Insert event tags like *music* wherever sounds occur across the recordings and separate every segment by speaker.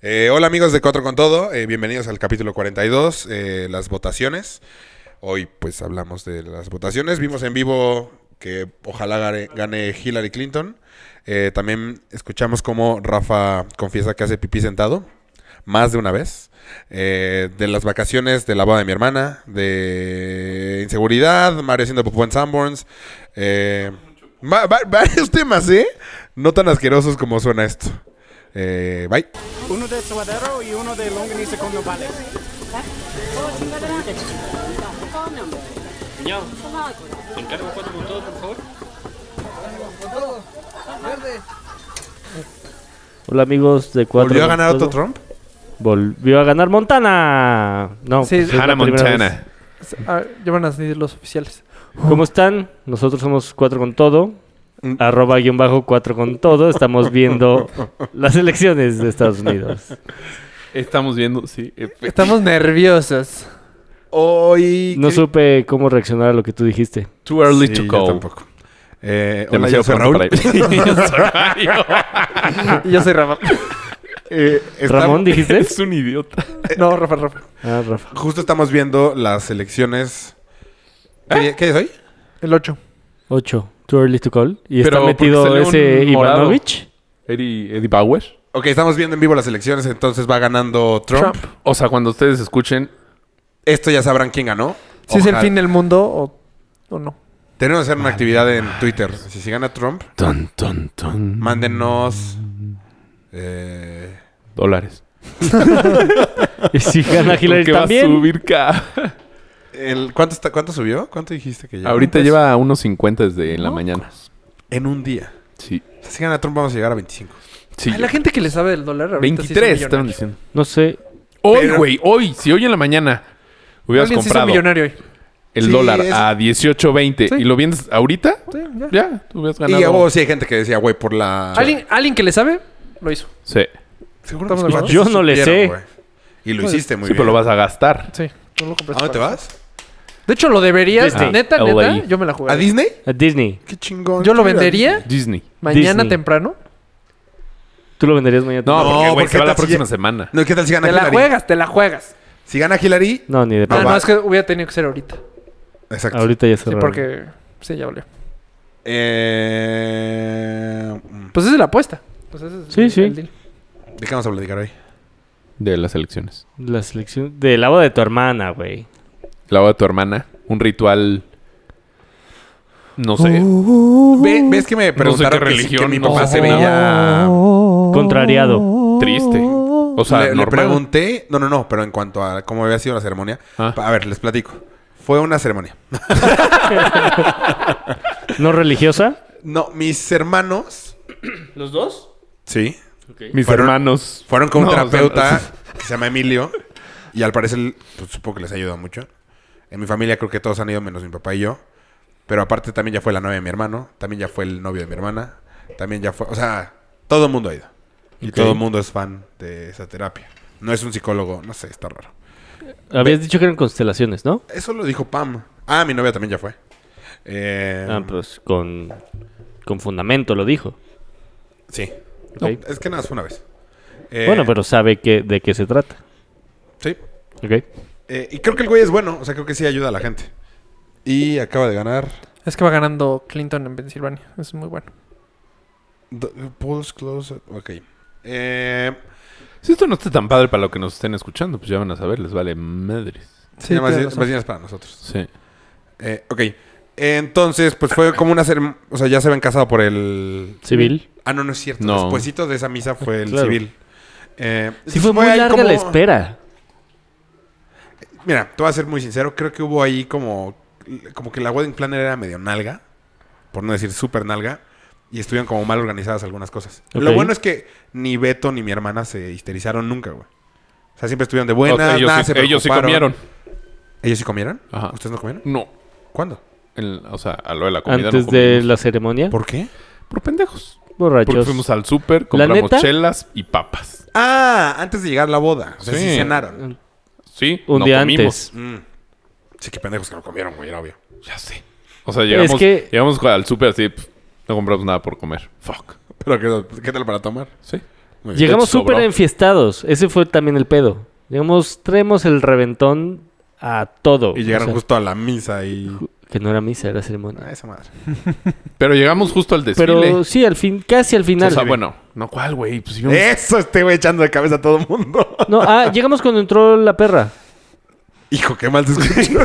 Speaker 1: Eh, hola amigos de Cuatro con Todo, eh, bienvenidos al capítulo 42, eh, las votaciones. Hoy pues hablamos de las votaciones, vimos en vivo que ojalá gare- gane Hillary Clinton. Eh, también escuchamos cómo Rafa confiesa que hace pipí sentado, más de una vez. Eh, de las vacaciones, de la boda de mi hermana, de inseguridad, Mario haciendo popó en Sanborns. eh, va- va- varios temas, ¿eh? No tan asquerosos como suena esto. Eh, bye.
Speaker 2: Uno de suadero y uno de longaniza con nopales.
Speaker 3: Cuñado, encargo cuatro con todo, por favor.
Speaker 4: Hola amigos de cuatro.
Speaker 1: ¿Volvió a
Speaker 4: con
Speaker 1: ganar
Speaker 4: Todo.
Speaker 1: otro Trump?
Speaker 4: Volvió a ganar Montana. No,
Speaker 5: Sí,
Speaker 4: pues es la
Speaker 6: Hannah
Speaker 4: primera
Speaker 6: Montana.
Speaker 5: Ah, ya van a salir los oficiales.
Speaker 4: vez. ¿Cómo están? Nosotros somos cuatro con todo. Arroba guión bajo cuatro con todo. Estamos viendo las elecciones de Estados Unidos.
Speaker 6: Estamos viendo, sí.
Speaker 5: Estamos nerviosos.
Speaker 1: Hoy.
Speaker 4: No supe cómo reaccionar a lo que tú dijiste.
Speaker 6: Too early to
Speaker 1: yo
Speaker 6: go.
Speaker 1: tampoco. Eh, hola, yo
Speaker 6: Demasiado
Speaker 1: soy
Speaker 6: pronto
Speaker 1: Raúl.
Speaker 6: para ir. *laughs*
Speaker 5: Y yo soy Rafa.
Speaker 1: *laughs* Eh, está- *laughs*
Speaker 4: Ramón, dijiste.
Speaker 6: es un idiota.
Speaker 1: Eh,
Speaker 5: No, Rafa, Rafa.
Speaker 4: Ah, Rafa.
Speaker 1: Justo estamos viendo las elecciones. ¿Qué, día- qué día es hoy?
Speaker 5: El 8.
Speaker 4: Ocho. Too early to call. Y
Speaker 6: Pero
Speaker 4: está
Speaker 6: porque
Speaker 4: metido
Speaker 6: salió
Speaker 4: ese
Speaker 6: un morado.
Speaker 4: Ivanovich.
Speaker 6: Eddie, Eddie Bauer.
Speaker 1: Ok, estamos viendo en vivo las elecciones, entonces va ganando Trump.
Speaker 5: Trump.
Speaker 6: O sea, cuando ustedes escuchen,
Speaker 1: Esto ya sabrán quién ganó.
Speaker 5: Si es el
Speaker 1: Ojalá.
Speaker 5: fin del mundo o, o no.
Speaker 1: Tenemos que hacer una actividad en Twitter. Si, si gana Trump,
Speaker 6: ton, ton, ton,
Speaker 1: mándenos. eh,
Speaker 6: dólares.
Speaker 4: Y
Speaker 6: *laughs*
Speaker 4: si gana Hillary
Speaker 6: Porque va a
Speaker 4: también.
Speaker 6: subir ca-
Speaker 1: el- ¿cuánto, está- ¿Cuánto subió? ¿Cuánto dijiste que lleva?
Speaker 6: *laughs* Ahorita lleva unos 50 desde en la mañana.
Speaker 1: En un día.
Speaker 6: Sí.
Speaker 1: O sea, si gana Trump, vamos a llegar a 25.
Speaker 6: Sí.
Speaker 5: Ay, la gente que le sabe del dólar ahorita sí es
Speaker 6: 23 estaban
Speaker 5: millonario.
Speaker 6: diciendo.
Speaker 4: No sé.
Speaker 6: Hoy,
Speaker 1: Pero-
Speaker 6: güey, hoy, si hoy en la mañana hubieras
Speaker 5: Alguien sí es
Speaker 6: comprado
Speaker 5: millonario hoy.
Speaker 6: el
Speaker 1: Sí,
Speaker 6: dólar
Speaker 1: es-
Speaker 6: a 18.20
Speaker 5: Sí.
Speaker 6: y lo vienes ahorita,
Speaker 5: Sí, ya.
Speaker 6: ya, tú hubieras
Speaker 1: Y a
Speaker 6: ganado.
Speaker 1: huevo sí hay gente que decía, güey, por la.
Speaker 5: ¿Alguien, alguien que le sabe, lo hizo.
Speaker 6: Sí.
Speaker 1: Seguro Pues, los
Speaker 5: Estamos
Speaker 1: cuates
Speaker 4: de acuerdo. Yo no le
Speaker 1: supieron,
Speaker 4: sé.
Speaker 1: güey. Y lo hiciste muy
Speaker 6: Pues, sí,
Speaker 1: bien.
Speaker 6: pero lo vas a gastar.
Speaker 5: Sí. no lo
Speaker 1: ¿A
Speaker 5: compraste
Speaker 1: dónde te
Speaker 5: para-
Speaker 1: vas?
Speaker 5: De hecho, lo deberías.
Speaker 4: Disney.
Speaker 5: Neta,
Speaker 6: Ah,
Speaker 5: neta,
Speaker 6: LA.
Speaker 5: yo me la
Speaker 1: ¿A
Speaker 5: jugaría.
Speaker 1: Disney?
Speaker 4: A Disney.
Speaker 1: Pues, Qué chingón.
Speaker 5: Yo lo vendería
Speaker 6: Disney.
Speaker 5: mañana
Speaker 4: Disney.
Speaker 5: temprano.
Speaker 4: Tú lo venderías mañana.
Speaker 1: No,
Speaker 6: No, porque, güey,
Speaker 1: porque
Speaker 6: se va la
Speaker 1: tal si
Speaker 6: próxima
Speaker 1: ya-
Speaker 6: semana.
Speaker 1: No, ¿qué tal si gana
Speaker 5: Te la
Speaker 1: Hillary?
Speaker 5: juegas, te la juegas.
Speaker 1: Si gana Hillary.
Speaker 4: No, ni de
Speaker 1: No,
Speaker 5: No,
Speaker 4: pedo.
Speaker 1: va.
Speaker 5: no, es que hubiera tenido que ser ahorita.
Speaker 1: Exacto.
Speaker 4: Ahorita ya
Speaker 5: Sí,
Speaker 4: cerraron.
Speaker 5: porque... Sí, ya valió.
Speaker 1: Eh, mm,
Speaker 5: Pues esa es la apuesta. Pues ese es
Speaker 4: Sí,
Speaker 5: el-
Speaker 4: sí.
Speaker 5: el deal.
Speaker 1: ¿De qué vamos a platicar hoy?
Speaker 6: De las elecciones.
Speaker 4: La selección. Del agua de tu hermana, güey.
Speaker 6: La boda de tu hermana. Un ritual. No sé.
Speaker 1: Oh. Ve- ¿Ves que me preguntaron
Speaker 6: qué
Speaker 1: que sí, que,
Speaker 6: religión,
Speaker 1: mi
Speaker 6: no
Speaker 1: papá
Speaker 6: sé
Speaker 1: se
Speaker 6: qué
Speaker 1: veía...
Speaker 4: Contrariado.
Speaker 6: Triste. O sea,
Speaker 1: le, le
Speaker 6: normal.
Speaker 1: pregunté... No, no, no. Pero en cuanto a cómo había sido la ceremonia...
Speaker 6: Ah.
Speaker 1: A ver, les platico. Fue una ceremonia.
Speaker 4: ¿No religiosa?
Speaker 1: No, mis hermanos...
Speaker 4: ¿Los dos?
Speaker 1: Sí.
Speaker 6: Mis
Speaker 1: Fueron-
Speaker 6: hermanos.
Speaker 1: Fueron con un
Speaker 6: No, o sea,
Speaker 1: terapeuta
Speaker 6: no sé.
Speaker 1: *laughs* que se llama Emilio. Y al parecer, pues, supongo que les ayudó mucho. En mi familia creo que todos han ido, menos mi papá y yo. Pero aparte también ya fue la novia de mi hermano. También ya fue el novio de mi hermana. También ya fue... O sea, todo el mundo ha ido. Y
Speaker 6: Ok.
Speaker 1: todo el mundo es fan de esa terapia. No es un psicólogo, no sé, está raro.
Speaker 4: Habías dicho que eran constelaciones, ¿no?
Speaker 1: Eso lo dijo Pam. Ah, mi novia también ya fue. Eh,
Speaker 4: Ah, pues con, con fundamento lo dijo.
Speaker 1: Sí.
Speaker 4: Ok.
Speaker 1: No, es que nada, más fue una vez. Eh,
Speaker 4: bueno, pero sabe que, de qué se trata.
Speaker 1: Sí.
Speaker 4: ¿Ok?
Speaker 1: Eh, y creo que el güey es bueno. O sea, creo que sí ayuda a la gente. Y acaba de ganar...
Speaker 5: Es que va ganando Clinton en Pensilvania. Es muy bueno.
Speaker 1: The polls close. Ok. Eh,
Speaker 6: Si esto no está tan padre para lo que nos estén escuchando, pues ya van a saber, les vale madres.
Speaker 5: Sí,
Speaker 1: nada más,
Speaker 5: tienes
Speaker 1: más
Speaker 5: razón.
Speaker 1: bien es para nosotros.
Speaker 6: Sí.
Speaker 1: Eh, ok. Entonces, pues fue como una cerem- O sea, ya se habían casado por el.
Speaker 4: Civil.
Speaker 1: Ah, no, no es cierto.
Speaker 6: No.
Speaker 1: Despuésito de esa misa fue el
Speaker 4: Claro.
Speaker 1: civil. Eh,
Speaker 4: Sí,
Speaker 1: entonces
Speaker 4: fue muy
Speaker 1: ahí
Speaker 4: larga
Speaker 1: como-
Speaker 4: la espera.
Speaker 1: Mira, te voy a ser muy sincero. Creo que hubo ahí como. Como que la wedding planner era medio nalga. Por no decir súper nalga. Y estuvieron como mal organizadas algunas cosas. Lo
Speaker 4: Ok.
Speaker 1: bueno es que ni Beto ni mi hermana se histerizaron nunca, güey. O sea, siempre estuvieron de buenas.
Speaker 6: O sea, ellos,
Speaker 1: nada,
Speaker 6: sí,
Speaker 1: se
Speaker 6: ellos sí
Speaker 1: preocuparon.
Speaker 6: comieron.
Speaker 1: ¿Ellos sí comieron?
Speaker 6: Ajá.
Speaker 1: ¿Ustedes no comieron?
Speaker 6: No.
Speaker 1: ¿Cuándo?
Speaker 6: El- o sea, a lo de la comida.
Speaker 4: Antes
Speaker 6: no
Speaker 4: de
Speaker 6: comimos.
Speaker 4: la ceremonia.
Speaker 1: ¿Por qué?
Speaker 6: Por pendejos.
Speaker 4: borrachos.
Speaker 6: Porque fuimos al súper, compramos
Speaker 4: neta?
Speaker 6: chelas y papas.
Speaker 1: Ah, antes de llegar a la boda. O sea, sí,
Speaker 6: Sí.
Speaker 1: cenaron.
Speaker 6: Sí,
Speaker 4: Un
Speaker 6: no
Speaker 4: día
Speaker 6: comimos.
Speaker 4: antes.
Speaker 1: Mm. Sí, qué pendejos que no comieron, güey, era obvio.
Speaker 6: Ya sé. O sea, llegamos,
Speaker 4: Es que-
Speaker 6: llegamos al súper así, pf, no compramos nada por comer. Fuck.
Speaker 1: Pero ¿qué, qué tal para tomar?
Speaker 6: Sí. Muy bien.
Speaker 4: Llegamos
Speaker 6: De hecho,
Speaker 4: súper
Speaker 6: sobró.
Speaker 4: enfiestados. Ese fue también el pedo. Llegamos, traemos el reventón a todo.
Speaker 1: Y llegaron
Speaker 4: O sea,
Speaker 1: justo a la misa y.
Speaker 4: Que no era misa, era ceremonia.
Speaker 1: Ah, esa madre.
Speaker 6: Pero llegamos justo al desfile.
Speaker 4: Pero sí, al fin, casi al
Speaker 6: o
Speaker 4: final.
Speaker 6: sea, bueno, no, ¿cuál, güey? Pues íbamos-
Speaker 1: Eso estoy echando de cabeza a todo el mundo.
Speaker 4: No, ah, llegamos cuando entró la perra.
Speaker 1: Hijo, qué mal te escucho.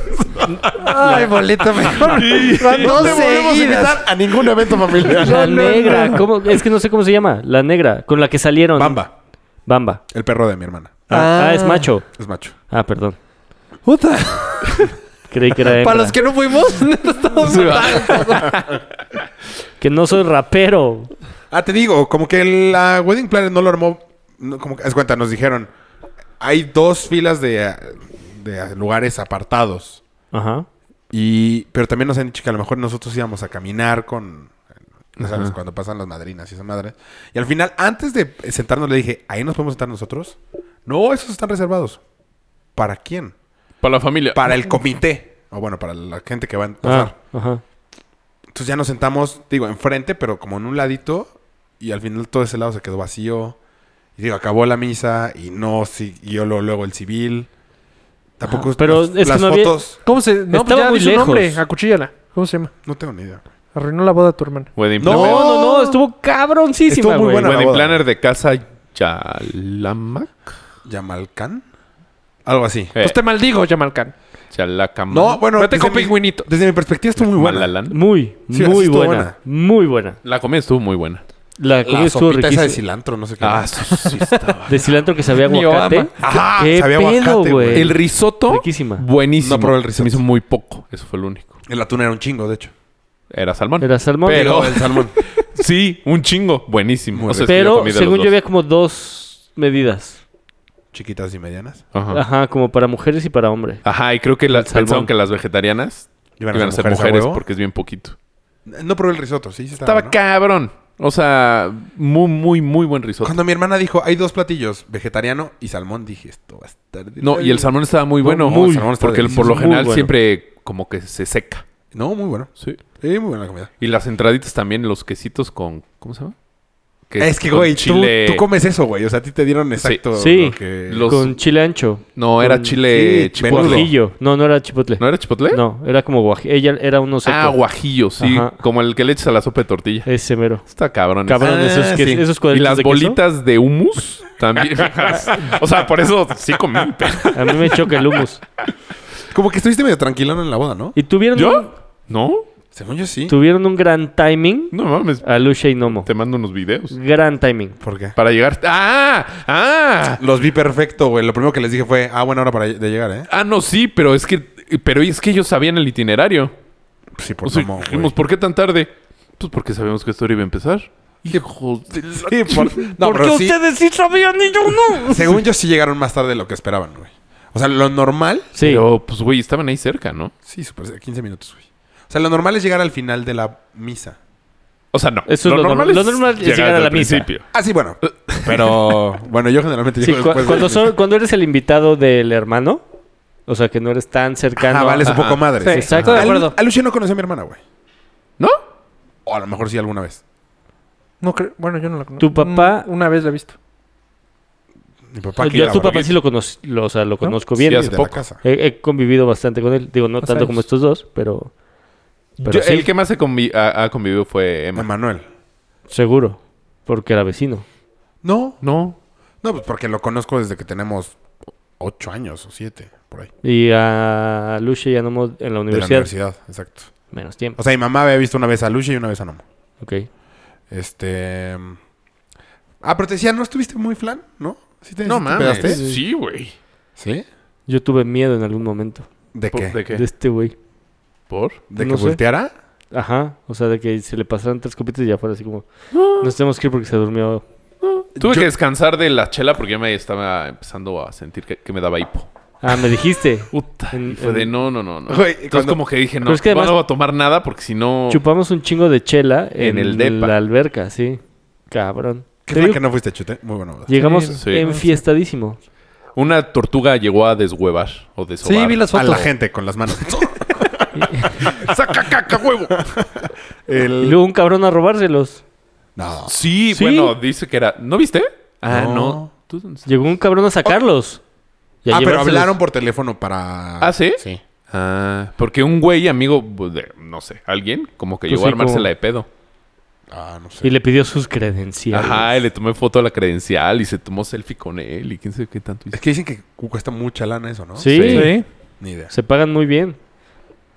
Speaker 5: Ay,
Speaker 1: *laughs*
Speaker 5: boleto, mejor. Van
Speaker 1: No
Speaker 5: dos
Speaker 1: te volvemos a
Speaker 5: seguidas.
Speaker 1: invitar a ningún evento familiar.
Speaker 4: La negra, ¿cómo? Es que no sé cómo se llama. La negra, con la que salieron.
Speaker 1: Bamba,
Speaker 4: Bamba.
Speaker 1: el perro de mi hermana.
Speaker 4: Ah,
Speaker 5: Ah.
Speaker 4: ah, es macho.
Speaker 1: Es macho.
Speaker 4: Ah, perdón.
Speaker 5: Puta.
Speaker 4: Creí que era hembra.
Speaker 5: Para los que no fuimos, neta, estamos
Speaker 6: Sí, va.
Speaker 4: Que no soy rapero.
Speaker 1: Ah, te digo, como que la wedding planner no lo armó. no, como que, haz cuenta, nos dijeron. Hay dos filas de, de lugares apartados.
Speaker 4: Ajá.
Speaker 1: Y, pero también nos han dicho que a lo mejor nosotros íbamos a caminar con. ya ¿Sabes? Cuando pasan las madrinas y esa madre. Y al final, antes de sentarnos, le dije, ¿ahí nos podemos sentar nosotros? No, esos están reservados. ¿Para quién?
Speaker 6: Para la familia.
Speaker 1: Para el comité. O bueno, para la gente que va a
Speaker 4: Ah,
Speaker 1: pasar.
Speaker 4: ajá.
Speaker 1: Entonces ya nos sentamos, digo, enfrente, pero como en un ladito. Y al final todo ese lado se quedó vacío. Y digo, acabó la misa y no siguió luego, luego el civil. Tampoco
Speaker 4: Ah, pero
Speaker 1: las,
Speaker 4: es que
Speaker 1: las
Speaker 4: no había-
Speaker 1: fotos.
Speaker 5: ¿Cómo se.? No, pues
Speaker 4: Estaba
Speaker 5: ya
Speaker 4: muy
Speaker 5: di su
Speaker 4: lejos.
Speaker 5: nombre. Acuchíllala. ¿Cómo se llama?
Speaker 1: No tengo ni idea.
Speaker 5: Arruinó la boda a tu hermana.
Speaker 6: Wedding
Speaker 1: No,
Speaker 6: planner.
Speaker 4: No, no, no. Estuvo cabroncísima,
Speaker 1: Estuvo muy
Speaker 4: güey.
Speaker 1: buena.
Speaker 6: Wedding
Speaker 1: boda. Eh,
Speaker 6: planner de casa Yalamac.
Speaker 1: ¿Yamalcán? Algo así.
Speaker 6: Eh,
Speaker 5: Pues te maldigo, Yamal Khan.
Speaker 6: Yalacamac.
Speaker 1: No, bueno.
Speaker 5: Vete
Speaker 1: desde
Speaker 5: con
Speaker 1: mi-
Speaker 5: Pingüinito.
Speaker 1: Desde mi perspectiva estuvo muy buena.
Speaker 6: Malalán.
Speaker 4: Muy,
Speaker 1: Sí, así
Speaker 4: muy
Speaker 1: estuvo
Speaker 4: buena.
Speaker 1: buena.
Speaker 4: Muy buena.
Speaker 6: La comida estuvo muy buena.
Speaker 4: La comida
Speaker 1: La
Speaker 4: estuvo
Speaker 1: sopita esa de
Speaker 4: riquísima.
Speaker 1: cilantro, no sé qué.
Speaker 6: Ah, eso sí estaba.
Speaker 4: De cilantro
Speaker 1: *laughs*
Speaker 4: que sabía a
Speaker 5: Ni
Speaker 4: aguacate.
Speaker 5: Obama.
Speaker 1: Ajá,
Speaker 4: ¿Qué
Speaker 1: sabía
Speaker 4: pedo,
Speaker 1: aguacate, güey.
Speaker 6: *laughs*
Speaker 4: güey?
Speaker 6: El risotto.
Speaker 4: Riquísima.
Speaker 6: Buenísimo.
Speaker 1: No probé el
Speaker 6: Se me
Speaker 1: risotto.
Speaker 6: hizo muy poco. Eso fue lo único.
Speaker 1: el atún era un chingo, de hecho.
Speaker 6: Era salmón.
Speaker 4: Era salmón.
Speaker 6: Pero-
Speaker 1: Digo, el salmón.
Speaker 6: Sí, un chingo. Buenísimo.
Speaker 1: Muy
Speaker 6: O sea, es que
Speaker 4: Pero
Speaker 6: comí de los
Speaker 4: según yo
Speaker 6: dos.
Speaker 4: había como dos medidas.
Speaker 1: Chiquitas y medianas.
Speaker 6: Ajá. Ajá.
Speaker 4: Ajá, como para mujeres y para hombres.
Speaker 6: y creo que las,
Speaker 4: salmón.
Speaker 6: pensaron que las vegetarianas iban a ser mujeres,
Speaker 1: a huevo.
Speaker 6: porque es bien poquito.
Speaker 1: No probé el risotto, sí, sí estaba,
Speaker 6: Estaba
Speaker 1: ¿no?
Speaker 6: cabrón. O sea, muy, muy, muy buen risotto.
Speaker 1: Cuando mi hermana dijo, hay dos platillos, vegetariano y salmón, dije, esto va a estar... de
Speaker 6: No, y el salmón estaba muy
Speaker 1: No,
Speaker 6: bueno.
Speaker 1: muy, el salmón está
Speaker 6: porque el- por
Speaker 1: delicioso,
Speaker 6: lo
Speaker 1: muy
Speaker 6: general
Speaker 4: bueno.
Speaker 6: siempre como que se seca.
Speaker 1: No, muy bueno.
Speaker 6: Sí.
Speaker 1: Sí, muy buena la comida.
Speaker 6: Y las entraditas también, los quesitos con... ¿Cómo se llama?
Speaker 1: es que,
Speaker 6: con
Speaker 1: güey,
Speaker 6: chile-
Speaker 1: tú, tú comes eso, güey. O sea, a ti te dieron exacto
Speaker 4: Sí.
Speaker 1: lo que...
Speaker 6: Los-
Speaker 4: Con chile ancho.
Speaker 6: No, era
Speaker 4: con-
Speaker 6: chile
Speaker 1: sí,
Speaker 6: chipotle.
Speaker 1: menudo.
Speaker 4: Guajillo. No, no era chipotle.
Speaker 6: ¿No era chipotle?
Speaker 4: No, era como guajillo. Ella era uno seco.
Speaker 6: Ah, guajillo, sí.
Speaker 4: Ajá.
Speaker 6: Como el que le echas a la sopa de tortilla.
Speaker 4: Ese mero.
Speaker 6: Está cabrón. ese.
Speaker 4: Cabrón,
Speaker 1: Ah,
Speaker 4: esos, que-
Speaker 1: sí.
Speaker 4: esos
Speaker 6: Y
Speaker 4: cuadritos
Speaker 6: las
Speaker 4: de
Speaker 6: bolitas de hummus
Speaker 4: *laughs*
Speaker 6: también. *laughs* o sea, por eso sí comí. pero-
Speaker 4: queso. A mí me choca el hummus.
Speaker 1: Como que estuviste medio tranquilón en la boda, ¿no?
Speaker 4: ¿Y tuvieron,
Speaker 6: ¿Yo? No,
Speaker 1: Según yo sí.
Speaker 4: Un, tuvieron un gran timing
Speaker 6: no mames.
Speaker 4: a Lucia y Nomo?
Speaker 6: Te mando unos videos.
Speaker 4: Gran timing.
Speaker 1: ¿Por qué?
Speaker 6: Para llegar. ¡Ah! ¡Ah!
Speaker 1: Los vi perfecto, güey. Lo primero que les dije fue, ah, buena hora para de llegar, ¿eh?
Speaker 6: Ah, no, sí, pero es que. Pero es que ellos sabían el itinerario.
Speaker 1: Sí,
Speaker 6: O
Speaker 1: por
Speaker 6: sea,
Speaker 1: mamón,
Speaker 6: dijimos, ¿por qué tan tarde? Pues porque sabíamos que esto iba a empezar. Hijo de la-
Speaker 1: güey. *laughs* Sí, por... No,
Speaker 4: ¿Por qué
Speaker 1: pero sí,
Speaker 4: ustedes sí sabían y yo
Speaker 1: *laughs*
Speaker 4: no?
Speaker 1: según yo sí llegaron más tarde de lo que esperaban, güey. O sea, lo normal...
Speaker 4: Sí.
Speaker 6: Pero, pues, güey, estaban ahí cerca, ¿no?
Speaker 1: Sí, super, 15 minutos, güey. O sea, lo normal es llegar al final de la misa.
Speaker 6: O sea, no.
Speaker 4: Eso es lo normal. Lo normal es llegar a
Speaker 6: al
Speaker 4: la misa.
Speaker 6: principio.
Speaker 1: Ah, sí, bueno. Pero, bueno, yo generalmente
Speaker 4: Sí,
Speaker 1: llego
Speaker 4: cu-
Speaker 1: después de
Speaker 4: cuando,
Speaker 1: la
Speaker 4: son-
Speaker 1: misa.
Speaker 4: cuando eres el invitado del hermano, o sea, que no eres tan cercano.
Speaker 1: Ah, vale, es un
Speaker 4: Ajá.
Speaker 1: poco madre.
Speaker 5: Sí,
Speaker 4: Exacto.
Speaker 5: de
Speaker 1: A Lu-
Speaker 5: acuerdo.
Speaker 1: A Lucio no conocí a mi hermana, güey.
Speaker 6: ¿No?
Speaker 1: O a lo mejor sí alguna vez.
Speaker 5: No creo. Bueno, yo no la conozco.
Speaker 4: Tu papá-
Speaker 5: Mm, Una vez la he visto.
Speaker 1: Mi papá aquí
Speaker 4: yo
Speaker 1: la
Speaker 4: a tu
Speaker 1: verdad,
Speaker 4: papá sí lo, conoz- lo- o sea, lo conozco
Speaker 1: sí,
Speaker 4: bien.
Speaker 1: de
Speaker 6: hace
Speaker 1: la
Speaker 6: poco.
Speaker 1: casa.
Speaker 4: He, he convivido bastante con él. Digo, no
Speaker 5: Más
Speaker 4: tanto
Speaker 5: años.
Speaker 4: como estos dos, pero. Pero
Speaker 6: Yo-
Speaker 4: sí,
Speaker 6: El que más se convi- ha, ha convivido fue Emma.
Speaker 1: Emanuel.
Speaker 4: seguro. Porque era vecino.
Speaker 1: No,
Speaker 6: No.
Speaker 1: no, pues porque lo conozco desde que tenemos ocho años o siete, por ahí.
Speaker 4: Y a Lucia y a Nomo en la
Speaker 1: De la
Speaker 4: universidad.
Speaker 1: universidad, exacto.
Speaker 4: Menos tiempo.
Speaker 1: O sea, mi mamá había visto una vez a Lucio y una vez a Nomo.
Speaker 4: Ok.
Speaker 1: Este. Ah, pero te decía, ¿no estuviste muy flan? ¿No? ¿Sí te,
Speaker 6: No
Speaker 1: sí te
Speaker 6: mames.
Speaker 1: pedaste?
Speaker 6: Sí, güey.
Speaker 1: ¿Sí?
Speaker 4: Yo tuve miedo en algún momento
Speaker 1: ¿De
Speaker 6: ¿Por-
Speaker 1: qué?
Speaker 6: ¿De qué?
Speaker 4: de este güey.
Speaker 6: ¿Por?
Speaker 1: ¿De
Speaker 4: no
Speaker 1: que
Speaker 4: sé.
Speaker 1: volteara?
Speaker 4: Ajá. O sea, de que se le pasaran tres copitas y ya fuera así como. Nos tenemos que ir porque se durmió.
Speaker 6: Tuve
Speaker 1: Yo-
Speaker 6: que descansar de la chela porque ya me estaba empezando a sentir que, que me daba hipo.
Speaker 4: Ah, me dijiste.
Speaker 6: Puta.
Speaker 4: En-
Speaker 6: y fue de
Speaker 4: en-
Speaker 6: no, no, no, no.
Speaker 1: Güey,
Speaker 6: Entonces
Speaker 1: cuando-
Speaker 6: como que dije, no,
Speaker 4: Pero es que además-
Speaker 6: no voy a tomar nada porque si no...
Speaker 4: Chupamos un chingo de chela
Speaker 6: En
Speaker 4: en,
Speaker 6: el depa.
Speaker 4: la alberca, sí. Cabrón.
Speaker 1: ¿Qué
Speaker 4: Te
Speaker 1: fue
Speaker 4: digo-
Speaker 1: que no fuiste a chute? Muy bueno.
Speaker 4: Llegamos
Speaker 6: Sí.
Speaker 4: enfiestadísimo.
Speaker 6: Una tortuga llegó a deshuevar o deshovar.
Speaker 5: Sí, vi las
Speaker 1: A
Speaker 5: fotos.
Speaker 1: la gente con las manos.
Speaker 6: *laughs* ¡Saca caca, huevo!
Speaker 1: El-
Speaker 4: Y luego un cabrón a robárselos.
Speaker 1: No.
Speaker 6: Sí,
Speaker 4: Sí.
Speaker 6: bueno, dice que era... ¿No viste? Ah, no.
Speaker 1: No.
Speaker 6: ¿Tú dónde estás?
Speaker 4: Llegó un cabrón a sacarlos. y a
Speaker 1: Oh. Ah, pero
Speaker 4: llevárselos.
Speaker 1: hablaron por teléfono para.
Speaker 6: ¿Ah, sí?
Speaker 1: Sí.
Speaker 6: Ah, porque un güey amigo de, no sé, alguien, como que
Speaker 4: Pues
Speaker 6: llegó
Speaker 4: sí,
Speaker 6: a armársela
Speaker 4: como-
Speaker 6: de pedo.
Speaker 1: Ah, no sé.
Speaker 4: Y le pidió sus credenciales.
Speaker 1: ¿eh?
Speaker 6: Ajá, y le tomé foto a la credencial y se tomó selfie con él y quién sabe qué tanto hizo.
Speaker 1: Es que dicen que cu- cuesta mucha lana eso, ¿no?
Speaker 4: Sí,
Speaker 5: Sí.
Speaker 1: Ni idea.
Speaker 4: se pagan muy bien.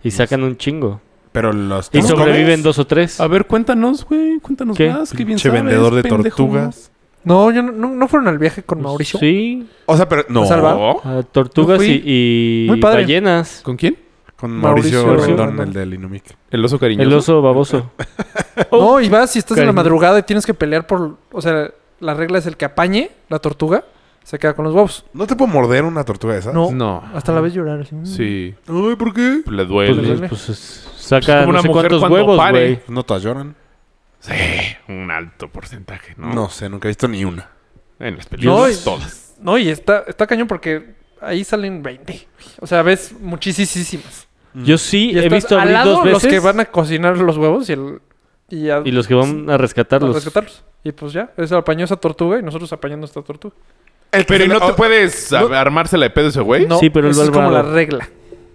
Speaker 4: Y sacan un chingo.
Speaker 1: Pero los.
Speaker 4: Y
Speaker 1: ¿los
Speaker 4: sobreviven
Speaker 1: comes?
Speaker 4: dos o tres.
Speaker 6: A ver, cuéntanos, güey, cuéntanos
Speaker 4: ¿Qué?
Speaker 6: más. Qué bien
Speaker 1: Pinche
Speaker 6: sabes,
Speaker 1: vendedor de
Speaker 6: pendejo.
Speaker 1: tortugas.
Speaker 5: No, yo no, no, no fueron al viaje con Mauricio.
Speaker 4: Sí,
Speaker 1: O sea, pero. No.
Speaker 5: ¿A salvar?
Speaker 4: a tortugas
Speaker 5: Yo fui.
Speaker 4: y, y
Speaker 5: Muy padre.
Speaker 4: ballenas.
Speaker 6: ¿Oh? ¿Con quién?
Speaker 1: Con Mauricio,
Speaker 5: Mauricio
Speaker 1: Rendón,
Speaker 5: Rendón.
Speaker 1: el del Inumic.
Speaker 6: El oso cariñoso.
Speaker 4: El oso baboso.
Speaker 5: No, y vas y estás en la
Speaker 4: Cariño.
Speaker 5: madrugada y tienes que pelear por. O sea, la regla es el que apañe la tortuga, se queda con los huevos.
Speaker 1: ¿No te puedo morder una tortuga de esas?
Speaker 5: No.
Speaker 6: No.
Speaker 5: Hasta la vez llorar. así.
Speaker 6: Sí.
Speaker 1: Ay, ¿por qué?
Speaker 6: Le
Speaker 4: Pues,
Speaker 6: duele.
Speaker 4: pues, pues, saca
Speaker 6: Pues como
Speaker 4: no
Speaker 6: una
Speaker 4: sé
Speaker 6: mujer
Speaker 4: cuántos
Speaker 6: cuando
Speaker 4: huevos,
Speaker 6: pare.
Speaker 4: güey.
Speaker 1: ¿No todas lloran?
Speaker 6: sí, un alto porcentaje, ¿no?
Speaker 1: No. sé, nunca he visto ni una.
Speaker 6: En las películas
Speaker 5: No, y-
Speaker 6: todas.
Speaker 5: No, y está, está cañón porque ahí salen 20. O sea, ves muchísimas.
Speaker 4: Yo sí
Speaker 5: Y
Speaker 4: he
Speaker 5: estás
Speaker 4: visto
Speaker 5: al
Speaker 4: abrir
Speaker 5: lado
Speaker 4: dos veces.
Speaker 5: los que van a cocinar los huevos y el. Y, a-
Speaker 4: Y los que van a rescatarlos. *laughs*
Speaker 5: a rescatarlos. Y pues ya, eso apañó esa tortuga y nosotros apañando esta tortuga.
Speaker 6: Pero ¿y no te
Speaker 1: puedes
Speaker 6: puedes a- armársela de pedo ese güey?
Speaker 5: No,
Speaker 4: Sí, pero él
Speaker 5: eso
Speaker 4: va
Speaker 5: es
Speaker 4: al
Speaker 5: como la
Speaker 4: varo.
Speaker 5: regla.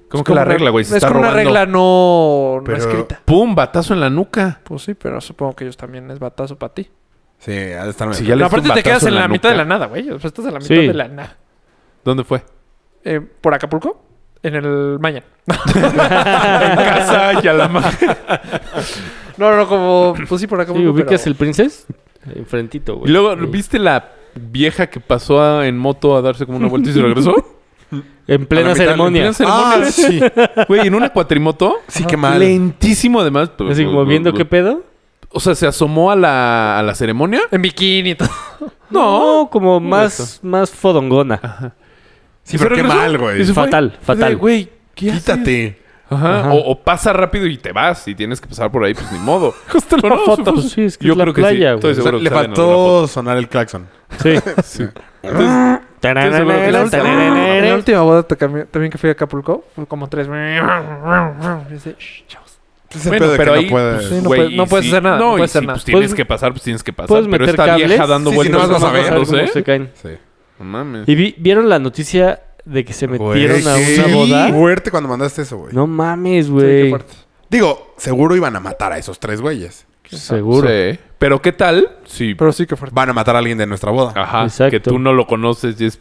Speaker 6: ¿Cómo
Speaker 5: Es
Speaker 6: que la
Speaker 5: como-
Speaker 6: regla, güey? Se
Speaker 5: Es
Speaker 6: está
Speaker 5: como una
Speaker 6: robando.
Speaker 5: regla no, no
Speaker 1: Pero-
Speaker 5: escrita.
Speaker 6: ¡Pum! Batazo en la nuca.
Speaker 5: Pues sí, pero supongo que ellos también es batazo para ti.
Speaker 1: Sí, ha de estar.
Speaker 6: Sí, ya le diste un
Speaker 5: No, aparte te
Speaker 6: batazo
Speaker 5: quedas en la, mitad de
Speaker 6: nuca.
Speaker 5: la nada, güey. O sea, estás en la mitad
Speaker 4: Sí.
Speaker 5: de la nada.
Speaker 6: ¿Dónde fue?
Speaker 5: Eh, ¿Por Acapulco? En el Mayan.
Speaker 6: en casa y a la madre.
Speaker 5: No, no, como... Pues sí, por
Speaker 4: Sí,
Speaker 5: Acapulco,
Speaker 4: ubicas
Speaker 5: pero-
Speaker 4: el princes. Enfrentito,
Speaker 6: *laughs*
Speaker 4: güey.
Speaker 6: Y luego,
Speaker 4: Sí.
Speaker 6: ¿viste la vieja que pasó a- en moto a darse como una vuelta y se regresó?
Speaker 1: A
Speaker 4: En
Speaker 1: la mitad,
Speaker 4: plena
Speaker 1: en
Speaker 4: ceremonia.
Speaker 6: plena ceremonia.
Speaker 1: Ah, sí.
Speaker 6: Güey, en una cuatrimoto.
Speaker 1: Sí, qué mal.
Speaker 6: Lentísimo, además. pero-
Speaker 1: pues,
Speaker 4: Así como viendo qué pedo.
Speaker 6: O sea, ¿se asomó a la, a la ceremonia?
Speaker 5: En bikini y todo.
Speaker 4: No, como más,
Speaker 6: eso.
Speaker 4: más fodongona.
Speaker 1: Sí, pero qué mal, güey.
Speaker 6: Eso fue.
Speaker 4: Fatal,
Speaker 6: Así de,
Speaker 4: fatal.
Speaker 6: Güey, ¿qué haces?
Speaker 1: Quítate.
Speaker 6: Ajá.
Speaker 4: Ajá.
Speaker 6: O, o pasa rápido y te vas. Y tienes que pasar por ahí, pues ni modo. Justo
Speaker 4: la foto. Pues sí, es que es la playa, güey.
Speaker 6: Estoy
Speaker 4: O sea,
Speaker 6: seguro
Speaker 1: le
Speaker 6: que sale en alguna foto.
Speaker 1: faltó sonar el claxon.
Speaker 4: *laughs* Sí.
Speaker 6: Estoy seguro que
Speaker 5: La
Speaker 6: la
Speaker 5: última, en la última boda te cambié- también que fui a Acapulco, fue como tres. *laughs* Y así, "Shh, chavos".
Speaker 1: Ese
Speaker 6: Bueno,
Speaker 1: pedo de
Speaker 6: pero
Speaker 1: que
Speaker 6: ahí,
Speaker 1: no puedes.
Speaker 5: pues, sí, no
Speaker 6: Güey,
Speaker 5: puedes- no
Speaker 6: y
Speaker 5: puedes
Speaker 6: sí-
Speaker 5: hacer nada, no
Speaker 6: No, y
Speaker 5: puedes hacer
Speaker 6: sí,
Speaker 5: nada.
Speaker 6: pues tienes
Speaker 4: Puedes-
Speaker 6: que pasar, pues tienes que pasar.
Speaker 4: puedes
Speaker 6: pero
Speaker 4: meter
Speaker 6: esta vieja
Speaker 4: cables.
Speaker 1: Sí,
Speaker 6: dando
Speaker 1: sí,
Speaker 6: vueltas.
Speaker 1: no vas a ver.
Speaker 4: Algo
Speaker 6: no
Speaker 4: se
Speaker 6: sé.
Speaker 4: caen.
Speaker 1: Sí.
Speaker 6: No mames.
Speaker 4: ¿Y vi- vieron la noticia de que se metieron a
Speaker 1: Güey,
Speaker 4: una
Speaker 1: qué
Speaker 4: boda?
Speaker 1: fuerte cuando mandaste eso, güey.
Speaker 4: No mames,
Speaker 5: Sí, qué
Speaker 4: güey.
Speaker 5: fuerte.
Speaker 1: Digo, seguro iban a matar a esos tres güeyes.
Speaker 4: Seguro.
Speaker 6: Sí. Pero ¿qué tal? Sí.
Speaker 5: Pero sí que fuerte.
Speaker 1: Van a matar a alguien de nuestra
Speaker 4: Ah.
Speaker 1: boda.
Speaker 6: Ajá.
Speaker 4: Exacto.
Speaker 6: Que tú no lo conoces y es...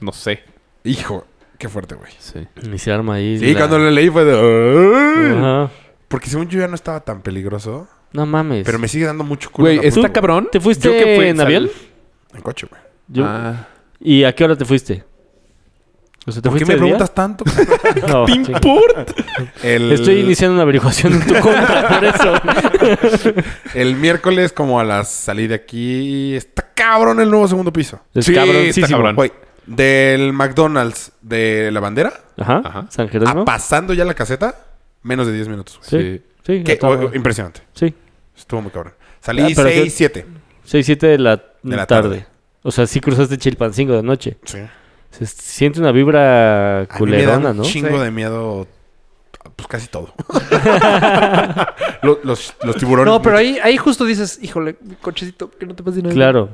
Speaker 6: No sé.
Speaker 1: Hijo, qué fuerte, güey.
Speaker 6: Sí.
Speaker 4: Y se arma ahí.
Speaker 1: Sí,
Speaker 4: la-
Speaker 1: cuando le leí fue de...
Speaker 4: Ajá.
Speaker 1: Porque según yo ya no estaba tan peligroso.
Speaker 4: No mames.
Speaker 1: Pero me sigue dando mucho culo.
Speaker 6: Güey,
Speaker 1: Acapulco,
Speaker 6: está cabrón.
Speaker 4: ¿Te fuiste
Speaker 6: Yo que fui-
Speaker 4: en
Speaker 6: sal-
Speaker 4: avión?
Speaker 1: En coche, güey.
Speaker 4: Yo-
Speaker 6: Ah.
Speaker 4: ¿Y a qué hora te fuiste? O sea, ¿te
Speaker 1: ¿Por qué
Speaker 4: fuiste
Speaker 1: me
Speaker 4: de día?
Speaker 1: preguntas
Speaker 4: *laughs*
Speaker 1: tanto? *laughs*
Speaker 4: No, sí.
Speaker 1: El,
Speaker 4: Estoy iniciando una averiguación en tu contra
Speaker 1: *laughs*
Speaker 4: por eso.
Speaker 1: el miércoles como a las salir de aquí... Está cabrón el nuevo segundo piso.
Speaker 4: Es
Speaker 6: Sí, está
Speaker 4: cabroncísimo.
Speaker 6: cabrón.
Speaker 1: Güey, del McDonald's de la bandera
Speaker 4: Ajá.
Speaker 6: Ajá.
Speaker 4: San
Speaker 1: a
Speaker 4: Jerónimo.
Speaker 1: Ah, pasando ya la caseta, menos de 10 minutos, güey.
Speaker 4: Sí. Sí.
Speaker 1: Qué-
Speaker 4: está
Speaker 1: o-
Speaker 4: bueno.
Speaker 1: impresionante.
Speaker 4: Sí.
Speaker 1: Estuvo muy cabrón. Salí
Speaker 4: Ah, pero
Speaker 1: 6,
Speaker 4: qué-
Speaker 1: 7.
Speaker 4: 6, 7 de la,
Speaker 1: De la
Speaker 4: tarde.
Speaker 1: tarde.
Speaker 4: O sea, sí cruzaste Chilpancingo de noche.
Speaker 1: Sí.
Speaker 4: Se siente una
Speaker 1: A
Speaker 4: vibra
Speaker 1: mí me da
Speaker 4: culerona,
Speaker 1: un
Speaker 4: ¿no?
Speaker 1: chingo
Speaker 5: Sí.
Speaker 1: de miedo... Pues casi todo. los, los, los tiburones.
Speaker 5: No, pero ahí, ahí justo dices, híjole, mi cochecito, que no te pase nada.
Speaker 4: Claro.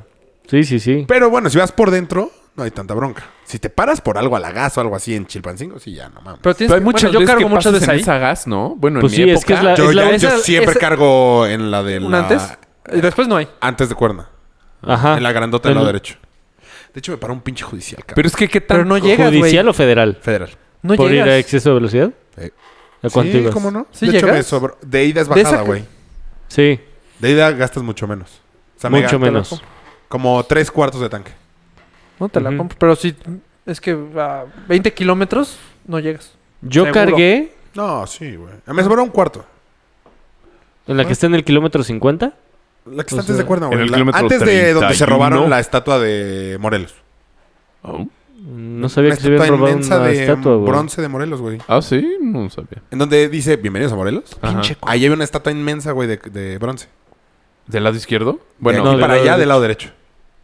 Speaker 4: Sí, sí, sí.
Speaker 1: Pero bueno, si vas por dentro, no hay tanta bronca. Si te paras por algo halagazo o algo así en Chilpancingo, sí, ya no mames.
Speaker 5: Pero tienes
Speaker 6: Pero hay
Speaker 5: que-
Speaker 6: muchas
Speaker 5: bueno, yo
Speaker 6: veces
Speaker 5: cargo
Speaker 6: que
Speaker 5: muchas
Speaker 6: pasas
Speaker 5: veces
Speaker 6: en
Speaker 5: ahí.
Speaker 6: esa gas, ¿no? Bueno,
Speaker 4: Pues
Speaker 6: en
Speaker 4: sí,
Speaker 6: mi
Speaker 4: es que
Speaker 6: época...
Speaker 4: es la-
Speaker 1: yo, ya-
Speaker 5: esa-
Speaker 1: yo siempre
Speaker 5: esa-
Speaker 1: cargo en la de
Speaker 5: ¿Una
Speaker 1: la-
Speaker 5: antes? Y después no hay.
Speaker 1: Antes de cuerna.
Speaker 4: Ajá.
Speaker 1: en la grandota del
Speaker 4: el-
Speaker 1: lado derecho. De hecho, me paró un pinche judicial, cabrón.
Speaker 6: Pero es que ¿qué tal?
Speaker 5: Pero no llegas, güey.
Speaker 4: ¿Judicial o federal?
Speaker 1: Federal.
Speaker 5: No
Speaker 4: ¿Por ir a
Speaker 5: llegas.
Speaker 4: exceso de velocidad?
Speaker 1: Sí.
Speaker 4: ¿A cuánto
Speaker 1: sí,
Speaker 4: ibas?
Speaker 1: ¿cómo no?
Speaker 5: ¿Sí
Speaker 1: de hecho,
Speaker 5: llegas?
Speaker 1: me sobró. De ida es
Speaker 5: De esa
Speaker 1: bajada,
Speaker 5: que-
Speaker 1: güey.
Speaker 4: Sí,
Speaker 1: De ida gastas mucho menos. O sea, me
Speaker 4: mucho
Speaker 1: gasté
Speaker 4: menos.
Speaker 1: Como tres cuartos de tanque.
Speaker 5: No te la
Speaker 4: Ujú.
Speaker 5: compro. Pero si es que a 20 kilómetros no llegas.
Speaker 4: Yo
Speaker 5: Seguro.
Speaker 4: cargué
Speaker 1: No, sí, güey. Me sobró un cuarto.
Speaker 4: en la que está en el kilómetro 50.
Speaker 1: La que
Speaker 4: O
Speaker 1: está antes
Speaker 4: sea,
Speaker 1: de cuerna,
Speaker 6: en
Speaker 1: güey.
Speaker 6: el
Speaker 1: La-
Speaker 6: kilómetro
Speaker 1: Antes de donde se
Speaker 6: 31.
Speaker 1: robaron la estatua de Morelos.
Speaker 6: Oh.
Speaker 4: No sabía
Speaker 1: Una
Speaker 4: que se habían
Speaker 1: estatua
Speaker 4: robado
Speaker 1: inmensa
Speaker 4: una
Speaker 1: de
Speaker 4: estatua, güey.
Speaker 1: bronce de Morelos, güey.
Speaker 6: Ah, sí, no sabía.
Speaker 1: En donde dice, bienvenidos a Morelos.
Speaker 6: Ajá.
Speaker 5: Pinche
Speaker 1: Ahí había una estatua inmensa, güey, de, de bronce.
Speaker 6: ¿Del lado izquierdo?
Speaker 1: Bueno,
Speaker 6: Bueno,
Speaker 4: No, del
Speaker 1: para
Speaker 4: lado
Speaker 1: allá
Speaker 4: derecho.
Speaker 1: del lado derecho.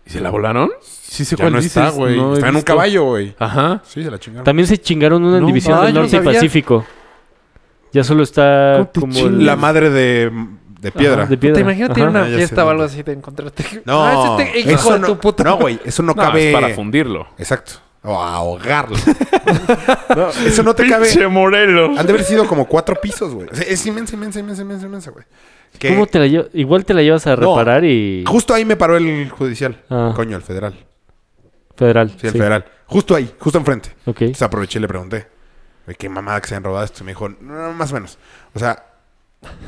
Speaker 6: ¿y se la volaron? Sí sé
Speaker 1: Ya
Speaker 6: cuál
Speaker 1: no
Speaker 6: dices.
Speaker 1: está, güey.
Speaker 6: No he
Speaker 1: está en un
Speaker 6: visto.
Speaker 1: caballo, güey.
Speaker 6: Ajá.
Speaker 1: Sí, se la chingaron.
Speaker 4: También se chingaron una en
Speaker 6: No,
Speaker 4: división
Speaker 5: ah,
Speaker 4: del
Speaker 5: yo no
Speaker 4: Norte y
Speaker 5: sabía.
Speaker 4: Pacífico. Ya solo
Speaker 6: ¿Cómo
Speaker 4: está
Speaker 6: te
Speaker 4: como
Speaker 6: chingas?
Speaker 4: el-
Speaker 1: La madre de, de piedra.
Speaker 4: Ajá, de
Speaker 5: Te
Speaker 4: piedra.
Speaker 5: imaginas
Speaker 4: Ajá.
Speaker 5: tener una
Speaker 6: Ah, ya sé
Speaker 5: fiesta o
Speaker 6: dónde.
Speaker 5: algo así
Speaker 6: *laughs*
Speaker 5: de encontrarte.
Speaker 1: No,
Speaker 5: Ah, ese te- hijo
Speaker 1: eso
Speaker 5: de
Speaker 1: no,
Speaker 5: tu puta.
Speaker 1: no, güey, eso no
Speaker 6: No,
Speaker 1: cabe.
Speaker 6: es para fundirlo.
Speaker 1: Exacto. O
Speaker 5: *laughs*
Speaker 1: ahogarlo. No, eso no te cabe.
Speaker 6: Morelo.
Speaker 1: Han de haber sido como cuatro pisos, güey. O sea, es inmensa, inmensa, inmensa, inmensa, inmensa, güey. Que
Speaker 4: ¿Cómo te la llevas? Igual te la llevas a
Speaker 1: No.
Speaker 4: reparar y...
Speaker 1: Justo ahí me paró el judicial.
Speaker 4: Ah.
Speaker 1: Coño, el federal.
Speaker 4: Federal.
Speaker 1: Sí, el federal. Justo ahí, justo enfrente.
Speaker 4: Ok.
Speaker 1: Entonces aproveché y le pregunté, güey, qué mamada que se han robado esto. Y me dijo, no, más o menos. O sea,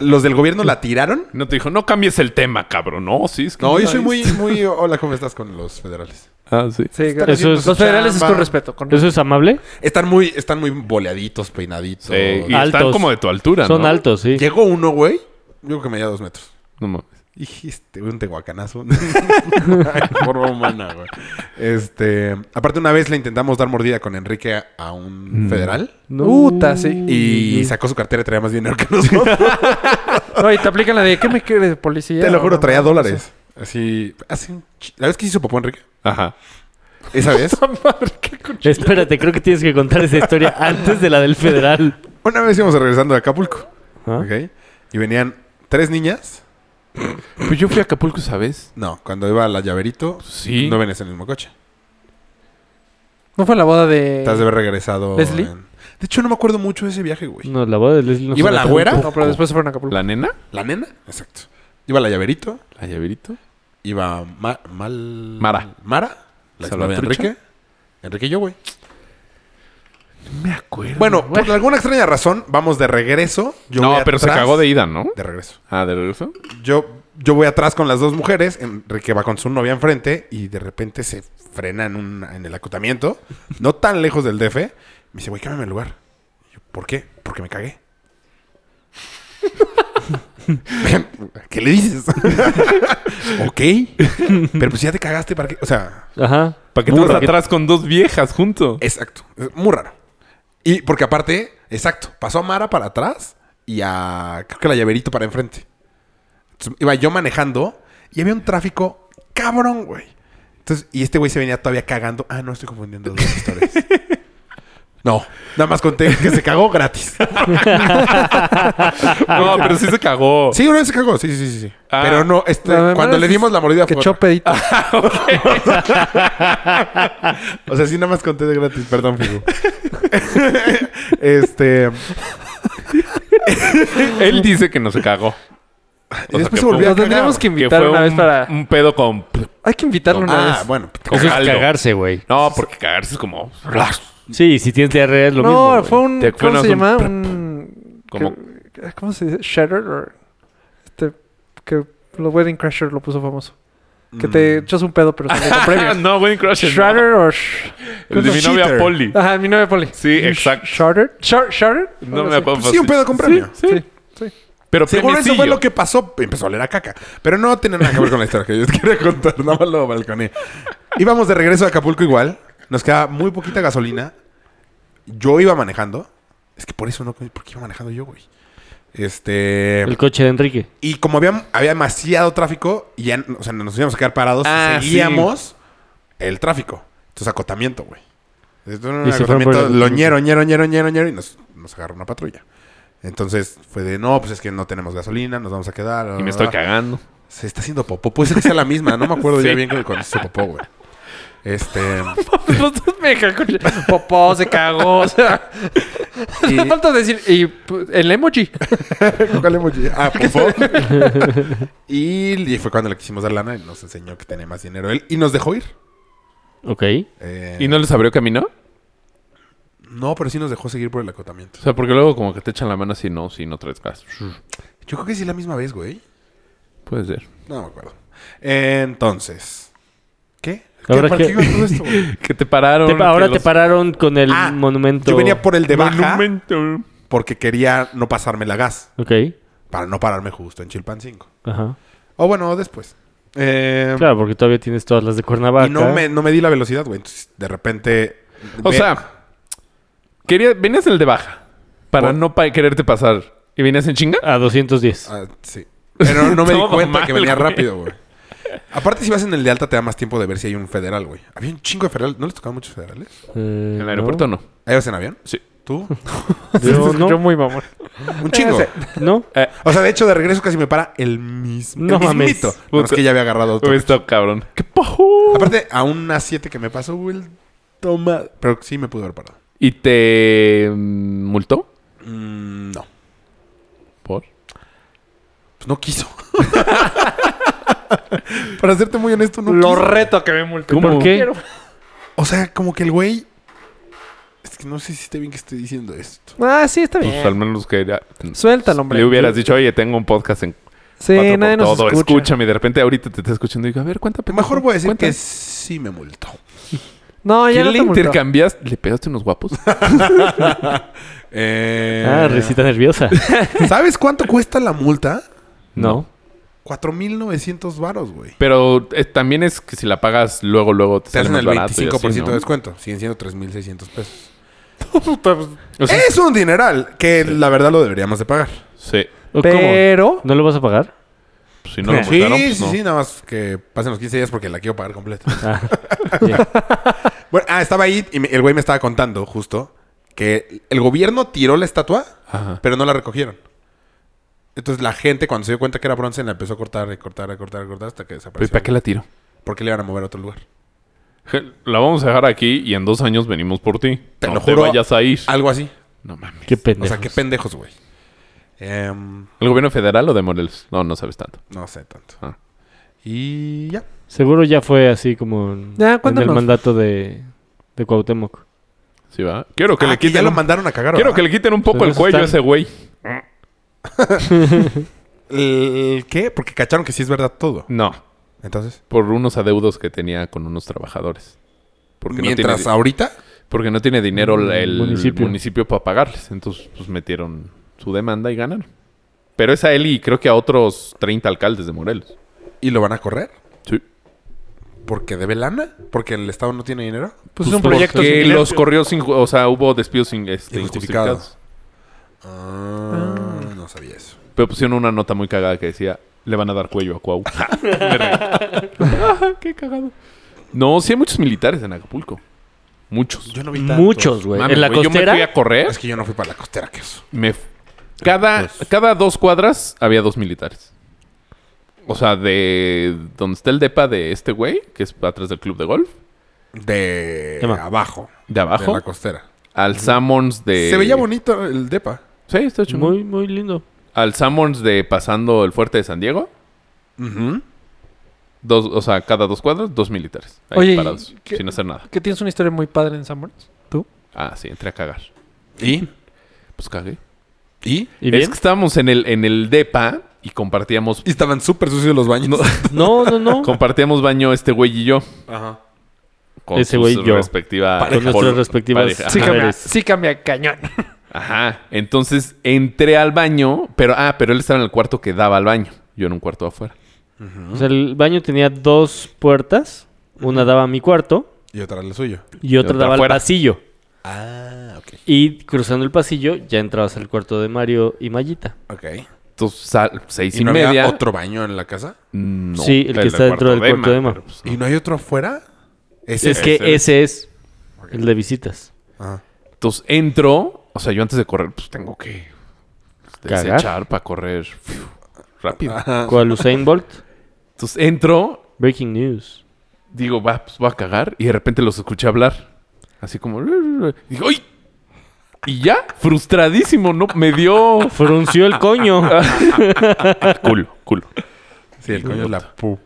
Speaker 1: los del gobierno la tiraron.
Speaker 6: No te dijo, no cambies el tema, cabrón. No, sí, es que.
Speaker 1: No, yo soy muy, muy, hola, ¿cómo estás con los federales?
Speaker 6: Ah, sí.
Speaker 5: Sí,
Speaker 1: Están
Speaker 5: claro.
Speaker 1: haciendo
Speaker 4: es-
Speaker 1: su
Speaker 5: Los federales es
Speaker 1: chamba.
Speaker 5: con respeto. Con
Speaker 4: ¿Eso es amable?
Speaker 1: Están muy, están muy boleaditos, peinaditos.
Speaker 6: Sí, Eh, y están
Speaker 4: Altos.
Speaker 6: como de tu altura,
Speaker 4: Son
Speaker 6: ¿no?
Speaker 4: altos, sí.
Speaker 1: Llegó uno, güey. Yo creo que medía dos metros.
Speaker 6: No mames.
Speaker 1: Dijiste, güey, un tehuacanazo. *laughs* Forma humana, güey. Este. Aparte, una vez le intentamos dar mordida con Enrique a, a un federal.
Speaker 4: No.
Speaker 5: Puta, Mm. sí.
Speaker 1: Y sacó su cartera y traía más dinero que nosotros.
Speaker 5: No, y te aplican la de ¿qué me quieres,
Speaker 1: *laughs*
Speaker 5: policía?
Speaker 1: Te lo juro,
Speaker 5: No,
Speaker 1: traía
Speaker 5: no, no
Speaker 1: dólares. Así. así un ch- La vez que hizo popó Enrique.
Speaker 6: Ajá.
Speaker 1: Esa
Speaker 5: *laughs*
Speaker 1: vez.
Speaker 4: *laughs* Espérate, creo que tienes que contar
Speaker 1: *laughs*
Speaker 4: esa historia antes de la del federal.
Speaker 1: Una vez íbamos regresando de Acapulco.
Speaker 4: ¿Ah?
Speaker 1: ¿Ok? Y venían tres niñas.
Speaker 6: Pues yo fui a Acapulco, ¿sabes?
Speaker 1: No, cuando iba a la llaverito,
Speaker 6: Sí.
Speaker 1: no venías en el mismo coche.
Speaker 5: sé. ¿No fue la boda de...?
Speaker 1: Te has de haber regresado.
Speaker 5: ¿Leslie?
Speaker 1: en- De hecho, no me acuerdo mucho de ese viaje, güey.
Speaker 4: No, la boda de Leslie no
Speaker 1: ¿Iba
Speaker 4: fue
Speaker 1: la
Speaker 4: tan-
Speaker 1: güera?
Speaker 5: No, pero después se fueron a Acapulco.
Speaker 6: ¿La nena?
Speaker 1: ¿La nena? Exacto. Iba a la llaverito.
Speaker 6: ¿La llaverito?
Speaker 1: iba Ma- Mal...
Speaker 6: Mara.
Speaker 1: Mara. La exnovia de
Speaker 6: Salvatrucha.
Speaker 1: Enrique. Enrique y yo, güey.
Speaker 6: Me acuerdo.
Speaker 1: Bueno, por alguna extraña razón, vamos de regreso. Yo
Speaker 6: no,
Speaker 1: voy
Speaker 6: pero se
Speaker 1: atrás-
Speaker 6: cagó de ida, ¿no?
Speaker 1: De regreso.
Speaker 6: Ah, ¿de regreso?
Speaker 1: Yo, yo voy atrás con las dos mujeres. Enrique va con su novia enfrente y de repente se frena en, un, en el acotamiento. no tan lejos del DF. Me dice, güey, cámbiame el lugar. Y yo, ¿Por qué? Porque me cagué. *laughs* ¿Qué le dices? *laughs* ok. Pero pues ya te cagaste para qué. O sea,
Speaker 4: Ajá.
Speaker 6: ¿Para qué te vas atrás con dos
Speaker 1: *laughs*
Speaker 6: viejas junto?
Speaker 1: Exacto. Es Muy raro. Y porque aparte, exacto, pasó a Mara para atrás y a creo que la llaverito para enfrente. Entonces, iba yo manejando y había un tráfico cabrón, güey. Entonces, y este güey se venía todavía cagando. Ah, no, estoy confundiendo dos historias.
Speaker 5: *laughs*
Speaker 1: No, nada más conté que se cagó
Speaker 5: *laughs*
Speaker 1: gratis.
Speaker 6: No, pero sí se cagó.
Speaker 1: Sí, una vez se cagó, sí, sí, sí, sí.
Speaker 6: Ah.
Speaker 1: Pero no, este,
Speaker 5: La de
Speaker 1: cuando
Speaker 5: Mara
Speaker 1: le
Speaker 5: es
Speaker 1: dimos la mordida
Speaker 5: Que
Speaker 1: fue-
Speaker 5: echó pedito.
Speaker 1: O sea, sí, nada más conté de gratis, perdón, Figu.
Speaker 5: *laughs*
Speaker 1: *laughs* este.
Speaker 6: Él dice que no se cagó.
Speaker 1: Y después
Speaker 6: que
Speaker 1: se
Speaker 6: fue-
Speaker 1: volvió a
Speaker 5: Lo tendríamos
Speaker 1: cagar.
Speaker 5: que invitar
Speaker 6: fue
Speaker 5: una
Speaker 6: un, Ah,
Speaker 5: vez para...
Speaker 6: un pedo con...
Speaker 5: Hay que invitarlo una
Speaker 1: Ah,
Speaker 5: vez.
Speaker 1: bueno,
Speaker 6: con caldo.
Speaker 4: güey.
Speaker 6: No, porque cagarse es como...
Speaker 4: Sí, si tienes diarrea es lo mismo.
Speaker 5: no,
Speaker 4: güey.
Speaker 5: fue un...
Speaker 6: Te- fue
Speaker 5: ¿Cómo
Speaker 6: una-
Speaker 5: se
Speaker 6: un-
Speaker 5: llama? Un...
Speaker 6: Como-
Speaker 5: que- ¿Cómo se dice? Shatter o... Este... Que... Lo Wedding Crasher lo puso famoso. Que te
Speaker 1: Mm.
Speaker 5: echas un pedo, pero sale con premio.
Speaker 6: Mm. *laughs* no, Wayne Crusher.
Speaker 5: ¿Shredder o... sh-
Speaker 6: El de mi novia
Speaker 1: Cheater.
Speaker 6: Polly.
Speaker 5: Ajá, mi novia Poli.
Speaker 6: Sí, exacto.
Speaker 5: ¿Shredder? Shor- ¿Shredder?
Speaker 6: No me
Speaker 5: Algo así.
Speaker 6: acuerdo.
Speaker 1: Sí, un pedo con premio.
Speaker 5: Sí. *laughs*
Speaker 6: Pero
Speaker 1: Seguro eso fue
Speaker 6: premiecillo.
Speaker 1: lo que pasó. Empezó a oler a caca. Pero no tiene nada que ver con la historia que yo *laughs* les quería contar. Nada más lo balconé. Íbamos de regreso a Acapulco igual. Nos quedaba muy poquita gasolina. Yo iba manejando. Es que por eso no... ¿Por qué iba manejando yo, güey? Este...
Speaker 4: El coche de Enrique.
Speaker 1: Y como había, había demasiado tráfico, y ya, o sea, nos íbamos a quedar parados,
Speaker 6: Ah,
Speaker 1: seguíamos el tráfico. Entonces, acotamiento, güey. Entonces, un
Speaker 4: Y se fueron por
Speaker 1: acotamiento
Speaker 4: el-
Speaker 1: loñero, ñero, ñero, ñero, ñero, y nos, nos agarró una patrulla. Entonces, fue de, no, pues es que no tenemos gasolina, nos vamos a quedar. bla,
Speaker 6: Y
Speaker 1: bla,
Speaker 6: me estoy
Speaker 1: bla".
Speaker 6: cagando.
Speaker 1: Se está haciendo popó. Puede ser que sea la misma, no me acuerdo ya
Speaker 6: *laughs* Sí.
Speaker 1: bien con, con su popó, güey. Este...
Speaker 4: *laughs*
Speaker 5: Los dos Pues, me cagó. Popó se cagó. O
Speaker 6: *laughs*
Speaker 5: sea, *laughs* le falta decir y, pu- el emoji.
Speaker 1: ¿Cuál emoji? Ah,
Speaker 4: *laughs*
Speaker 1: popó. y, y fue cuando le quisimos dar lana y nos enseñó que tenía más dinero él. Y nos dejó ir.
Speaker 4: Ok.
Speaker 1: Eh,
Speaker 6: ¿Y no les abrió camino?
Speaker 1: No, pero sí nos dejó seguir por el acotamiento.
Speaker 6: O sea, porque luego como que te echan la mano así, no, si no traes gas.
Speaker 1: Yo creo que sí la misma vez, güey.
Speaker 6: Puede ser.
Speaker 1: No me acuerdo. Entonces. ¿Qué? ¿Qué
Speaker 4: Ahora
Speaker 1: ¿Para
Speaker 4: que-
Speaker 1: qué iba todo esto,
Speaker 6: *laughs*
Speaker 1: güey?
Speaker 6: Que te pararon.
Speaker 4: Te-
Speaker 6: que
Speaker 4: ahora te
Speaker 6: los-
Speaker 4: pararon con el
Speaker 1: Ah,
Speaker 4: monumento.
Speaker 1: Yo venía por el de baja
Speaker 6: Monumento.
Speaker 1: porque quería no pasarme la gas.
Speaker 4: Ok.
Speaker 1: Para no pararme justo en Chilpan 5.
Speaker 4: Ajá.
Speaker 1: O bueno, después. Eh,
Speaker 4: Claro, porque todavía tienes todas las de Cuernavaca.
Speaker 1: y no me, no me di la velocidad, güey. Entonces, de repente.
Speaker 6: O
Speaker 1: ve-
Speaker 6: sea, quería, venías el de baja para
Speaker 1: Por-
Speaker 6: no pa- quererte pasar. ¿Y venías en chinga?
Speaker 4: A 210.
Speaker 1: Ah, sí. Pero no me di
Speaker 6: Todo
Speaker 1: cuenta
Speaker 6: mal,
Speaker 1: que venía
Speaker 6: güey.
Speaker 1: rápido, güey. Aparte, si vas en el de alta, te da más tiempo de ver si hay un federal, güey. Había un chingo de federal. ¿No les tocaban muchos federales?
Speaker 4: Eh,
Speaker 6: En el aeropuerto no.
Speaker 1: ¿Ahí vas en avión?
Speaker 6: Sí.
Speaker 1: ¿Tú? *laughs*
Speaker 4: Yo no,
Speaker 5: Yo muy mamón.
Speaker 1: Un *laughs* chingo.
Speaker 5: Ese.
Speaker 4: no.
Speaker 1: O sea, de hecho, de regreso casi me para el mismo.
Speaker 4: No
Speaker 1: el
Speaker 4: mames.
Speaker 1: mismito. No, es que ya había agarrado otro.
Speaker 6: Uy, está cabrón. ¡Qué pajo!
Speaker 1: Aparte, a una 7 que me pasó, güey, el toma. Pero sí me pudo haber parado.
Speaker 6: ¿Y te mm, multó?
Speaker 1: Mm, no.
Speaker 6: ¿Por?
Speaker 1: Pues no quiso. *laughs* Para serte muy honesto, no
Speaker 5: Lo
Speaker 1: quiso.
Speaker 5: reto a que me multen.
Speaker 6: ¿Cómo?
Speaker 5: No
Speaker 6: ¿Qué?
Speaker 5: quiero.
Speaker 1: O sea, como que el güey. Es que no sé si está bien que esté diciendo esto.
Speaker 5: Ah, sí, está
Speaker 6: Pues al
Speaker 5: bien.
Speaker 6: menos que ya-
Speaker 5: Suéltalo, hombre.
Speaker 6: le hubieras dicho, oye, tengo un podcast en
Speaker 5: Sí,
Speaker 6: cuatro
Speaker 5: nadie
Speaker 6: por
Speaker 5: nos
Speaker 6: todo,
Speaker 5: escucha.
Speaker 6: escúchame. Y de repente ahorita te está escuchando y digo, a ver, cuenta pendejo,
Speaker 1: Mejor voy a decir
Speaker 6: cuenta.
Speaker 1: que sí me multó.
Speaker 5: No,
Speaker 6: ¿Qué
Speaker 5: Ah, ya no
Speaker 6: le
Speaker 5: te multó.
Speaker 6: intercambiaste? ¿Le pegaste unos guapos?
Speaker 1: Eh,
Speaker 4: Ah, risita nerviosa.
Speaker 1: ¿Sabes cuánto cuesta la multa?
Speaker 4: No.
Speaker 1: 4.900 varos, güey.
Speaker 6: Pero eh, también es que si la pagas luego, luego te,
Speaker 1: Te
Speaker 6: sale
Speaker 1: hacen
Speaker 6: más
Speaker 1: el 25%
Speaker 6: barato. y así, ¿no?
Speaker 1: de descuento. Siguen siendo 3.600 pesos.
Speaker 5: Puta, pues,
Speaker 6: O sea,
Speaker 1: es un dineral que la verdad lo deberíamos de pagar.
Speaker 6: Sí.
Speaker 4: ¿O cómo?
Speaker 5: Pero...
Speaker 4: ¿No lo vas a pagar?
Speaker 6: Pues, si no lo
Speaker 1: sí,
Speaker 6: multaron, pues
Speaker 1: sí,
Speaker 6: no.
Speaker 1: sí, nada más que pasen los 15 días porque la quiero pagar completa. *laughs*
Speaker 4: Ah, ya.
Speaker 1: Bueno, ah, estaba ahí y me- el güey me estaba contando justo que el gobierno tiró la estatua,
Speaker 6: Ajá.
Speaker 1: pero no la recogieron. Entonces la gente cuando se dio cuenta que era bronce la empezó a cortar, a cortar, a cortar, a cortar hasta que
Speaker 6: Pero ¿y
Speaker 1: desapareció.
Speaker 6: para qué la tiro?
Speaker 1: Porque le iban a mover a otro lugar.
Speaker 6: La vamos a dejar aquí y en dos años venimos por ti.
Speaker 1: Te
Speaker 6: no
Speaker 1: lo
Speaker 6: te
Speaker 1: juro.
Speaker 6: vayas a ir.
Speaker 1: Algo así.
Speaker 6: No mames.
Speaker 4: Qué pendejo.
Speaker 1: O sea, qué pendejos, güey. Em,
Speaker 6: ¿El gobierno federal o de Morelos? No, no sabes tanto.
Speaker 1: no sé tanto.
Speaker 6: Ah.
Speaker 1: Y ya.
Speaker 4: Seguro ya fue así como en,
Speaker 5: Ya,
Speaker 4: en el
Speaker 5: cuéntanos.
Speaker 4: mandato de, de Cuauhtémoc.
Speaker 6: Sí, va. Quiero que
Speaker 1: Ah,
Speaker 6: le
Speaker 1: aquí ya
Speaker 6: quiten.
Speaker 1: lo
Speaker 6: un-
Speaker 1: mandaron a cagar.
Speaker 6: Quiero
Speaker 1: ¿verdad?
Speaker 6: que le quiten un poco
Speaker 4: Pero
Speaker 6: el
Speaker 4: eso
Speaker 6: cuello a
Speaker 4: está-
Speaker 6: ese güey.
Speaker 1: ¿El qué? Porque cacharon que sí es verdad todo.
Speaker 6: No,
Speaker 1: Entonces,
Speaker 6: por unos adeudos que tenía con unos trabajadores. Porque no
Speaker 1: mientras
Speaker 6: tiene,
Speaker 1: ahorita
Speaker 6: porque no tiene dinero el, el municipio.
Speaker 4: Mm, Municipio.
Speaker 6: para pagarles. Entonces, pues metieron su demanda y ganaron. Pero es a él y creo que a otros 30 alcaldes de Morelos.
Speaker 1: y lo van a correr
Speaker 6: Sí.
Speaker 4: Pues
Speaker 1: porque debe lana, porque el Estado no tiene dinero.
Speaker 5: Pues,
Speaker 4: Pues
Speaker 5: es un proyecto
Speaker 4: porque
Speaker 6: Que
Speaker 5: sin
Speaker 6: los
Speaker 5: dinero.
Speaker 6: corrió sin... ju- O sea, hubo despidos sin, este,
Speaker 1: Injustificados.
Speaker 6: injustificados.
Speaker 1: Ah, no sabía eso.
Speaker 6: Pero pusieron una nota muy cagada que decía, le van a dar cuello a Cuau. Me reí. Ah, Qué cagado. No, sí hay muchos militares en Acapulco. Muchos.
Speaker 1: Yo no vi tantos.
Speaker 4: Muchos, güey.
Speaker 6: Mames,
Speaker 4: En la
Speaker 6: güey, Yo me
Speaker 4: costera.
Speaker 6: fui a correr.
Speaker 1: Es que Pues yo no fui para la costera, que eso.
Speaker 6: me f- cada, cada dos cuadras había dos militares. O sea, de donde está el depa de este güey, que es atrás del club de golf,
Speaker 1: De
Speaker 4: Emma.
Speaker 1: abajo,
Speaker 6: de
Speaker 1: de
Speaker 6: abajo,
Speaker 1: la costera.
Speaker 6: al Sammons de...
Speaker 1: Se veía bonito el depa.
Speaker 6: Sí, está chingón.
Speaker 4: Muy, muy lindo.
Speaker 6: Al Sammons de pasando el fuerte de San Diego, dos, o sea, cada dos cuadras, dos militares. Ahí
Speaker 5: Oye, ¿y
Speaker 6: parados,
Speaker 5: qué-
Speaker 6: sin hacer nada.
Speaker 5: Que tienes una historia muy padre en Sanborns. ¿Tú?
Speaker 6: Ah, sí, entré a cagar.
Speaker 1: ¿Y?
Speaker 6: Pues cagué.
Speaker 1: ¿Y?
Speaker 4: ¿Y
Speaker 6: es
Speaker 4: bien?
Speaker 6: que estábamos en el, en el depa y compartíamos,
Speaker 1: Y estaban súper sucios los baños.
Speaker 4: No,
Speaker 6: *laughs*
Speaker 4: no, no. Con
Speaker 6: compartíamos baño este güey y yo.
Speaker 1: *laughs* Ajá.
Speaker 6: Con
Speaker 4: Ese
Speaker 6: sus
Speaker 4: güey y yo.
Speaker 6: respectiva pol-
Speaker 4: nuestras respectivas
Speaker 6: pareja.
Speaker 5: Sí
Speaker 6: Ajá.
Speaker 5: cambia,
Speaker 4: mujeres.
Speaker 5: sí cambia cañón.
Speaker 6: Ajá. Entonces entré al baño, pero ah, pero él estaba en el cuarto que daba al baño. Yo en un cuarto afuera.
Speaker 4: O sea, el baño tenía dos puertas. Una daba a mi cuarto
Speaker 1: Y otra el suyo.
Speaker 4: y otra,
Speaker 6: otra
Speaker 4: daba
Speaker 6: afuera.
Speaker 4: al pasillo.
Speaker 1: Ah, ok.
Speaker 4: Y cruzando el pasillo ya entrabas al cuarto de Mario y Mayita.
Speaker 1: Ok.
Speaker 6: Entonces sal, seis
Speaker 1: ¿Y,
Speaker 6: y,
Speaker 1: no había
Speaker 6: media.
Speaker 1: otro baño en la casa?
Speaker 6: No,
Speaker 4: Sí, el que
Speaker 6: del
Speaker 4: está dentro del
Speaker 6: de
Speaker 4: cuarto de Emma.
Speaker 6: pero, pues, no.
Speaker 1: ¿Y no hay otro afuera? Ese
Speaker 4: es este. que
Speaker 6: ese
Speaker 4: ese es el de visitas.
Speaker 1: Ajá.
Speaker 6: Entonces entro, o sea, yo antes de correr, pues tengo que
Speaker 4: Cagar.
Speaker 6: desechar para correr fiu, rápido.
Speaker 4: ¿Cuál Usain Bolt?
Speaker 6: Entonces entro,
Speaker 4: Breaking news.
Speaker 6: digo, va, pues voy a cagar. Y de repente los escuché hablar. Así como. "Rrr". Y digo, ¡ay! Y ya, frustradísimo, ¿no? Me dio
Speaker 4: Frunció el coño.
Speaker 6: *laughs*
Speaker 4: *laughs*
Speaker 6: culo, culo.
Speaker 1: Sí, el coño es la pu.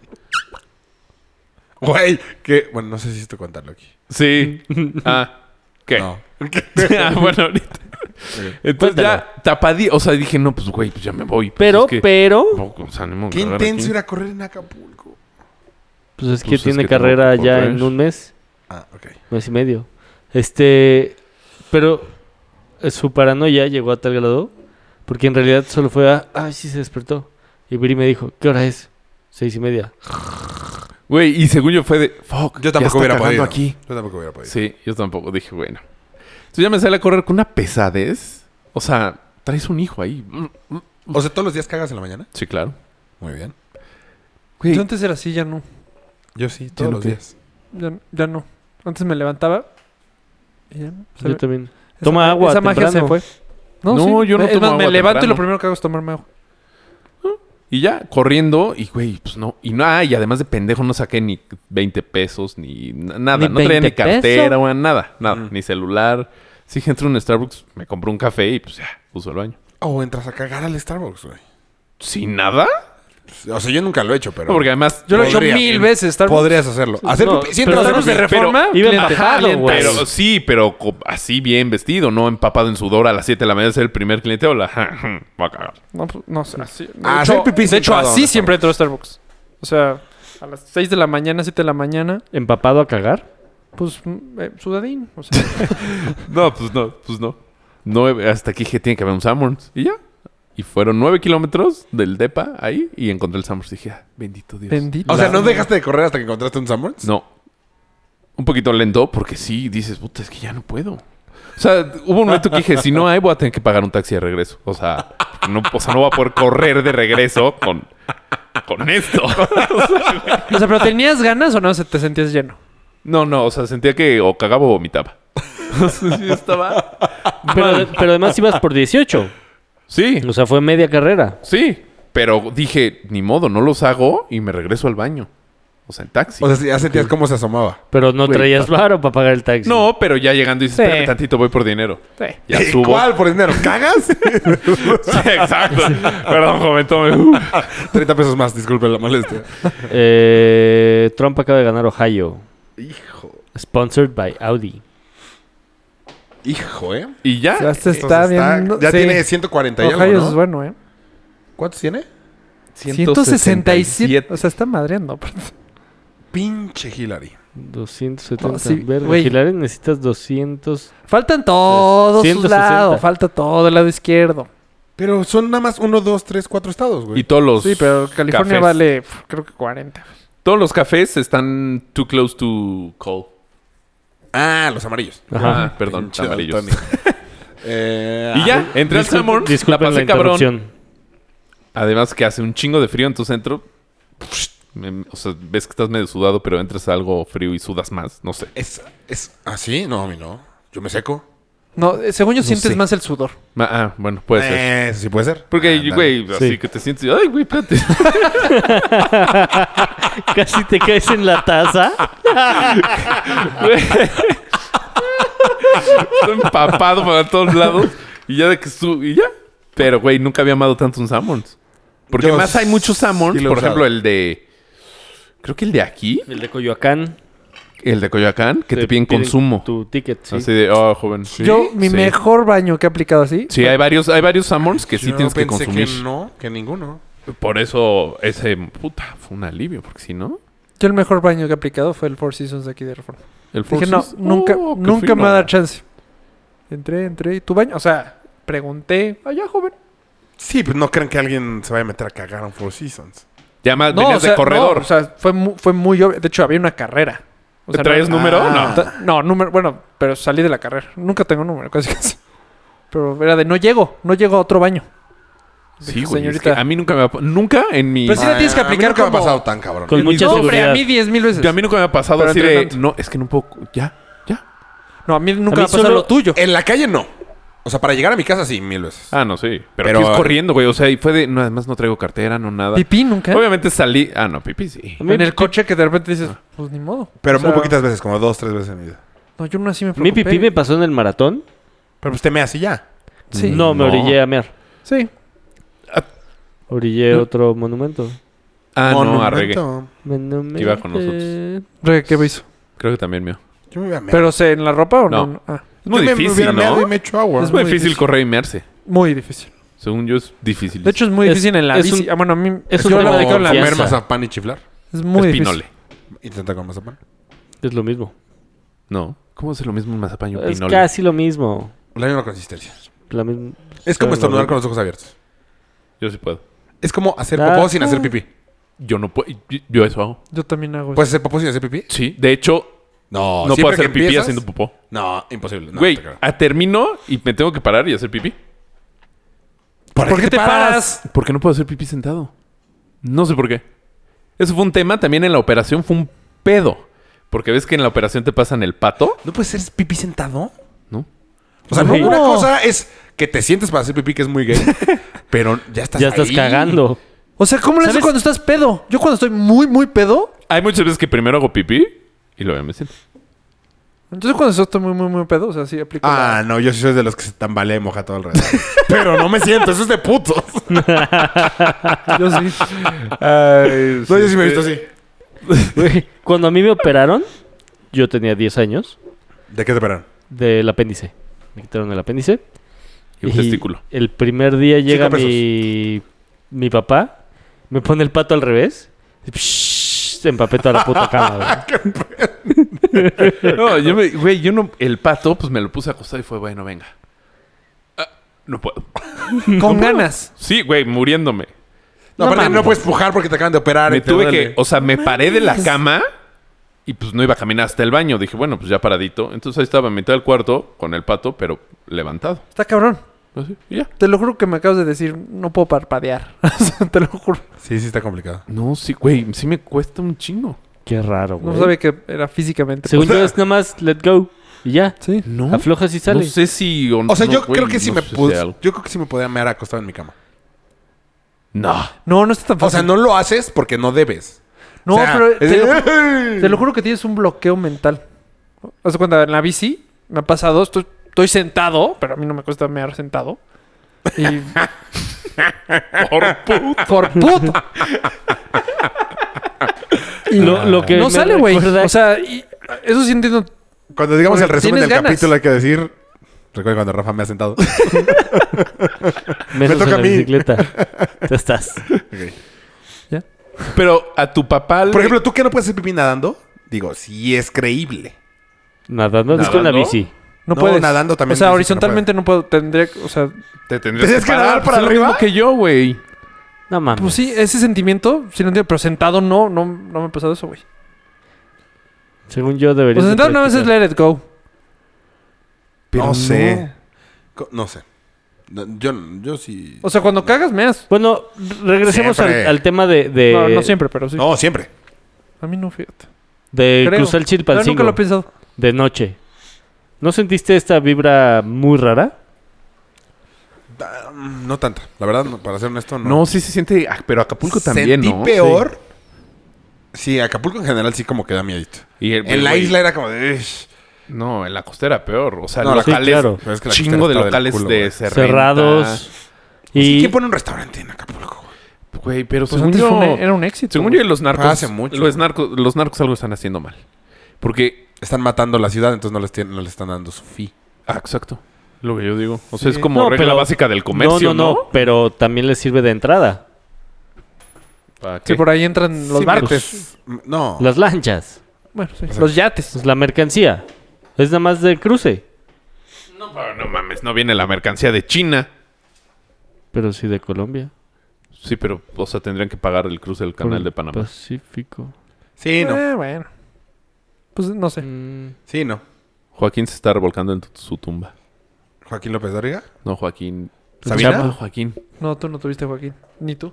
Speaker 1: Güey, que... Bueno, no sé si esto contarlo aquí.
Speaker 6: *laughs* Sí. Ah, ¿qué?
Speaker 1: No.
Speaker 6: *laughs* Ah, bueno, ahorita. Entonces ya tapadí, o sea, dije, no, pues güey, pues ya me voy. Pues,
Speaker 4: Pero,
Speaker 6: es que-
Speaker 4: pero,
Speaker 6: No, o sea, ni modo de
Speaker 1: Qué
Speaker 6: cagar aquí.
Speaker 1: intenso era correr en Acapulco.
Speaker 4: pues es que
Speaker 6: Pues es
Speaker 4: tiene
Speaker 6: que tengo
Speaker 4: carrera
Speaker 6: que
Speaker 4: ya
Speaker 6: correr.
Speaker 4: en un mes,
Speaker 1: Ah, ok.
Speaker 4: mes y medio. Este, pero eh, su paranoia llegó a tal grado, porque en realidad solo fue a, ay, sí se despertó. Y Bri me dijo, ¿qué hora es? Seis y media.
Speaker 6: Güey, y según yo fue de, fuck,
Speaker 1: Yo tampoco
Speaker 6: ya está
Speaker 1: hubiera
Speaker 6: cagando
Speaker 1: podido.
Speaker 6: aquí.
Speaker 1: Yo tampoco hubiera podido.
Speaker 6: Sí, yo tampoco. Dije, bueno. Entonces ya me sale a correr con una pesadez. O sea, traes un hijo ahí.
Speaker 1: O sea, todos los días cagas en la mañana.
Speaker 6: Sí, claro.
Speaker 1: Muy bien.
Speaker 6: Güey,
Speaker 5: Yo antes era así, ya no.
Speaker 1: Yo sí,
Speaker 6: Yo
Speaker 1: todos
Speaker 6: no
Speaker 1: los
Speaker 6: te-
Speaker 1: días.
Speaker 5: Ya, ya no. Antes me levantaba. y ya no. Se
Speaker 4: Yo
Speaker 5: ve-
Speaker 4: también. Toma agua
Speaker 5: Esa magia se
Speaker 4: temprano.
Speaker 5: fue.
Speaker 6: No,
Speaker 5: sí.
Speaker 6: yo no
Speaker 5: Es
Speaker 6: tomo
Speaker 5: más,
Speaker 6: agua
Speaker 5: me levanto y
Speaker 6: temprano.
Speaker 5: lo primero que hago es tomarme agua.
Speaker 6: Y ya, corriendo, y güey, pues no. Y, no, ah, y además de pendejo, no saqué ni 20 pesos, ni na- nada.
Speaker 4: ¿Ni
Speaker 6: no traía ni
Speaker 4: 20
Speaker 6: cartera,
Speaker 4: pesos?
Speaker 6: güey, nada, nada. Ni celular. Sí, que entro en un Starbucks, me compré un café y pues ya, uso el baño.
Speaker 1: O entras a cagar al Starbucks, güey.
Speaker 6: ¿Sin nada?
Speaker 1: O sea, yo nunca lo he hecho, pero.
Speaker 6: No, porque además.
Speaker 5: Yo lo he hecho
Speaker 1: Podría,
Speaker 5: mil
Speaker 1: sí.
Speaker 5: veces. Starbucks.
Speaker 1: Podrías hacerlo. Hacer
Speaker 4: No,
Speaker 1: pipí. Si
Speaker 4: pero
Speaker 1: entras a
Speaker 5: Starbucks
Speaker 1: hacer
Speaker 5: de
Speaker 1: pipí,
Speaker 5: reforma.
Speaker 4: Iba
Speaker 5: cliente,
Speaker 4: empapado,
Speaker 5: cliente.
Speaker 4: güey.
Speaker 6: Pero sí, pero co- así bien vestido, no empapado en sudor a las 7 de la mañana, ser el primer cliente. Hola, *laughs* va a cagar.
Speaker 5: No, pues, no sé. Así, de
Speaker 1: Ah, hacer
Speaker 5: hecho-
Speaker 1: pipí
Speaker 5: de hecho,
Speaker 1: sentado,
Speaker 5: así
Speaker 1: ¿no?
Speaker 5: siempre entro a Starbucks. O sea, a las 6 de la mañana, 7 de la mañana,
Speaker 4: ¿Empapado a cagar?
Speaker 5: pues mm, eh, sudadín. O sea,
Speaker 1: *laughs*
Speaker 6: No, pues no, pues no. Nueve, hasta aquí dije, tiene que haber un Summers. Y ya. Y fueron nueve kilómetros del DEPA ahí y encontré el Summers. Dije, ah, bendito Dios.
Speaker 5: bendito.
Speaker 1: O sea, ¿no dejaste de correr hasta que encontraste un Samuels?
Speaker 6: No. Un poquito lento porque sí, dices, puta, es que ya no puedo. O sea, hubo un momento que dije, si no hay, voy a tener que pagar un taxi de regreso. O sea, no, o sea, no voy a poder correr de regreso con, con esto. *laughs*
Speaker 5: O sea, pero ¿tenías ganas o no se te sentías lleno?
Speaker 6: No, no, o sea, sentía que o cagaba o vomitaba. *laughs* O sea, sí estaba.
Speaker 4: Pero, pero además ibas por 18.
Speaker 6: Sí,
Speaker 4: O sea, fue media carrera.
Speaker 6: sí. Pero dije, ni modo, no los hago y me regreso al baño. O sea, en taxi.
Speaker 1: O sea, ya sentías cómo se asomaba.
Speaker 4: Pero no
Speaker 6: Güey,
Speaker 4: traías varo para pagar el taxi.
Speaker 6: no, pero ya llegando y dices,
Speaker 5: Sí.
Speaker 6: espérame tantito, voy por dinero.
Speaker 5: Sí.
Speaker 6: Ya
Speaker 1: ¿Y
Speaker 6: subo.
Speaker 1: ¿Cuál por dinero? ¿Cagas?
Speaker 6: *laughs*
Speaker 1: *laughs*
Speaker 6: Sí, exacto. Perdón, joven, tome.
Speaker 1: 30 pesos más, disculpe la molestia.
Speaker 4: Eh, Trump acaba de ganar Ohio. Hijo. Sponsored by Audi.
Speaker 1: Hijo, ¿eh?
Speaker 6: Y ya.
Speaker 5: Ya se
Speaker 1: Entonces
Speaker 5: está viendo.
Speaker 1: ya
Speaker 5: sí.
Speaker 1: tiene 140 y
Speaker 5: Ohio
Speaker 1: algo, ¿no?
Speaker 5: es bueno, ¿eh?
Speaker 1: ¿Cuántos tiene?
Speaker 5: 167. O sea, está madreando.
Speaker 1: Pinche Hillary.
Speaker 4: 270.
Speaker 5: No, sí,
Speaker 4: Verga,
Speaker 5: güey.
Speaker 4: Hillary, necesitas 200.
Speaker 5: Faltan todos sus
Speaker 4: 160.
Speaker 5: lados. Falta todo el lado izquierdo.
Speaker 1: Pero son nada más 1, 2, 3, 4 estados, güey.
Speaker 6: Y todos los.
Speaker 5: Sí, pero California
Speaker 6: cafés-
Speaker 5: vale, pf, creo que 40.
Speaker 6: Todos los cafés están too close to call.
Speaker 1: Ah, los amarillos.
Speaker 4: Ajá.
Speaker 6: Ah, perdón,
Speaker 1: Pinche
Speaker 6: amarillos.
Speaker 1: daltónico. *laughs* Eh,
Speaker 6: Y ya, entré al
Speaker 4: Disculpen-
Speaker 6: Summers, la
Speaker 4: disculpen
Speaker 6: pasé cabrón.
Speaker 4: interrupción.
Speaker 6: Además que hace un chingo de frío, entonces entro. me- O sea, ves que estás medio sudado, pero entras a algo frío y sudas más. No sé.
Speaker 1: Es, es así, no, a mí no. Yo me seco.
Speaker 5: No, eh, según yo sientes
Speaker 6: sé.
Speaker 5: más el sudor.
Speaker 6: Ma- Ah, bueno, puede ser.
Speaker 1: Eh, sí puede ser.
Speaker 6: Porque,
Speaker 1: Ándale.
Speaker 6: güey, así
Speaker 4: Sí.
Speaker 6: que te sientes. y, Ay, güey, espérate. *laughs*
Speaker 4: Casi te caes en la taza.
Speaker 6: Güey. Estoy empapado para todos lados. Y ya de que su Y ya. Pero, güey, nunca había amado tanto un Sammons. Porque
Speaker 1: Yo
Speaker 6: más hay muchos Sammons.
Speaker 1: sí lo he
Speaker 6: por
Speaker 1: usado.
Speaker 6: ejemplo, el de. Creo que el de aquí.
Speaker 4: El de Coyoacán.
Speaker 6: El de Coyoacán. Que te, piden consumo.
Speaker 4: Tu ticket, sí.
Speaker 6: Así de, oh, joven. sí,
Speaker 5: yo, mi
Speaker 6: sí.
Speaker 5: mejor baño que he aplicado así.
Speaker 6: Sí, hay varios, hay varios Sammons que sí
Speaker 1: Yo
Speaker 6: tienes que
Speaker 1: pensé
Speaker 6: consumir.
Speaker 1: que no, que ninguno.
Speaker 6: Por eso, ese. Puta, fue un alivio. Porque si no.
Speaker 5: Yo el mejor baño que he aplicado fue el Four Seasons de aquí de Reforma.
Speaker 6: El Four
Speaker 5: Dije, no,
Speaker 6: Seasons-
Speaker 5: nunca,
Speaker 6: Oh, qué
Speaker 5: nunca me
Speaker 6: fino.
Speaker 5: va a dar chance. Entré, entré. ¿Y tu baño? O sea, pregunté.
Speaker 6: Ah,
Speaker 5: Allá, joven.
Speaker 1: Sí, pero no creen que alguien se vaya a meter a cagar a un Four Seasons.
Speaker 6: Ya más,
Speaker 5: No,
Speaker 6: venías
Speaker 5: o sea,
Speaker 6: de corredor.
Speaker 5: no, o sea, fue muy, fue muy obvio. De hecho, había una carrera. O sea,
Speaker 6: ¿Traes
Speaker 5: no-
Speaker 6: número?
Speaker 1: Ah.
Speaker 6: No.
Speaker 5: Ta- No, número, bueno, pero salí de la carrera. Nunca tengo número, *laughs* casi casi. Pero era de no llego, no llego a otro baño.
Speaker 6: Sí,
Speaker 5: Dije,
Speaker 6: güey. es
Speaker 5: señorita. Pues
Speaker 6: que a mí nunca me ha Nunca en mi.
Speaker 5: Pero sí la tienes que
Speaker 1: Ah, a mí
Speaker 5: aplicar
Speaker 1: nunca me
Speaker 5: como-
Speaker 1: ha pasado tan cabrón.
Speaker 4: Con
Speaker 6: El
Speaker 4: mucha
Speaker 5: no,
Speaker 6: mismo-
Speaker 5: hombre,
Speaker 4: seguridad.
Speaker 5: a mí diez mil veces.
Speaker 6: a mí nunca me ha pasado
Speaker 5: Pero
Speaker 6: así de.
Speaker 5: entrenando.
Speaker 6: No, es que no puedo. Ya, ya.
Speaker 5: No, a mí nunca
Speaker 4: mí
Speaker 5: me ha pasado
Speaker 4: solo-
Speaker 5: lo tuyo.
Speaker 1: En la calle no. O sea, para llegar a mi casa sí, mil veces.
Speaker 6: Ah, no, sí. Pero,
Speaker 1: Pero-
Speaker 6: aquí es corriendo, güey. O sea, y fue de. No, además no traigo cartera, no nada.
Speaker 5: Pipí nunca.
Speaker 6: Obviamente salí. Ah, no, pipí sí.
Speaker 4: A mí-
Speaker 5: En el coche que de repente dices, pues ni modo.
Speaker 1: Pero
Speaker 5: O sea,
Speaker 1: muy poquitas veces, como dos, tres veces en mi vida.
Speaker 5: No, yo no así me
Speaker 4: Mi
Speaker 5: preocupé.
Speaker 4: pipí me pasó en el maratón.
Speaker 1: Pero pues, usted me hace ya.
Speaker 5: Sí.
Speaker 4: No, me
Speaker 6: No.
Speaker 4: orillé a mear.
Speaker 5: Sí.
Speaker 4: Orillé otro monumento.
Speaker 6: Ah, no,
Speaker 1: Monumento.
Speaker 6: arregué.
Speaker 4: Monumento.
Speaker 6: Iba con nosotros.
Speaker 5: Re, ¿Qué me hizo?
Speaker 6: Creo que también mío.
Speaker 1: Yo me iba a mear.
Speaker 5: ¿Pero se en la ropa o no?
Speaker 6: No.
Speaker 5: Ah,
Speaker 6: Es muy
Speaker 1: Yo me- me
Speaker 6: difícil,
Speaker 1: hubiera meado y
Speaker 6: ¿no?
Speaker 1: me echo agua.
Speaker 6: Es muy difícil
Speaker 5: difícil.
Speaker 6: correr y mearse.
Speaker 5: muy difícil.
Speaker 6: Según yo es difícil.
Speaker 5: De hecho, es muy
Speaker 4: Es-
Speaker 5: difícil en la
Speaker 4: es
Speaker 5: bici.
Speaker 4: un-
Speaker 5: Ah, bueno, a mí
Speaker 4: es un
Speaker 5: yo
Speaker 4: tema de
Speaker 5: la aplico en la
Speaker 1: comer
Speaker 4: confianza.
Speaker 1: mazapán y chiflar.
Speaker 5: Es muy
Speaker 6: es
Speaker 5: difícil.
Speaker 6: pinole.
Speaker 1: Intenta con mazapán.
Speaker 4: Es lo mismo.
Speaker 6: No. ¿Cómo hace lo mismo un mazapán y un
Speaker 4: Es
Speaker 6: pinole?
Speaker 4: casi lo mismo.
Speaker 1: La misma consistencia.
Speaker 4: La misma-
Speaker 1: Es como
Speaker 4: Pero
Speaker 1: estornudar
Speaker 4: no-
Speaker 1: con los ojos abiertos.
Speaker 6: Yo sí puedo.
Speaker 1: Es como hacer
Speaker 4: Ah.
Speaker 1: popó sin hacer pipí.
Speaker 6: Yo no puedo. yo- Yo eso hago.
Speaker 5: Yo también hago eso.
Speaker 1: ¿Puedes hacer popó sin hacer pipí?
Speaker 6: Sí. De hecho,
Speaker 1: No,
Speaker 6: no
Speaker 1: Oh, siempre
Speaker 6: puedo
Speaker 1: que
Speaker 6: hacer pipí
Speaker 1: empiezas-
Speaker 6: haciendo popó.
Speaker 1: No, imposible. no,
Speaker 6: Güey,
Speaker 1: te creo.
Speaker 6: ah, termino y me tengo que parar y hacer pipí.
Speaker 1: ¿Para
Speaker 5: ¿Por qué te paras?
Speaker 6: Porque no puedo hacer pipí sentado. No sé por qué. Eso fue un tema también en la operación, fue un pedo. Porque ves que en la operación te pasan el pato,
Speaker 1: ¿No puedes hacer pipí sentado?
Speaker 6: ¿no?
Speaker 1: O sea,
Speaker 4: Güey.
Speaker 1: no, una
Speaker 5: No.
Speaker 1: cosa es que te sientes para hacer pipí, que es muy *laughs* gay, pero ya estás
Speaker 4: ya estás
Speaker 1: ahí.
Speaker 5: *laughs*
Speaker 4: cagando.
Speaker 5: O sea, ¿cómo lo haces
Speaker 4: ¿Sabes?
Speaker 5: cuando estás pedo? Yo cuando estoy muy, muy pedo.
Speaker 6: Hay muchas veces que primero hago pipí y luego me siento.
Speaker 5: Entonces cuando estoy muy, muy, muy pedo, o sea, sí aplico.
Speaker 1: Ah, no, yo sí soy de los que se tambalea y moja todo alrededor. pero no me siento, eso es de putos. Ah,
Speaker 5: la- Yo sí.
Speaker 1: *laughs* No, yo sí me he visto así.
Speaker 4: Güey, Cuando a mí me operaron, yo tenía 10 años
Speaker 1: ¿De qué te operan?
Speaker 4: del apéndice. Me quitaron el apéndice.
Speaker 6: Y un testículo.
Speaker 4: El primer día llega
Speaker 1: pesos.
Speaker 4: mi, mi papá, me pone el pato al revés. y psh, se empapé toda la
Speaker 1: *laughs*
Speaker 4: puta cama.
Speaker 6: *laughs*
Speaker 4: güey.
Speaker 6: No, yo me, güey, yo no, el pato, pues me lo puse acostado y fue, bueno, venga. Ah, no puedo.
Speaker 5: Con ganas.
Speaker 6: Sí, güey, muriéndome.
Speaker 1: No,
Speaker 5: No
Speaker 1: aparte
Speaker 5: mames.
Speaker 1: no puedes pujar porque te acaban de operar.
Speaker 6: Me
Speaker 1: y te
Speaker 6: tuve
Speaker 1: duele.
Speaker 6: que, o sea, me paré de la cama y pues no iba a caminar hasta el baño. Dije, bueno, pues ya paradito. Entonces ahí estaba en mitad del cuarto con el pato, pero levantado.
Speaker 5: Está cabrón.
Speaker 6: Así, y ya.
Speaker 5: Te lo juro que me acabas de decir, no puedo parpadear. *laughs* O sea, te lo juro.
Speaker 1: Sí, sí está complicado.
Speaker 6: No, sí, güey, sí me cuesta un chingo.
Speaker 4: Qué raro,
Speaker 5: No
Speaker 4: güey.
Speaker 5: sabía que era físicamente.
Speaker 4: Según yo es nada más let go y ya.
Speaker 5: Sí.
Speaker 6: No,
Speaker 4: Aflojas y
Speaker 6: no
Speaker 4: sale.
Speaker 6: sé si...
Speaker 1: O sea,
Speaker 6: no,
Speaker 1: yo
Speaker 6: güey,
Speaker 1: creo que sí
Speaker 6: no
Speaker 1: me
Speaker 6: sé si
Speaker 1: pus-
Speaker 6: algo.
Speaker 1: Yo creo que sí me podía mear acostado en mi cama.
Speaker 6: No.
Speaker 5: No, no está tan fácil.
Speaker 1: O sea, no lo haces porque no debes.
Speaker 5: No,
Speaker 1: O sea,
Speaker 5: pero
Speaker 1: es
Speaker 5: te
Speaker 1: de-
Speaker 5: lo,
Speaker 1: *laughs*
Speaker 5: ju- te lo juro que tienes un bloqueo mental. O sea, cuando en la bici me ha pasado, estoy, estoy sentado, pero a mí no me cuesta mear sentado. Y
Speaker 6: Por pu-
Speaker 5: por puto.
Speaker 4: Lo, lo *laughs* que
Speaker 5: Ah. No
Speaker 4: me
Speaker 5: sale, güey.
Speaker 4: recuerda-
Speaker 5: O sea, y- eso sí entiendo.
Speaker 1: Cuando digamos el
Speaker 5: Porque
Speaker 1: resumen del
Speaker 5: tienes ganas.
Speaker 1: capítulo hay que decir... Recuerda cuando Rafa me ha sentado.
Speaker 4: Menos en
Speaker 1: toca
Speaker 4: la
Speaker 1: a mí. *laughs*
Speaker 4: bicicleta. Tú estás.
Speaker 6: Pero a tu papá... le-
Speaker 1: Por ejemplo, ¿tú que no puedes hacer pipí nadando? Digo, sí es creíble.
Speaker 4: Nadando, es con la
Speaker 6: ¿Nadando?
Speaker 4: bici.
Speaker 5: No,
Speaker 1: No,
Speaker 5: puedes.
Speaker 1: nadando también
Speaker 5: O
Speaker 1: dices
Speaker 5: sea,
Speaker 1: que no
Speaker 5: horizontalmente no, puedo. Tendría. O sea,
Speaker 6: te tendrías
Speaker 1: ¿Tenías que nadar para
Speaker 6: pues, es lo
Speaker 1: arriba?
Speaker 6: mismo que yo, güey.
Speaker 4: No mames.
Speaker 5: pues sí, ese sentimiento, sí lo entiendo, pero sentado no, no, no me ha pasado eso, güey.
Speaker 4: Según yo
Speaker 5: O
Speaker 4: debería.
Speaker 5: sea, sentado Pues nada más es let it go.
Speaker 1: no
Speaker 6: no.
Speaker 1: sé. Co- No, sé. No, Yo, yo sí...
Speaker 5: O sea, cuando cagas, meas.
Speaker 4: Bueno, regresemos al,
Speaker 1: Siempre.
Speaker 4: al tema de, de,
Speaker 5: no, no siempre, pero sí.
Speaker 1: No, siempre.
Speaker 5: A mí no, fíjate.
Speaker 4: de
Speaker 5: Creo.
Speaker 4: cruzar el
Speaker 5: Pero nunca lo he
Speaker 4: Chilpancingo
Speaker 5: pensado.
Speaker 4: de noche. ¿No sentiste esta vibra muy rara?
Speaker 1: Ah, mm, No tanto. La verdad, no, para ser honesto, no.
Speaker 6: No, sí se siente... ah, Pero Acapulco también,
Speaker 1: Sentí
Speaker 6: ¿no?
Speaker 1: peor. Sí. Acapulco en general sí como que da miedito.
Speaker 6: Sí. Y el-
Speaker 1: En la
Speaker 6: güey,
Speaker 1: isla era como de... Pues, "Ush".
Speaker 6: No, en la costera peor. O sea,
Speaker 1: No, la-
Speaker 6: locales...
Speaker 4: sí, claro.
Speaker 1: Pero es que la
Speaker 6: chingo
Speaker 1: costera
Speaker 6: de
Speaker 1: está del
Speaker 6: locales
Speaker 1: culo,
Speaker 6: de
Speaker 1: güey.
Speaker 6: se
Speaker 4: Cerrados.
Speaker 1: ¿Y
Speaker 6: Pues
Speaker 4: Y
Speaker 1: quién pone un restaurante en Acapulco? güey?
Speaker 6: renta. Güey, pero
Speaker 5: Pues
Speaker 6: según
Speaker 5: antes
Speaker 6: yo...
Speaker 5: fue un- era un éxito.
Speaker 6: e- Según
Speaker 5: güey.
Speaker 6: yo, los narcos...
Speaker 1: Hace mucho.
Speaker 6: Los narcos, los narcos algo están haciendo mal. Porque...
Speaker 1: Están matando la ciudad, entonces no les, tienen- no les están dando su fee.
Speaker 6: Ah, exacto. Lo que yo digo. O sea, es como
Speaker 4: No,
Speaker 6: regla
Speaker 4: pero-
Speaker 6: básica del comercio,
Speaker 4: no, no, no, pero también les sirve de entrada.
Speaker 6: ¿Para qué?
Speaker 5: Sí, por ahí entran los
Speaker 1: Sí,
Speaker 5: barcos.
Speaker 1: metes-
Speaker 6: Mm,
Speaker 1: No.
Speaker 4: Las lanchas,
Speaker 5: Bueno, sí.
Speaker 1: sea,
Speaker 5: Los yates.
Speaker 4: pues, la mercancía. Es nada más de cruce.
Speaker 6: No, pero no mames, no viene la mercancía de China.
Speaker 4: Pero sí de Colombia.
Speaker 6: Sí, pero, o sea, tendrían que pagar el cruce del
Speaker 4: por pues.
Speaker 6: canal
Speaker 4: el
Speaker 6: de Panamá.
Speaker 4: Pacífico.
Speaker 1: Sí, no.
Speaker 5: Eh, bueno. Pues no sé.
Speaker 4: Mm,
Speaker 1: Sí, no.
Speaker 6: Joaquín se está revolcando en tu- su tumba.
Speaker 1: Joaquín López de Origa.
Speaker 6: No, Joaquín.
Speaker 1: ¿Sabina?
Speaker 6: Chapa, Joaquín. Ah, pues,
Speaker 5: No, tú no tuviste Joaquín. Ni tú.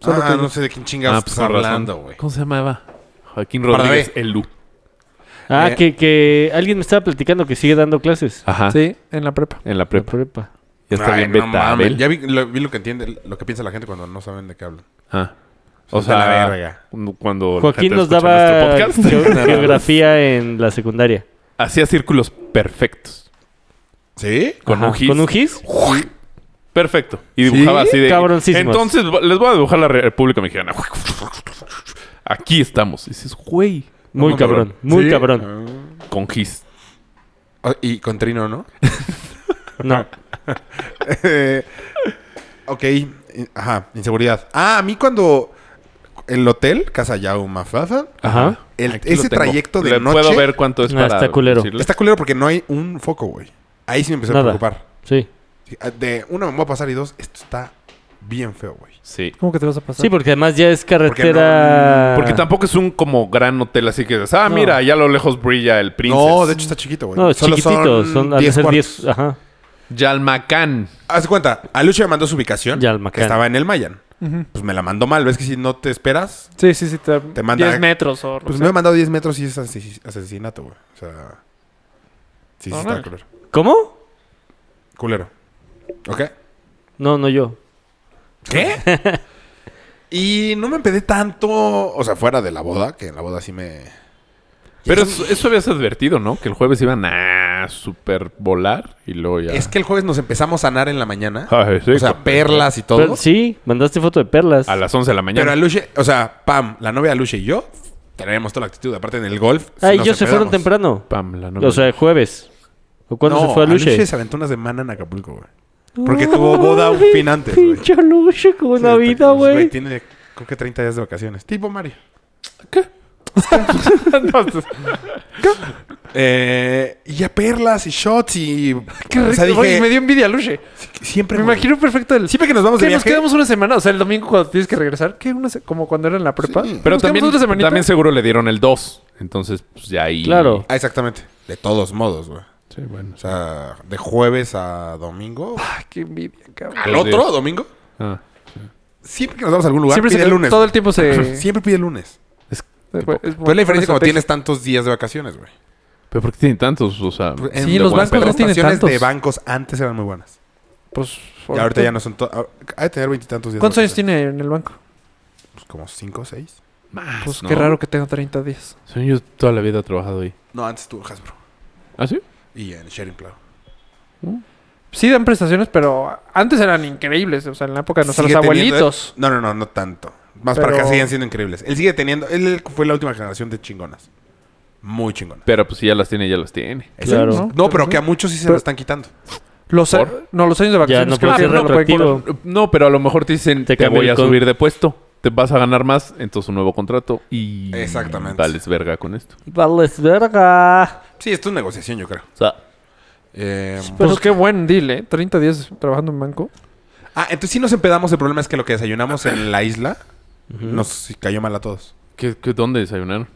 Speaker 5: Solo
Speaker 1: Ah,
Speaker 5: tú.
Speaker 1: no sé de quién chingados
Speaker 6: pues,
Speaker 1: estás
Speaker 6: con razón.
Speaker 1: hablando, güey.
Speaker 6: ¿Cómo se llamaba? Joaquín Rodríguez
Speaker 1: Pardavé.
Speaker 6: Elú.
Speaker 4: Ah,
Speaker 1: Eh.
Speaker 4: que, que alguien me estaba platicando que sigue dando clases.
Speaker 6: Ajá.
Speaker 5: Sí, en la prepa.
Speaker 6: En la
Speaker 4: La
Speaker 6: Ah, prepa.
Speaker 4: prepa.
Speaker 6: Ya está
Speaker 1: Ay,
Speaker 6: bien ¿eh?
Speaker 1: no mames.
Speaker 6: Betabel.
Speaker 1: Ya vi lo, vi lo que entiende, lo que piensa la gente cuando no saben de qué hablan.
Speaker 6: Ah. O
Speaker 1: Está de la
Speaker 6: sea,
Speaker 1: verga.
Speaker 6: cuando- cuando la
Speaker 4: Joaquín
Speaker 6: gente
Speaker 4: nos
Speaker 6: escucha
Speaker 4: daba
Speaker 6: nuestro *laughs* podcast,
Speaker 4: geo- *laughs* geografía en la secundaria.
Speaker 6: hacía círculos perfectos.
Speaker 1: ¿Sí?
Speaker 6: Con
Speaker 4: Ajá.
Speaker 6: un gis.
Speaker 4: ¿Con un gis?
Speaker 6: Perfecto. Y dibujaba así de.
Speaker 4: Cabroncísimos.
Speaker 6: Entonces va- les voy a dibujar la re- República Mexicana. Aquí estamos. Y dices, güey.
Speaker 4: Muy
Speaker 1: No,
Speaker 4: cabrón, muy
Speaker 1: ¿Sí?
Speaker 4: cabrón.
Speaker 6: Con gis.
Speaker 1: Ah, y con Trino, ¿no? *laughs*
Speaker 4: No.
Speaker 1: Eh, ok, in- ajá, inseguridad. Ah, a mí cuando el hotel, Casa Yauma Fafa,
Speaker 4: Ajá.
Speaker 1: el-
Speaker 6: Aquí lo
Speaker 1: ese
Speaker 6: tengo.
Speaker 1: trayecto de
Speaker 6: Le
Speaker 1: noche
Speaker 6: Puedo ver cuánto es
Speaker 4: Ah,
Speaker 6: para
Speaker 4: está culero.
Speaker 6: decirle.
Speaker 1: está culero porque no hay un foco, güey. Ahí sí me empecé
Speaker 4: Nada.
Speaker 1: a preocupar.
Speaker 4: Sí.
Speaker 1: Sí, ah, De una me voy a pasar y dos, esto está bien feo, güey.
Speaker 6: Sí.
Speaker 5: ¿Cómo que te vas a pasar?
Speaker 4: Sí, porque además ya es carretera.
Speaker 6: Porque tampoco es un como gran hotel así que dices, ah,
Speaker 4: Ah. No.
Speaker 6: mira, allá a lo lejos brilla el Princess.
Speaker 1: No, de hecho está chiquito, güey.
Speaker 4: No, es chiquitito. Son, a
Speaker 1: 10
Speaker 4: ser
Speaker 1: cuartos.
Speaker 4: 10. Ajá.
Speaker 6: Yalmacán.
Speaker 1: Haz de cuenta, a Lucho me mandó su ubicación.
Speaker 4: Yalmacán.
Speaker 1: Que estaba en el Mayan.
Speaker 5: Ujú.
Speaker 1: Pues me la mandó mal. ¿Ves que si no te esperas?
Speaker 5: Sí, sí, sí. Te,
Speaker 1: Te manda-
Speaker 5: 10 metros o lo
Speaker 1: Pues me
Speaker 5: que sea.
Speaker 1: he mandado 10 metros y es ases- asesinato, güey. O sea. Sí, sí, está
Speaker 5: Órale.
Speaker 1: culero.
Speaker 4: ¿Cómo?
Speaker 1: Culero. ¿Ok?
Speaker 4: No, no yo.
Speaker 1: ¿Qué? *laughs* y no me empedé tanto, o sea, fuera de la boda, que en la boda sí me...
Speaker 6: Pero eso, eso habías advertido, ¿no? Que el jueves iban a super volar y luego ya.
Speaker 1: Es que el jueves nos empezamos a sanar en la mañana.
Speaker 6: Ay, sí,
Speaker 1: o sea,
Speaker 6: con-
Speaker 1: perlas y todo.
Speaker 4: Pero sí, mandaste foto de perlas.
Speaker 6: A las 11 de la mañana.
Speaker 1: Pero Aluche, o sea, Pam, la novia de Aluche y yo teníamos toda la actitud. Aparte en el golf. nos
Speaker 4: Ah, ellos se fueron
Speaker 1: empedamos.
Speaker 4: temprano.
Speaker 6: Pam, la novia.
Speaker 4: O sea, jueves. ¿O cuándo
Speaker 1: No,
Speaker 4: se fue a Luche?
Speaker 1: Aluche se aventó unas de mana en Acapulco, güey. Porque tuvo boda un fin antes, güey.
Speaker 4: Pinche Luche, como la
Speaker 1: Sí, pues,
Speaker 4: vida, güey.
Speaker 1: Tiene, creo que 30 días de vacaciones. Tipo Mario. *laughs*
Speaker 5: *laughs* pues,
Speaker 1: Eh, y ya perlas y shots y...
Speaker 5: *laughs* Qué
Speaker 1: o
Speaker 5: rico.
Speaker 1: sea, dije,
Speaker 5: Oye, me dio envidia, Luche.
Speaker 1: siempre...
Speaker 5: Me
Speaker 1: güey.
Speaker 5: imagino perfecto el.
Speaker 1: Siempre que nos vamos de
Speaker 5: ¿Qué, nos
Speaker 1: viaje...
Speaker 5: quedamos una semana, o sea, el domingo cuando tienes que regresar, ¿qué? Una se- como cuando era en la prepa.
Speaker 1: Sí.
Speaker 6: Pero
Speaker 5: ¿Nos quedamos
Speaker 6: también,
Speaker 5: otra semanita?
Speaker 6: también seguro le dieron el 2. Entonces, pues ya ahí.
Speaker 4: Claro.
Speaker 1: Ah, exactamente. De todos modos, güey.
Speaker 6: Sí, bueno.
Speaker 1: O sea, de jueves a domingo.
Speaker 5: Ay, qué envidia, cabrón.
Speaker 1: ¿Al
Speaker 6: los
Speaker 1: otro
Speaker 6: días.
Speaker 1: domingo?
Speaker 6: Ah.
Speaker 1: Siempre que nos vamos a algún lugar,
Speaker 5: Siempre
Speaker 1: pide
Speaker 5: se-
Speaker 1: el lunes.
Speaker 5: todo el
Speaker 1: *laughs*
Speaker 5: tiempo se.
Speaker 1: Siempre pide el lunes.
Speaker 5: es- es-
Speaker 1: Pero es la diferencia cuando
Speaker 5: estrategia.
Speaker 1: tienes tantos días de vacaciones, güey.
Speaker 6: Pero ¿por qué tienen tantos? O sea,
Speaker 1: Pues,
Speaker 5: Sí,
Speaker 1: de
Speaker 5: los
Speaker 1: buenas,
Speaker 5: bancos
Speaker 1: pero
Speaker 5: no tienen
Speaker 1: las estaciones
Speaker 5: tantos.
Speaker 1: de bancos antes eran muy buenas.
Speaker 5: Pues,
Speaker 1: Y ahorita ya no son... to- ahor- Hay de tener veintitantos días. de
Speaker 5: ¿Cuántos años
Speaker 1: vacaciones.
Speaker 5: tiene en el banco?
Speaker 1: Pues como cinco o seis.
Speaker 6: más.
Speaker 5: Pues
Speaker 6: ¿no?
Speaker 5: qué raro que tenga 30 días.
Speaker 6: Según yo toda la vida he trabajado ahí.
Speaker 1: No, antes tuvo Hasbro.
Speaker 6: ¿Ah, sí?
Speaker 1: Y en Sharing Cloud.
Speaker 5: Sí dan prestaciones, pero antes eran increíbles. O sea, en la época de nuestros
Speaker 1: Sigue
Speaker 4: ¿eh?
Speaker 1: teniendo-
Speaker 5: abuelitos.
Speaker 1: No, no, no, no tanto. Más
Speaker 5: Pero-
Speaker 1: para que sigan siendo increíbles. Él sigue teniendo... Él fue la última generación de chingonas. Muy chingonas.
Speaker 6: Pero pues si ya las tiene, ya las tiene.
Speaker 4: Claro.
Speaker 5: ¿no?
Speaker 1: No, pero que a muchos sí se
Speaker 5: Pero-
Speaker 1: lo están quitando.
Speaker 5: Los, a- no, los años
Speaker 4: Ya
Speaker 5: de vacaciones.
Speaker 4: no
Speaker 5: creo
Speaker 6: Ah,
Speaker 4: puede
Speaker 5: que
Speaker 4: ser
Speaker 5: no lo pueden
Speaker 4: retroactivo.
Speaker 5: cobrar.
Speaker 6: No, pero a lo mejor te dicen,
Speaker 4: Te
Speaker 6: te,
Speaker 4: cambia
Speaker 6: voy
Speaker 4: el
Speaker 6: a
Speaker 4: con-
Speaker 6: subir de puesto. Te vas a ganar más, entonces un nuevo contrato y...
Speaker 1: Exactamente.
Speaker 6: Dales verga con esto.
Speaker 4: Vales verga.
Speaker 1: Sí, esto es negociación, yo creo.
Speaker 6: O sea,
Speaker 1: Eh,
Speaker 5: Pues qué buen deal, ¿eh? 30 días trabajando en banco.
Speaker 1: ah, entonces sí nos empedamos. El problema es que lo que desayunamos en la isla nos cayó mal a todos.
Speaker 6: ¿qué, qué- dónde desayunaron?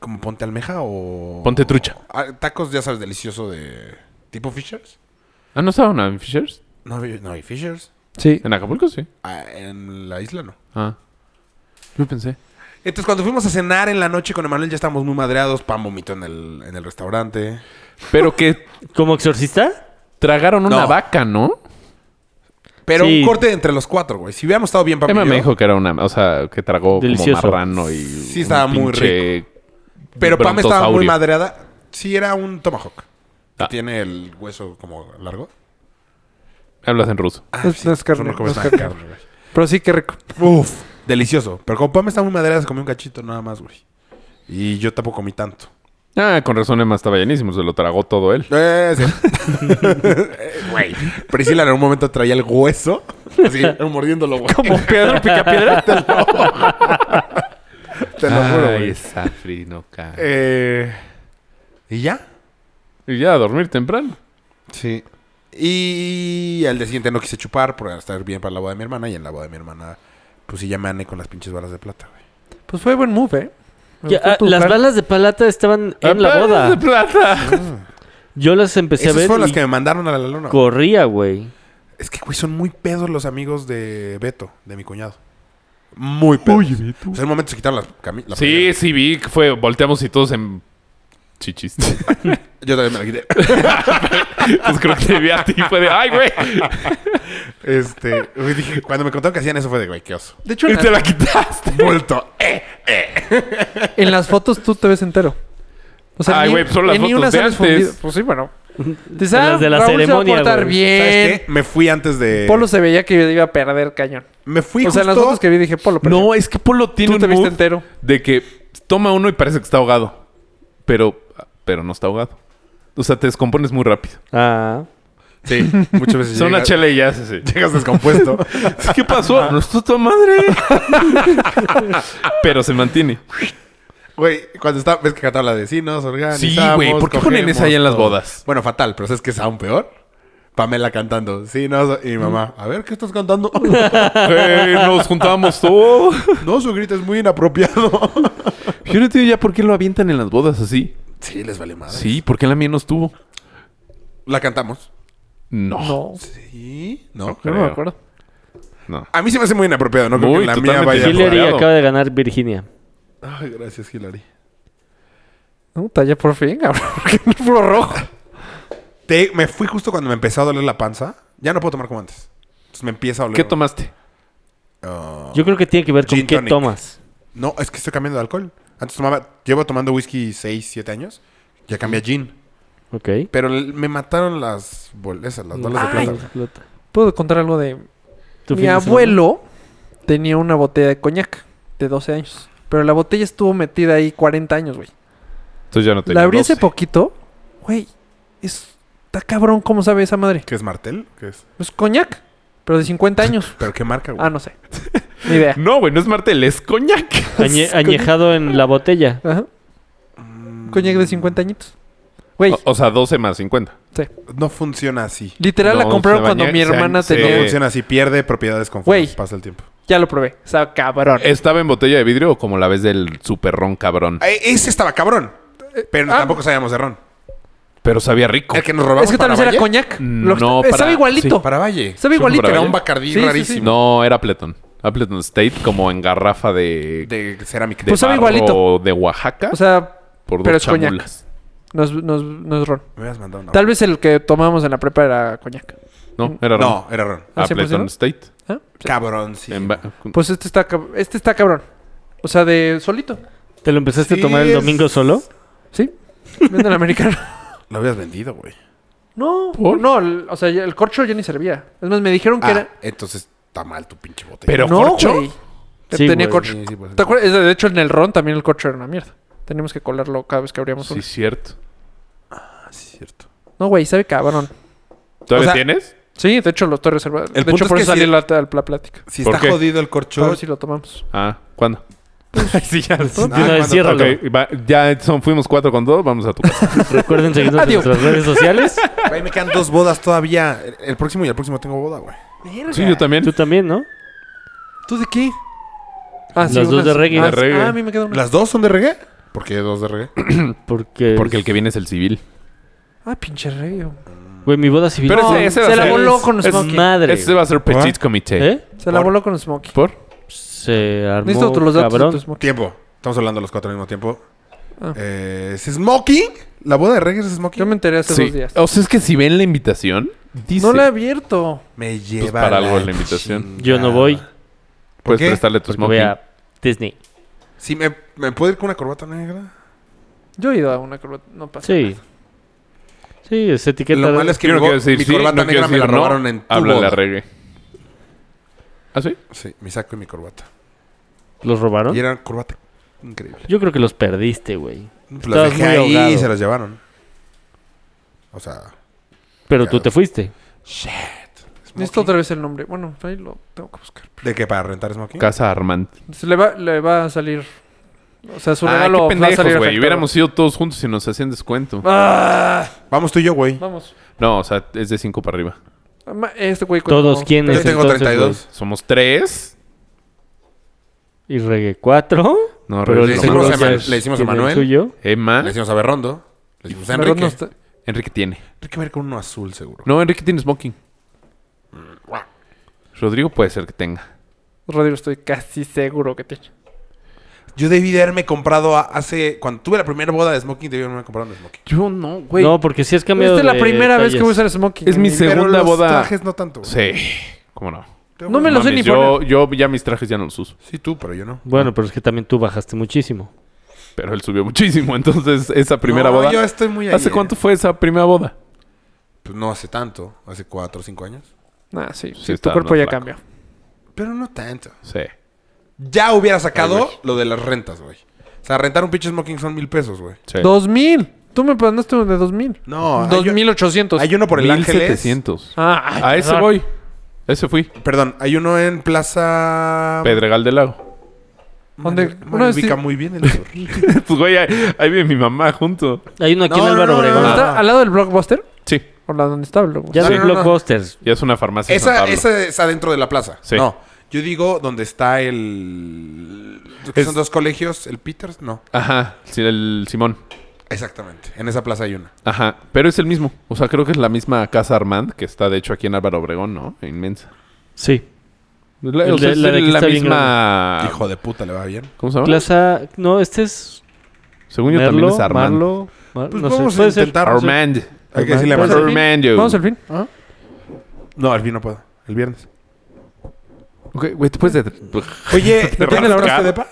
Speaker 1: Como ponte almeja o...
Speaker 6: Ponte trucha.
Speaker 1: Ah, tacos, ya sabes, delicioso de... ¿Tipo Fishers?
Speaker 6: Ah, ¿no estaban en Fishers?
Speaker 1: No, vi- no hay Fishers.
Speaker 5: Sí.
Speaker 6: En Acapulco, sí.
Speaker 1: Ah, en la isla no.
Speaker 6: Ah. Yo pensé.
Speaker 1: Entonces cuando fuimos a cenar en la noche con Emanuel ya estábamos muy madreados. Pan vomitó en el, en el restaurante.
Speaker 6: Pero que
Speaker 4: ¿Como exorcista?
Speaker 6: tragaron una
Speaker 1: No.
Speaker 6: vaca, ¿no?
Speaker 1: Pero
Speaker 4: Sí.
Speaker 1: un corte entre los cuatro, güey. Si hubiéramos estado bien, papi y
Speaker 6: Emma
Speaker 1: yo,
Speaker 6: me dijo que era una... O sea, que tragó
Speaker 4: Delicioso.
Speaker 6: como marrano y...
Speaker 1: Sí, estaba muy
Speaker 6: rico.
Speaker 1: Pero Pam estaba muy
Speaker 6: brontosaurio.
Speaker 1: madreada. Sí, era un tomahawk. Que
Speaker 6: Ah.
Speaker 1: tiene el hueso como largo.
Speaker 6: Hablas en ruso.
Speaker 1: Ah,
Speaker 5: Es- no es carne,
Speaker 1: Eso
Speaker 5: no
Speaker 1: comes
Speaker 5: es
Speaker 1: nada de
Speaker 5: carne.
Speaker 1: carne,
Speaker 5: Pero sí, qué rico.
Speaker 1: güey. Uf, delicioso. Pero como Pam está muy madreada, se comió un cachito nada más, güey. Y yo tampoco comí tanto.
Speaker 6: Ah, con razón Emma estaba llenísimo. Se lo tragó todo él.
Speaker 1: Eh, sí. Eh, *laughs* Güey. Priscila en un momento traía el hueso.
Speaker 6: *laughs*
Speaker 1: Así, mordiéndolo, güey.
Speaker 5: Como *laughs* piedra, pica piedra.
Speaker 1: Te lo juro,
Speaker 6: Ay,
Speaker 1: güey.
Speaker 6: esa frinoca.
Speaker 1: Eh, ¿Y ya?
Speaker 6: Y ya a dormir temprano.
Speaker 1: Sí. Y al día siguiente no quise chupar por estar bien para la boda de mi hermana. Y en la boda de mi hermana, pues sí, ya me ané con las pinches balas de plata, güey.
Speaker 5: Pues fue buen move, ¿eh? Me
Speaker 4: Ya,
Speaker 5: gustó
Speaker 4: ah,
Speaker 5: tu
Speaker 4: las
Speaker 5: plan.
Speaker 4: balas de palata estaban en la
Speaker 6: De
Speaker 4: boda.
Speaker 6: plata.
Speaker 4: Yo las empecé a
Speaker 1: Ah, Pues Esas
Speaker 4: ver
Speaker 1: fueron las
Speaker 4: Pues y
Speaker 1: que me mandaron a la luna. güey.
Speaker 4: corría, güey.
Speaker 1: Es que, güey, son muy pedos los amigos de Beto, de mi cuñado. Muy pedos. Oye, Beto. O sea, en un momento se quitaron las cami- la
Speaker 6: Sí,
Speaker 1: playera.
Speaker 6: sí, vi que fue. Volteamos y todos en. Chichis. *laughs* pues
Speaker 1: Yo también me la quité.
Speaker 6: creo que te vi a ti. Fue de. ¡Ay, güey!
Speaker 1: Este, güey, dije, cuando me contaron que hacían eso fue de, güey, qué oso.
Speaker 5: De hecho,
Speaker 6: Y
Speaker 5: en,
Speaker 6: te la quitaste.
Speaker 1: Vuelto.
Speaker 5: en las fotos tú te ves entero. O
Speaker 6: Ay,
Speaker 5: ni-
Speaker 6: güey, pues son las
Speaker 5: en ni
Speaker 6: fotos
Speaker 5: una
Speaker 6: de
Speaker 5: sales
Speaker 6: antes.
Speaker 5: fundido. Pues
Speaker 4: *laughs*
Speaker 5: sí, bueno. Dices,
Speaker 4: Las
Speaker 5: ah,
Speaker 4: de la
Speaker 5: Raúl se va a
Speaker 4: ceremonia,
Speaker 5: portar
Speaker 4: güey.
Speaker 5: bien.
Speaker 1: ¿Sabes qué? Me fui antes de.
Speaker 5: Polo se veía que iba a perder cañón.
Speaker 1: Me fui
Speaker 5: o sea, en las
Speaker 1: justo-
Speaker 5: fotos que vi dije, Polo, pero
Speaker 6: No, es que Polo tiene
Speaker 5: tú
Speaker 6: un
Speaker 5: te viste
Speaker 6: mood
Speaker 5: entero.
Speaker 6: de que toma uno y parece que está ahogado. Pero. Pero no está ahogado. O sea, te descompones muy rápido.
Speaker 4: Ah.
Speaker 1: Sí, muchas veces.
Speaker 6: Son una
Speaker 1: llegas,
Speaker 6: chela y ya se.
Speaker 1: *laughs* llegas descompuesto.
Speaker 6: *laughs* ¿Qué pasó? No es tu madre. *laughs* Pero se mantiene.
Speaker 1: Güey, cuando está. ¿Ves que cantaba la de sí, nos organizamos,
Speaker 6: Sí, güey, ¿por qué ponen
Speaker 1: cogemos
Speaker 6: esa ahí en las
Speaker 1: todo"?
Speaker 6: bodas?
Speaker 1: Bueno, fatal, pero ¿sabes qué es aún peor? Pamela cantando. Sí, no, y mi mamá. A ver, ¿qué estás cantando? *laughs*
Speaker 6: Eh, nos juntamos todos.
Speaker 1: no, su grito es muy inapropiado. *laughs*
Speaker 6: Yo no entiendo ya por qué lo avientan en las bodas así.
Speaker 1: sí, les vale madre.
Speaker 6: Sí, ¿por qué la mía no estuvo?
Speaker 1: La cantamos.
Speaker 6: No. No.
Speaker 5: No,
Speaker 1: Sí, no.
Speaker 5: yo no me acuerdo.
Speaker 1: A mí se me hace muy inapropiado, no creo
Speaker 6: Muy,
Speaker 1: que la mía
Speaker 6: totalmente.
Speaker 1: vaya. a
Speaker 6: Sí, le-
Speaker 4: Hillary
Speaker 6: rodeado.
Speaker 4: acaba de ganar Virginia.
Speaker 1: jugar. Ay, gracias, Hilary.
Speaker 5: *laughs* No, talla por fin, cabrón. Porque no es puro rojo.
Speaker 1: Te- me fui justo cuando me empezó a doler la panza. Ya no puedo tomar como antes. Entonces me empieza a doler.
Speaker 6: ¿Qué tomaste?
Speaker 1: Ah,
Speaker 4: Yo creo que tiene que ver con
Speaker 1: Gin
Speaker 4: qué
Speaker 1: tonic.
Speaker 4: tomas.
Speaker 1: no, es que estoy cambiando de alcohol. Antes tomaba, llevo tomando whisky 6, 7 años. Ya cambié a gin.
Speaker 4: Ok.
Speaker 1: Pero l- me mataron las bol- esas, las bolas de
Speaker 5: Ay.
Speaker 1: plata. güey.
Speaker 4: Plata.
Speaker 5: Puedo contar algo de
Speaker 4: ¿Tu
Speaker 5: Mi
Speaker 4: fin de semana?
Speaker 5: abuelo tenía una botella de coñac de 12 años. Pero la botella estuvo metida ahí 40 años, güey.
Speaker 6: Entonces ya no te
Speaker 5: La abrí hace poquito. Güey, es- está cabrón cómo sabe esa madre.
Speaker 1: ¿Qué es Martel? ¿Qué es?
Speaker 5: Es coñac, pero de 50 años.
Speaker 1: ¿Pero qué marca, güey?
Speaker 5: Ah, no *laughs* sé. Ni idea.
Speaker 6: No, güey, no es martel, es coñac.
Speaker 4: Añe- añejado en la botella.
Speaker 5: Ajá. Coñac de 50 añitos. Güey,
Speaker 6: O, o sea, 12 más 50.
Speaker 5: oh.
Speaker 1: No funciona así.
Speaker 5: literal la
Speaker 6: no,
Speaker 5: compraron
Speaker 6: se
Speaker 5: cuando
Speaker 6: baña-
Speaker 5: mi
Speaker 6: se
Speaker 5: hermana
Speaker 6: baña- se-
Speaker 1: No
Speaker 6: Eh.
Speaker 5: tenía...
Speaker 1: funciona así. Pierde propiedades conforme
Speaker 5: Güey.
Speaker 1: pasa el tiempo.
Speaker 5: Ya lo probé. Está cabrón.
Speaker 6: ¿Estaba en botella de vidrio o como la ves del superrón cabrón?
Speaker 1: Eh, Ese estaba cabrón. Pero
Speaker 5: ah.
Speaker 1: tampoco sabíamos de ron.
Speaker 6: Pero sabía rico.
Speaker 1: El que nos robamos
Speaker 5: Es que tal
Speaker 1: para
Speaker 5: vez era
Speaker 1: Valle.
Speaker 5: coñac.
Speaker 6: No,
Speaker 5: Lo-
Speaker 6: para-
Speaker 5: Sabe igualito.
Speaker 1: Para Valle.
Speaker 5: Sabe igualito.
Speaker 6: para
Speaker 1: Era
Speaker 6: Valle.
Speaker 1: un bacardí
Speaker 5: Sí, sí, sí.
Speaker 1: rarísimo.
Speaker 6: No, era Appleton. Appleton State como en garrafa de... de
Speaker 1: De cerámica.
Speaker 5: De- Pues sabe
Speaker 6: barro
Speaker 5: igualito.
Speaker 6: De Oaxaca.
Speaker 5: O sea,
Speaker 6: por dos
Speaker 5: pero es coñac.
Speaker 6: chamulas.
Speaker 5: no es, no es- no es ron.
Speaker 1: Me habías mandado una.
Speaker 5: Tal vez el que tomamos en la prepa era coñac. Mm,
Speaker 6: No, era
Speaker 1: No, era ron.
Speaker 5: ¿Ah, sí,
Speaker 6: Appleton
Speaker 5: pusieron?
Speaker 6: State.
Speaker 5: ¿Ah?
Speaker 1: Cabrón, sí.
Speaker 6: En ba-
Speaker 5: Pues este está, cab- este está cabrón. O sea, de solito.
Speaker 4: ¿Te lo empezaste
Speaker 1: Sí,
Speaker 4: a tomar el
Speaker 1: es-
Speaker 4: domingo solo?
Speaker 5: ¿Sí?
Speaker 1: *laughs*
Speaker 5: Venden americano.
Speaker 1: Lo habías vendido, güey.
Speaker 5: No, no, el- o sea, ya- el corcho ya ni servía. Es más, me dijeron que
Speaker 1: Ah,
Speaker 5: era.
Speaker 1: entonces está mal tu pinche botella.
Speaker 6: Pero
Speaker 5: no,
Speaker 6: corcho.
Speaker 5: güey.
Speaker 4: Sí,
Speaker 5: Tenía
Speaker 4: güey.
Speaker 5: corcho.
Speaker 1: Sí, sí, pues.
Speaker 5: ¿Te acuerdas? Es De de hecho, en el ron también el corcho era una mierda. Teníamos que colarlo cada vez que abríamos
Speaker 6: Sí,
Speaker 5: uno.
Speaker 6: cierto.
Speaker 1: cierto.
Speaker 5: No, güey, sabe cabrón.
Speaker 6: ¿Todavía
Speaker 1: O sea,
Speaker 6: tienes?
Speaker 5: Sí, de hecho lo estoy reservando.
Speaker 1: El
Speaker 5: de
Speaker 1: punto
Speaker 5: hecho,
Speaker 1: es
Speaker 5: por
Speaker 1: que
Speaker 5: eso
Speaker 1: si-
Speaker 5: salí la, la- la plática.
Speaker 1: Si
Speaker 6: ¿Por
Speaker 1: está
Speaker 6: qué?
Speaker 1: jodido el
Speaker 5: A
Speaker 1: corcho.
Speaker 5: ver si lo tomamos.
Speaker 6: Ah, ¿cuándo? sí, ya.
Speaker 1: Ah,
Speaker 4: De una vez
Speaker 1: cuando-
Speaker 4: cierra.
Speaker 6: Ok, va- ya son, fuimos cuatro con dos, vamos a tu casa.
Speaker 4: Recuerden seguirnos en
Speaker 5: Adiós.
Speaker 4: nuestras redes sociales.
Speaker 1: Güey, me quedan dos bodas todavía. El, el próximo y el próximo tengo boda, güey.
Speaker 6: Sí,
Speaker 5: *laughs*
Speaker 6: yo también.
Speaker 4: Tú también, ¿no?
Speaker 5: ¿Tú de qué? Ah,
Speaker 4: Las dos de
Speaker 5: unas-
Speaker 4: reggae.
Speaker 5: Ah,
Speaker 6: De reggae.
Speaker 5: ah, a mí me queda una.
Speaker 1: ¿Las dos son de reggae? ¿Por qué dos de reggae?
Speaker 6: *clears throat*
Speaker 4: Porque,
Speaker 6: Porque el que viene es el civil.
Speaker 5: Ah, pinche reggae.
Speaker 4: Güey, mi boda civil.
Speaker 6: Pero
Speaker 5: No,
Speaker 6: ese- ese va
Speaker 5: se
Speaker 6: a
Speaker 5: la
Speaker 6: ser-
Speaker 5: voló con
Speaker 6: es-
Speaker 5: Smokey.
Speaker 4: madre.
Speaker 6: Ese Este va a ser Petit Comité.
Speaker 4: ¿Eh?
Speaker 5: Se la
Speaker 1: Por-
Speaker 5: voló con Smokey.
Speaker 6: ¿Por?
Speaker 4: Se armó,
Speaker 5: Necesito otros los datos de
Speaker 4: cabrón.
Speaker 5: tu Smokey.
Speaker 1: Tiempo. Estamos hablando los cuatro al mismo tiempo.
Speaker 5: Ah.
Speaker 1: Eh, ¿Es Smokey? ¿La boda de reggae es Smokey?
Speaker 5: Yo me enteré hace
Speaker 6: Sí. Oh,
Speaker 5: dos días.
Speaker 6: O sea, es que si ven la invitación, dice...
Speaker 5: No la he abierto.
Speaker 1: Me lleva
Speaker 6: Pues para algo es la invitación.
Speaker 4: Yo no voy
Speaker 1: ¿Por
Speaker 6: Puedes
Speaker 1: qué?
Speaker 6: prestarle tu
Speaker 4: porque
Speaker 6: smoking.
Speaker 4: voy a Disney.
Speaker 1: Si me, me puedo ir con una corbata negra.
Speaker 5: Yo he ido a una corbata. No pasa.
Speaker 4: Sí. Sí, es etiqueta.
Speaker 1: Lo
Speaker 4: de-
Speaker 1: malo es que
Speaker 6: Yo
Speaker 1: mi,
Speaker 6: no
Speaker 1: bo-
Speaker 6: quiero decir
Speaker 1: mi
Speaker 6: sí,
Speaker 1: corbata
Speaker 6: no
Speaker 1: negra
Speaker 6: quiero
Speaker 1: me la
Speaker 6: decir no,
Speaker 1: robaron en tu
Speaker 6: Habla la
Speaker 1: boda.
Speaker 6: reggae. ¿Ah, sí?
Speaker 1: Sí, mi saco y mi corbata.
Speaker 4: ¿Los robaron?
Speaker 1: Y era corbata increíble.
Speaker 4: Yo creo que los perdiste, güey.
Speaker 1: Pues las
Speaker 4: Estabas
Speaker 1: dejé
Speaker 4: muy
Speaker 1: ahí y
Speaker 4: ahogado.
Speaker 1: se las llevaron. O sea,
Speaker 4: Pero
Speaker 1: Ya.
Speaker 4: tú te fuiste.
Speaker 5: Necesito otra vez el nombre. Bueno, ahí lo tengo que buscar.
Speaker 1: ¿de qué? ¿Para rentar Smokey?
Speaker 6: Casa Armand.
Speaker 5: Se le, va, le va a salir. O sea, su
Speaker 6: Ah,
Speaker 5: regalo
Speaker 6: qué
Speaker 5: va a salir
Speaker 6: pendejos, güey.
Speaker 5: afectado.
Speaker 6: Hubiéramos ido todos juntos y nos hacían descuento.
Speaker 5: Ah,
Speaker 1: Vamos tú y yo, güey.
Speaker 5: vamos.
Speaker 6: No, o sea, es de 5 para arriba.
Speaker 5: Ma- Este güey cuando-
Speaker 4: ¿Todos quiénes?
Speaker 1: Yo tengo
Speaker 4: entonces,
Speaker 1: 32.
Speaker 6: Somos 3.
Speaker 4: güey? Y reggae 4.
Speaker 6: No,
Speaker 4: Pero
Speaker 6: reggae
Speaker 1: le
Speaker 6: lo
Speaker 1: hicimos
Speaker 6: más.
Speaker 1: a Emanuel- le hicimos a Manuel.
Speaker 4: Suyo.
Speaker 6: Emma.
Speaker 1: Le decimos a Berrondo. Le decimos a
Speaker 5: Perdón,
Speaker 1: Enrique.
Speaker 5: no
Speaker 1: Enrique
Speaker 5: está-
Speaker 6: Enrique tiene.
Speaker 1: va a ir con uno azul, seguro.
Speaker 6: No, Enrique tiene smoking. Rodrigo puede ser que tenga.
Speaker 5: Rodrigo, estoy casi seguro que tiene.
Speaker 1: Yo debí de haberme comprado a- hace... Cuando tuve la primera boda de Smoking, debí haberme comprado un Smoking.
Speaker 6: Yo no, güey.
Speaker 4: No, porque si has cambiado
Speaker 5: Esta es la
Speaker 4: de
Speaker 5: primera vez que voy a
Speaker 4: tallas.
Speaker 5: usar smoking.
Speaker 6: Es mi
Speaker 5: en
Speaker 6: Segunda
Speaker 1: Pero los
Speaker 6: boda.
Speaker 1: trajes no tanto. güey.
Speaker 6: Sí. ¿Cómo no?
Speaker 1: Tengo
Speaker 5: No me
Speaker 1: unos-
Speaker 5: lo sé ni
Speaker 6: Mames, yo, yo ya mis trajes ya no los uso.
Speaker 1: Sí, tú, pero yo no.
Speaker 4: Bueno, pero es que también tú bajaste muchísimo.
Speaker 6: Pero él subió muchísimo. Entonces, esa primera
Speaker 1: No,
Speaker 6: boda.
Speaker 1: yo estoy muy ahí,
Speaker 6: ¿Hace
Speaker 1: eh.
Speaker 6: cuánto fue esa primera boda?
Speaker 1: Pues no hace tanto. Hace cuatro o cinco años.
Speaker 5: Ah, sí. sí, tu
Speaker 6: está
Speaker 5: cuerpo
Speaker 6: más
Speaker 5: ya
Speaker 6: flaco.
Speaker 5: cambió.
Speaker 1: Pero no tanto.
Speaker 6: Sí.
Speaker 1: Ya hubiera sacado lo de las rentas, güey. O sea, rentar un pinche Smoking son mil pesos, güey.
Speaker 6: sí.
Speaker 5: Dos mil. Tú me mandaste uno de dos mil.
Speaker 1: No,
Speaker 5: Dos mil ochocientos.
Speaker 1: Hay uno por el Ángeles.
Speaker 6: 1700.
Speaker 5: Ah, ay,
Speaker 6: A ese
Speaker 5: perdón.
Speaker 6: voy. Ese fui.
Speaker 1: Perdón, hay uno en Plaza.
Speaker 6: Pedregal del Lago. *laughs*
Speaker 5: ¿Dónde?
Speaker 1: Me
Speaker 5: Una vez
Speaker 1: ubica
Speaker 5: sí-
Speaker 1: muy bien el sur.
Speaker 6: pues, güey, ahí, ahí vive mi mamá junto.
Speaker 4: Hay uno aquí
Speaker 1: No,
Speaker 4: en
Speaker 1: no,
Speaker 4: Álvaro
Speaker 1: no, no,
Speaker 4: Obregón.
Speaker 5: ¿Dónde
Speaker 1: Ah.
Speaker 5: está? ¿Al lado del blockbuster?
Speaker 6: Sí.
Speaker 5: ¿O la donde está el blockbuster?
Speaker 4: Ya
Speaker 1: Sí.
Speaker 4: no hay
Speaker 1: No, no, no.
Speaker 4: blockbusters.
Speaker 6: Ya es una farmacia. en San
Speaker 1: esa,
Speaker 6: Pablo.
Speaker 1: esa es adentro de la plaza.
Speaker 6: Sí.
Speaker 1: No. Yo digo donde está el. que
Speaker 6: Es-
Speaker 1: Son dos colegios, el Peters. No.
Speaker 6: Ajá. Sí, el Simón.
Speaker 1: Exactamente. En esa plaza hay una.
Speaker 6: Ajá, pero es el mismo. O sea, creo que es la misma casa Armand que está de hecho aquí en Álvaro Obregón, ¿no? Inmensa.
Speaker 4: Sí.
Speaker 6: La,
Speaker 4: El
Speaker 6: o sea,
Speaker 4: de-
Speaker 6: es
Speaker 4: la de que
Speaker 6: la
Speaker 4: está bien
Speaker 6: misma.
Speaker 1: Hijo de puta, le va bien.
Speaker 6: ¿Cómo se llama?
Speaker 4: Plaza. No, este es.
Speaker 6: Según yo también
Speaker 4: Merlo,
Speaker 6: es Armand.
Speaker 4: Marlo. Mar-
Speaker 1: Pues
Speaker 4: no sé.
Speaker 1: vamos a
Speaker 4: Puede ser.
Speaker 1: intentar.
Speaker 6: Armand.
Speaker 1: Hay que decirle a
Speaker 5: Vamos al
Speaker 1: Manuel.
Speaker 5: fin.
Speaker 6: Fernando.
Speaker 5: Vamos al fin.
Speaker 1: ¿Ah? No, al fin no puedo. El viernes.
Speaker 6: Ok, güey, ¿te puedes de-
Speaker 1: *laughs* Oye,
Speaker 6: Te
Speaker 1: ¿ya
Speaker 6: rasca.
Speaker 1: encontraste depa?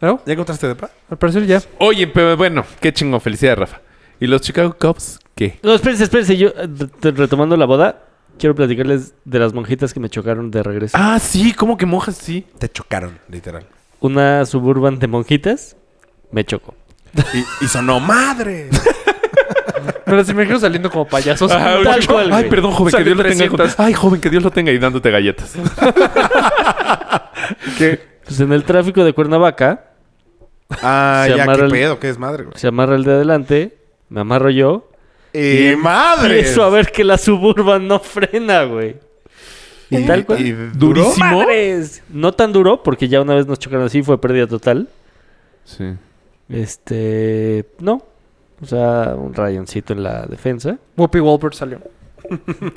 Speaker 5: ¿No?
Speaker 1: ¿Ya encontraste depa?
Speaker 5: Al parecer ya.
Speaker 6: Oye, pero bueno, qué chingón. Felicidades, Rafa. ¿Y los Chicago Cubs qué?
Speaker 4: No, espérense, espérense. Yo, eh, re- retomando la boda, quiero platicarles de las monjitas que me chocaron de regreso.
Speaker 6: Ah, sí, ¿cómo que mojas? Sí.
Speaker 1: Te chocaron, literal.
Speaker 4: Una suburban de monjitas me chocó.
Speaker 1: Y, y sonó *laughs* madre.
Speaker 5: Me las imagino saliendo como
Speaker 6: *laughs*
Speaker 5: payasos.
Speaker 6: Ah,
Speaker 4: tal cual, güey.
Speaker 6: Ay, perdón, joven, que
Speaker 5: Sale
Speaker 6: Dios lo tenga.
Speaker 5: 300.
Speaker 6: Ay, joven, que Dios lo tenga y dándote galletas.
Speaker 4: Pues en el tráfico de Cuernavaca,
Speaker 1: Ah,
Speaker 4: Se
Speaker 1: ya, qué
Speaker 4: amarran-
Speaker 1: pedo, qué es madre, güey.
Speaker 4: se amarra el de adelante, me amarro yo.
Speaker 1: ¡Y
Speaker 4: Y
Speaker 1: madre!
Speaker 4: eso a ver que la suburban no frena, güey. Y tal cual.
Speaker 1: ¿Y duró?
Speaker 6: Durísimo.
Speaker 4: ¡Madres! No tan duro, porque ya una vez nos chocaron así, fue pérdida total.
Speaker 6: Sí.
Speaker 4: Este. No. O sea, un rayoncito en la defensa.
Speaker 5: Whoopi Wolbert salió.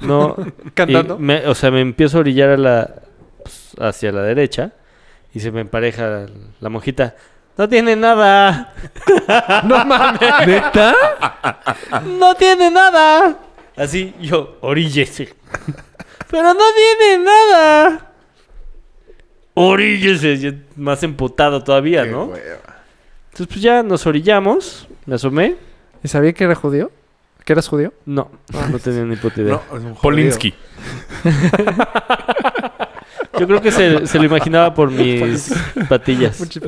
Speaker 4: No.
Speaker 5: Cantando.
Speaker 4: Y me- o sea, me empiezo a orillar a la, pues, hacia la derecha y se me empareja la monjita. No tiene nada.
Speaker 5: *laughs* No mames. ¿Neta?
Speaker 4: No tiene nada. Así yo, oríllese. Pero no tiene nada. Oríllese. Yo Más emputado todavía, ¿no? Entonces pues ya nos orillamos. Me asomé.
Speaker 5: ¿Y sabía que era judío? ¿Que eras judío?
Speaker 4: No, no tenía ni puta idea.
Speaker 1: No, es un jodido.
Speaker 6: Polinsky.
Speaker 4: Yo creo que se, se lo imaginaba por mis patillas. Y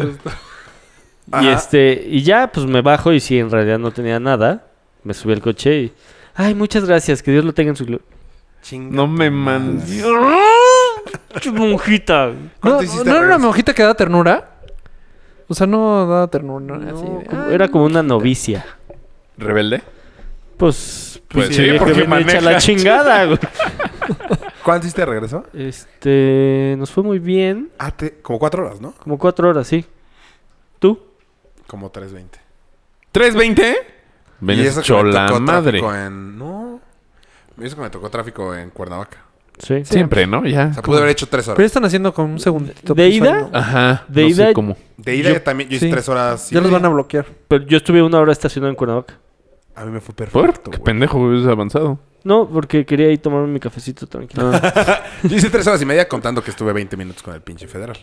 Speaker 1: Ajá.
Speaker 4: este, y ya, pues me bajo y si en realidad no tenía nada, me subí al coche y. Ay, muchas gracias, que Dios lo tenga en su gloria.
Speaker 1: Chinga.
Speaker 6: No me mandes.
Speaker 4: ¡Qué monjita!
Speaker 5: No,
Speaker 1: ¿Cuánto
Speaker 5: no
Speaker 1: hiciste
Speaker 5: era
Speaker 1: al
Speaker 5: una
Speaker 1: revés?
Speaker 5: monjita que da ternura. O sea, no daba ternura.
Speaker 4: No,
Speaker 5: así de,
Speaker 4: como-
Speaker 5: "Ay,
Speaker 4: era como una novicia.
Speaker 6: ¿Rebelde?
Speaker 4: Pues,
Speaker 6: Pues
Speaker 4: pinche
Speaker 6: sí,
Speaker 4: vieja
Speaker 6: porque
Speaker 4: bien hecha
Speaker 6: maneja. *laughs*
Speaker 4: la chingada, güey.
Speaker 1: ¿Cuánto hiciste de regreso?
Speaker 4: Este, nos fue muy bien,
Speaker 1: Ah, te- como cuatro horas, ¿no?
Speaker 4: como cuatro horas, sí. ¿Tú?
Speaker 1: Como 3.20.
Speaker 6: ¿320? Venes
Speaker 1: eso que me
Speaker 6: chola
Speaker 1: tocó
Speaker 6: madre.
Speaker 1: tráfico ¿eh? en- No. Y eso que me tocó tráfico en Cuernavaca.
Speaker 4: Sí.
Speaker 6: Siempre, ¿no? Ya.
Speaker 1: O sea, pude haber hecho tres
Speaker 5: Pero ya
Speaker 1: horas.
Speaker 5: están haciendo con un segundito.
Speaker 4: ¿De
Speaker 5: piso,
Speaker 4: ida?
Speaker 5: ¿no?
Speaker 6: Ajá.
Speaker 4: De
Speaker 6: no
Speaker 4: ida-
Speaker 6: sé cómo.
Speaker 1: De ida yo, también, yo hice
Speaker 5: sí.
Speaker 1: tres horas. y
Speaker 5: Ya los van
Speaker 1: media.
Speaker 5: a bloquear.
Speaker 4: Pero yo estuve una hora estacionado en Cuernavaca.
Speaker 1: A mí me fue
Speaker 6: ¿Por?
Speaker 1: perfecto,
Speaker 6: Qué
Speaker 1: güey.
Speaker 6: pendejo, güey, es avanzado.
Speaker 4: No, porque quería ir tomarme mi cafecito tranquilo.
Speaker 1: Ah. Yo hice tres horas y media contando que estuve 20 minutos con el pinche federal.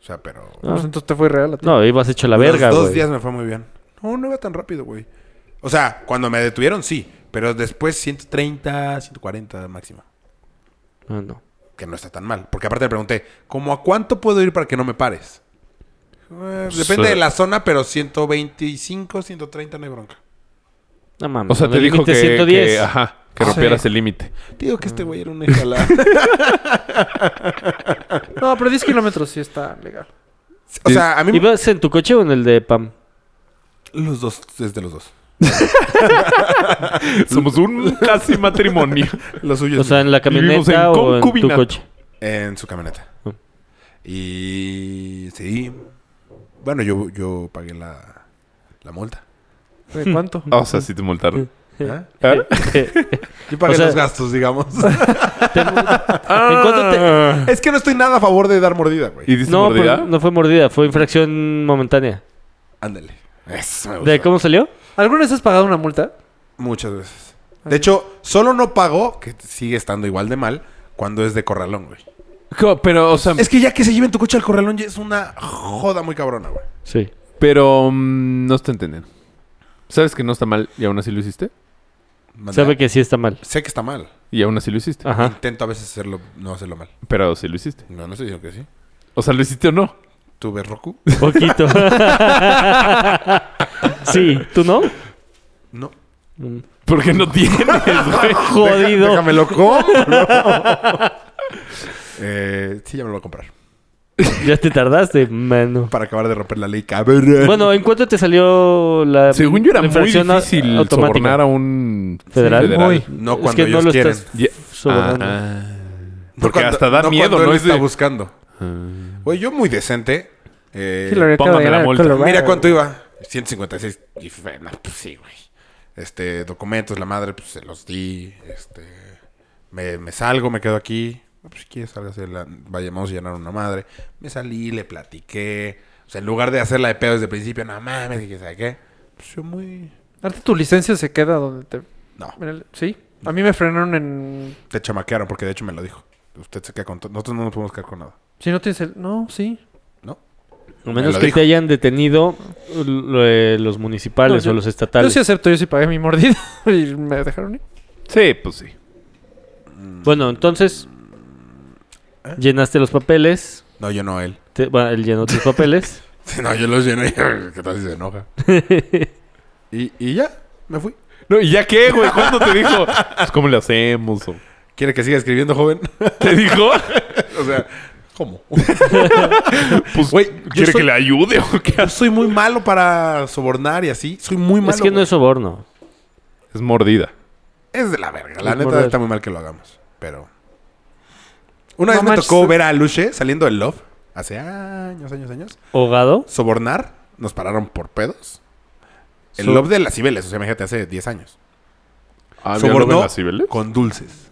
Speaker 1: O sea, pero...
Speaker 4: Ah.
Speaker 5: Pues entonces te fue real a ti.
Speaker 4: *laughs* No, ibas hecho la verga,
Speaker 1: Los dos
Speaker 4: güey.
Speaker 1: días me fue muy bien. No, no iba tan rápido, güey. O sea, cuando me detuvieron, sí. Pero después 130, 140 máximo.
Speaker 4: Ah, no.
Speaker 1: Que no está tan mal. Porque aparte le pregunté, ¿cómo a cuánto puedo ir para que no me pares? Eh, depende
Speaker 6: Sí.
Speaker 1: de la zona, pero 125, 130 no hay bronca.
Speaker 4: No
Speaker 1: Mm.
Speaker 4: mames.
Speaker 6: O sea,
Speaker 4: con
Speaker 6: te
Speaker 4: el
Speaker 6: dijo
Speaker 4: límite
Speaker 6: que,
Speaker 4: 110.
Speaker 6: que- ajá, que
Speaker 5: Ah,
Speaker 6: rompieras el
Speaker 1: *laughs*
Speaker 6: límite.
Speaker 1: Te Digo que este güey era *laughs* una escala.
Speaker 5: No, pero 10 kilómetros sí está legal.
Speaker 1: o sea, a mí
Speaker 4: ¿Ibas en tu coche o en el de Pam?
Speaker 1: los dos, es de los dos.
Speaker 6: Somos un casi matrimonio.
Speaker 1: Los suyos.
Speaker 4: O sea, en la
Speaker 6: Vivimos en
Speaker 4: camioneta o en tu
Speaker 6: concubinato.
Speaker 4: coche.
Speaker 1: En su camioneta.
Speaker 4: Ah.
Speaker 1: Y sí. Bueno, yo, yo pagué la, la multa.
Speaker 5: ¿De
Speaker 4: Hmm.
Speaker 5: cuánto?
Speaker 6: *laughs* O sea, si te multaron.
Speaker 1: ¿Ah?
Speaker 6: ¿Ah?
Speaker 4: Eh,
Speaker 1: Yo pagué
Speaker 4: O sea-
Speaker 1: los gastos, digamos. *laughs*
Speaker 4: Te- ¿En
Speaker 6: Ah,
Speaker 4: cuánto te-
Speaker 1: es que no estoy nada a favor de dar mordida,
Speaker 6: *laughs* ¿Y ah?
Speaker 1: güey.
Speaker 6: diste
Speaker 4: No,
Speaker 6: mordida?
Speaker 4: pero no fue mordida, fue infracción momentánea.
Speaker 1: Ándale. Eso me
Speaker 4: ¿De
Speaker 1: gustó.
Speaker 4: cómo salió?
Speaker 5: ¿Alguna vez has pagado una multa?
Speaker 1: Muchas veces. De hecho, solo no pago, que sigue estando igual de mal, cuando es de corralón, güey.
Speaker 6: Co- Pero, o sea,
Speaker 1: Es que ya que se lleven tu coche al corralón ya es una joda muy cabrona, güey.
Speaker 4: Sí.
Speaker 6: pero mm, no está entendiendo. ¿Sabes que no está mal y aún así lo hiciste?
Speaker 1: Manda-
Speaker 4: Sabe que sí está mal.
Speaker 1: Sé que está mal.
Speaker 6: Y aún así lo hiciste.
Speaker 1: Ah.
Speaker 4: Ajá.
Speaker 1: Intento a veces hacerlo, no hacerlo mal.
Speaker 6: Pero sí lo hiciste.
Speaker 1: No, no estoy diciendo que sí.
Speaker 6: O sea, ¿lo hiciste o no?
Speaker 1: ¿Tú ves Roku?
Speaker 5: *laughs*
Speaker 4: Poquito. sí, ¿tú no?
Speaker 1: No.
Speaker 4: Mm.
Speaker 6: Porque no *laughs* tienes, güey.
Speaker 4: Jodido.
Speaker 1: Déjame lo compro. eh, sí, ya me lo voy a comprar.
Speaker 4: Ya te tardaste, mano.
Speaker 1: Para acabar de romper la ley, cabrón.
Speaker 4: Bueno, ¿en cuánto te salió la
Speaker 6: Según yo era
Speaker 4: la
Speaker 6: muy
Speaker 4: infracción a-
Speaker 6: difícil
Speaker 4: automática?
Speaker 6: sobornar a un
Speaker 4: Federal.
Speaker 5: Muy.
Speaker 1: no
Speaker 4: Es
Speaker 1: cuando
Speaker 4: que no
Speaker 1: ellos
Speaker 4: lo
Speaker 1: quieren.
Speaker 4: estás-
Speaker 6: Ya-
Speaker 4: Sobornando.
Speaker 6: Ah.
Speaker 1: No
Speaker 6: Porque
Speaker 1: cuando-
Speaker 6: hasta da miedo,
Speaker 1: cuando
Speaker 6: ¿no?
Speaker 1: él
Speaker 6: Es de-
Speaker 1: está buscando.
Speaker 6: Ah.
Speaker 1: Güey, yo muy decente. eh,
Speaker 5: Hillary acaba
Speaker 6: póngame
Speaker 5: de
Speaker 6: la
Speaker 5: ganar el
Speaker 6: multa.
Speaker 5: Colorado.
Speaker 1: mira cuánto iba. 156. Y fue, no, pues sí, güey. Este, documentos, la madre, pues se los di. Este, me, me salgo, me quedo aquí. No, Pues si quieres, sálgase. La, vayamos a llenar una madre. Me salí, le platiqué. O sea, en lugar de hacerla de pedo desde el principio, no mames, y que sabe qué. Pues yo muy...
Speaker 5: Ahorita tu licencia se queda donde te
Speaker 1: No,
Speaker 5: En el- sí. A mí me frenaron en.
Speaker 1: te chamaquearon porque de hecho me lo dijo. Usted se queda con todo. Nosotros no nos podemos quedar con nada.
Speaker 5: Si no tienes el. No, sí.
Speaker 4: A menos
Speaker 1: lo
Speaker 4: que
Speaker 1: dijo.
Speaker 4: te hayan detenido lo- eh, los municipales
Speaker 5: No, yo-
Speaker 4: o los
Speaker 5: Yo
Speaker 4: estatales.
Speaker 5: sí acepto, yo sí pagué mi mordida *laughs* y me dejaron ir.
Speaker 6: Sí, pues sí.
Speaker 4: Bueno, entonces
Speaker 5: ¿Eh?
Speaker 4: llenaste los papeles.
Speaker 1: No, yo no, él. *laughs*
Speaker 4: te- bueno, él llenó
Speaker 5: *laughs*
Speaker 4: tus papeles.
Speaker 1: No, yo los *laughs* llené. ¿Qué tal si se enoja? y, y ya, me fui.
Speaker 6: No, ¿y ya qué, güey? ¿Cuándo te dijo? *laughs* Pues, ¿cómo le hacemos? o-
Speaker 1: ¿Quiere que siga escribiendo, joven?
Speaker 6: ¿Te dijo? *laughs*
Speaker 1: o sea, ¿cómo?
Speaker 6: Pues,
Speaker 1: Güey, yo
Speaker 6: ¿quiere
Speaker 1: soy-
Speaker 6: que le ayude o qué?
Speaker 1: Yo soy muy malo para sobornar y así. Soy muy malo.
Speaker 4: es que no
Speaker 1: güey.
Speaker 4: es soborno.
Speaker 6: Es mordida.
Speaker 1: Es de la verga. La
Speaker 4: Es
Speaker 1: neta
Speaker 4: morder.
Speaker 1: está muy mal que lo hagamos. Pero. Una
Speaker 5: No
Speaker 1: vez me
Speaker 5: manches,
Speaker 1: tocó
Speaker 5: eh.
Speaker 1: ver a Luche saliendo del Love. Hace años, años, años.
Speaker 4: ¿Hogado?
Speaker 1: Sobornar. Nos pararon por pedos. El
Speaker 4: So-
Speaker 1: Love de las Cibeles. O sea, imagínate, hace 10 años.
Speaker 6: ¿Sobornó?
Speaker 1: Ah, Sobornó con dulces.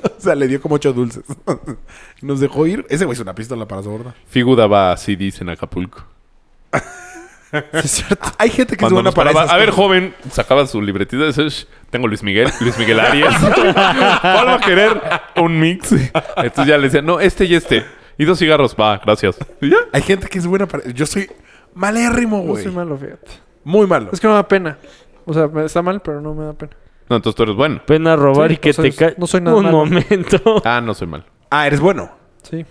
Speaker 1: *laughs* o sea, le dio como 8 dulces. *laughs* Y Nos dejó ir. Ese güey es una pistola para sobornar.
Speaker 6: Figuda va así, dice en Acapulco.
Speaker 1: Hay gente que es
Speaker 6: Cuando
Speaker 1: buena
Speaker 6: nos
Speaker 1: para
Speaker 6: paraba-
Speaker 1: esas
Speaker 6: A ver,
Speaker 1: cosas.
Speaker 6: joven, sacaba su libretita de search. Tengo Luis Miguel, Luis Miguel Arias. ¿Cuál va a querer? Un mix. Entonces ya le decía, no, este y este. Y dos cigarros, va, gracias. Y ya.
Speaker 1: Hay gente que es buena para. Yo soy malérrimo,
Speaker 5: No
Speaker 1: güey.
Speaker 5: soy malo, fíjate.
Speaker 1: Muy malo.
Speaker 5: Es que no me da pena. O sea, me- está mal, pero no me da pena.
Speaker 6: No, entonces tú eres bueno.
Speaker 4: Pena robar
Speaker 5: Sí,
Speaker 4: y que
Speaker 5: no soy-
Speaker 4: te cae.
Speaker 5: no soy nada
Speaker 4: Un
Speaker 5: malo. *laughs*
Speaker 4: momento.
Speaker 6: Ah, no soy mal.
Speaker 1: Ah, eres bueno.
Speaker 5: Sí.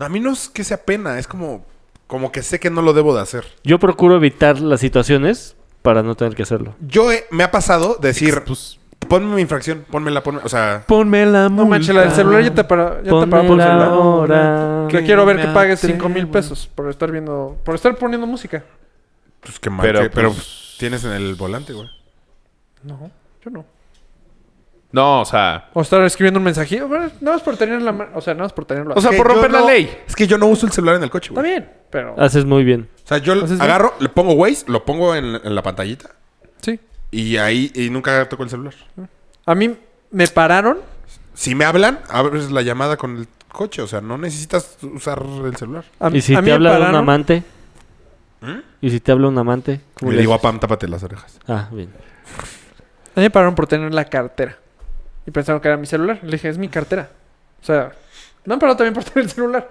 Speaker 1: No, A mí no es que sea pena, es como, como que sé que no lo debo de hacer.
Speaker 4: Yo procuro evitar las situaciones para no tener que hacerlo.
Speaker 1: Yo he- me ha pasado decir,
Speaker 6: Pues,
Speaker 1: ponme mi infracción, ponmela, ponme, o sea,
Speaker 6: ponme la
Speaker 5: No manches, la del celular ya te para. Ya te para por el
Speaker 4: Ponela
Speaker 5: celular.
Speaker 4: ahora.
Speaker 5: Que quiero ver que
Speaker 6: Me
Speaker 5: pagues
Speaker 6: atrevo.
Speaker 5: 5 mil pesos por estar viendo. Por estar poniendo música.
Speaker 1: pues qué mal,
Speaker 6: Pero,
Speaker 1: que- pero,
Speaker 6: pues,
Speaker 1: tienes en el volante, güey.
Speaker 5: No, yo no.
Speaker 6: No, o sea.
Speaker 5: O estar escribiendo un mensajito. Bueno, nada más por tener la mano. O sea, nada más por tenerlo.
Speaker 6: O sea,
Speaker 1: Que
Speaker 6: por
Speaker 1: yo
Speaker 6: romper la
Speaker 1: no-
Speaker 6: ley. Ah,
Speaker 1: Es que yo no uso el celular en el coche,
Speaker 5: está
Speaker 1: güey.
Speaker 5: bien, pero.
Speaker 4: Haces muy bien.
Speaker 1: O sea, yo
Speaker 5: Pues es
Speaker 1: agarro, le pongo Waze, lo pongo en, en la pantallita
Speaker 5: Sí.
Speaker 1: y ahí y nunca toco el celular.
Speaker 5: A mí me pararon.
Speaker 1: Si me hablan, abres la llamada con el coche, o sea, no necesitas usar el celular.
Speaker 5: A,
Speaker 4: ¿Y si
Speaker 5: a mí
Speaker 4: te
Speaker 5: me
Speaker 4: habla un
Speaker 5: pararon.
Speaker 4: amante?
Speaker 1: ¿Mm?
Speaker 4: ¿Y si te habla un amante? ¿Cómo
Speaker 1: Le
Speaker 4: le
Speaker 1: digo a
Speaker 4: haces?
Speaker 1: Pam, tápate las orejas.
Speaker 4: Ah, bien.
Speaker 5: A mí me pararon por tener la cartera. Y pensaron que era mi celular. Le dije, es mi cartera. O sea, me han parado también por *laughs* tener el celular.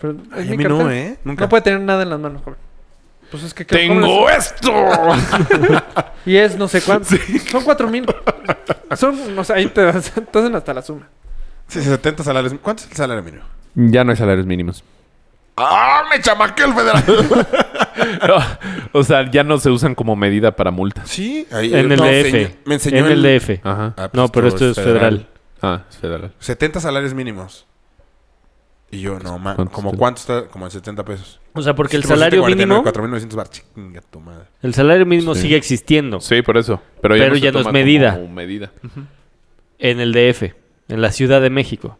Speaker 5: Pero es
Speaker 1: Mm. Ay,
Speaker 5: mi
Speaker 1: a mí
Speaker 5: cartera.
Speaker 1: no, ¿eh? Nunca.
Speaker 5: No puede tener nada en las manos, joven. Pues es que... ¿qué- cómo
Speaker 6: ¡Tengo
Speaker 5: les-
Speaker 6: esto!
Speaker 5: Y es no sé cuánto. Son cuatro mil. Son, o sea, ahí te, das- *laughs* te hacen hasta la suma.
Speaker 1: Sí, 70 salarios. ¿Cuánto es el salario mínimo?
Speaker 6: ya no hay salarios mínimos.
Speaker 1: ¡Ah, me chamaqué el federal!
Speaker 6: o sea, ya no se usan como medida para multas.
Speaker 1: *laughs* Sí, ahí,
Speaker 4: En el
Speaker 1: no,
Speaker 4: DF.
Speaker 1: Me enseñó
Speaker 4: En el
Speaker 1: el-
Speaker 4: DF.
Speaker 6: Ajá.
Speaker 1: Ah, pues
Speaker 4: No, pero esto es federal.
Speaker 6: Ah, es federal.
Speaker 1: 70 salarios mínimos. Y yo, no, man,
Speaker 6: ¿Cuánto
Speaker 1: ¿como
Speaker 6: está?
Speaker 1: cuánto está? Como en 70 pesos.
Speaker 4: O sea, porque el
Speaker 1: Es que por
Speaker 4: salario
Speaker 1: 749,
Speaker 4: mínimo...
Speaker 1: 4.900 bar, chinga tu madre.
Speaker 4: El salario mínimo
Speaker 6: Sí.
Speaker 4: sigue existiendo
Speaker 6: Sí, por eso. Pero ya
Speaker 4: Pero
Speaker 6: no, se
Speaker 4: ya no es
Speaker 6: toma como
Speaker 4: medida.
Speaker 6: medida.
Speaker 4: en el DF, en la Ciudad de México.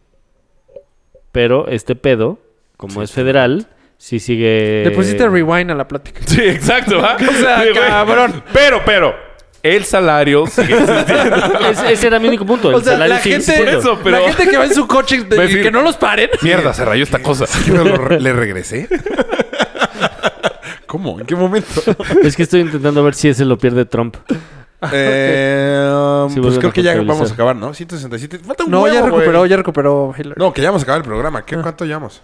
Speaker 4: Pero este pedo, como es federal, sí sigue...
Speaker 5: Le pusiste rewind a la plática.
Speaker 6: Sí, exacto. ¿ah?
Speaker 5: O sea,
Speaker 6: Sí, güey.
Speaker 5: cabrón.
Speaker 6: Pero, pero. El salario sigue existiendo.
Speaker 4: *laughs* Ese- ese era mi único punto. El
Speaker 5: O sea,
Speaker 4: salario
Speaker 5: la
Speaker 4: sigue
Speaker 5: gente,
Speaker 4: existiendo.
Speaker 6: Eso, pero-
Speaker 5: la gente que va en
Speaker 4: *laughs*
Speaker 5: su coche y
Speaker 6: decir-
Speaker 5: que no los paren.
Speaker 6: Mierda, se rayó esta cosa.
Speaker 1: ¿Qué me lo
Speaker 4: *laughs*
Speaker 1: re- ¿Le regresé? *laughs* ¿Cómo? ¿En qué
Speaker 4: *laughs*
Speaker 1: momento?
Speaker 4: Es que estoy intentando ver si ese lo pierde Trump.
Speaker 1: Eh,
Speaker 4: Sí,
Speaker 1: pues
Speaker 4: vuelven
Speaker 1: creo
Speaker 4: a
Speaker 1: que ya
Speaker 4: contabilizar.
Speaker 1: vamos a acabar, ¿no? 167. Falta un
Speaker 5: No, ya
Speaker 1: huevo, güey.
Speaker 5: recuperó, ya recuperó Hillary. No,
Speaker 1: No, que ya vamos a acabar el programa.
Speaker 4: Ah.
Speaker 1: ¿Qué, ¿Cuánto llevamos?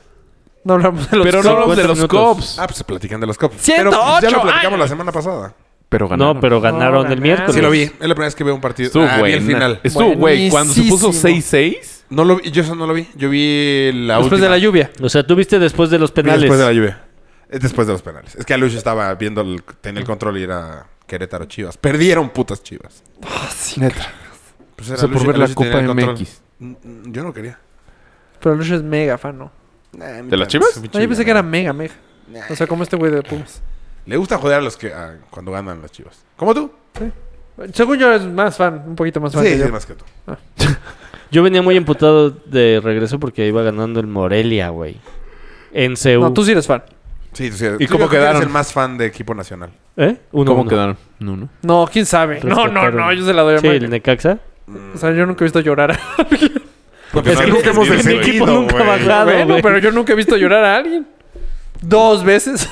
Speaker 5: hablamos de los
Speaker 6: Pero no hablamos de
Speaker 4: 50
Speaker 6: los
Speaker 4: minutos.
Speaker 6: cops.
Speaker 1: Ah, pues platican de los cops.
Speaker 5: 108,
Speaker 1: ya lo platicamos
Speaker 5: ay.
Speaker 1: la semana pasada.
Speaker 6: Pero ganó.
Speaker 4: No, pero ganaron el
Speaker 5: ganaron.
Speaker 4: miércoles.
Speaker 1: Sí, lo vi. Es la primera vez que veo un partido.
Speaker 6: Estuvo
Speaker 1: Ah, vi
Speaker 6: güey.
Speaker 1: el final.
Speaker 6: Estuvo güey. Cuando se puso
Speaker 5: Buenísimo.
Speaker 6: 6-6.
Speaker 1: No lo vi. Yo eso no lo vi. Yo vi la
Speaker 5: Después
Speaker 1: última.
Speaker 5: de la lluvia.
Speaker 4: O sea, tú viste después de los penales.
Speaker 1: Después de la lluvia. Es Después de los penales. Es que Alush estaba viendo, el, tenía el control y era Querétaro Chivas. Perdieron putas Chivas.
Speaker 6: Neta.
Speaker 1: Pues
Speaker 6: O sea, por ver la Copa MX.
Speaker 1: Yo no quería.
Speaker 5: Pero Lucho es mega fan, ¿no?
Speaker 6: ¿De las Chivas?
Speaker 5: No, yo pensé que era mega, mega. O sea, como este güey de Pumas.
Speaker 1: Le gusta joder a los que ah, cuando ganan las Chivas. ¿Como tú?
Speaker 5: Según yo es más fan, un poquito más fan que
Speaker 1: Sí,
Speaker 5: yo.
Speaker 1: más que tú.
Speaker 4: Yo venía muy emputado de regreso porque iba ganando el Morelia, güey. En CU.
Speaker 5: No, tú sí eres fan.
Speaker 1: Sí, tú sí.
Speaker 6: ¿Y
Speaker 1: tú
Speaker 6: cómo
Speaker 1: yo creo que eres
Speaker 6: quedaron?
Speaker 1: el más fan de equipo nacional.
Speaker 4: ¿Eh? Uno,
Speaker 6: ¿Cómo
Speaker 4: uno.
Speaker 6: quedaron? No, no.
Speaker 5: No, quién sabe. No, no,
Speaker 4: Rescataron.
Speaker 5: no, yo se la doy a
Speaker 4: Sí, el
Speaker 5: Mario.
Speaker 4: Necaxa.
Speaker 5: O sea, yo nunca he visto llorar a
Speaker 1: Porque
Speaker 4: Es
Speaker 1: no
Speaker 4: que
Speaker 1: nunca hemos
Speaker 6: mi equipo
Speaker 1: descendido,
Speaker 4: nunca
Speaker 1: güey.
Speaker 4: bajó. Claro,
Speaker 5: Bueno,
Speaker 4: güey.
Speaker 5: pero yo nunca he visto llorar a alguien. Dos veces.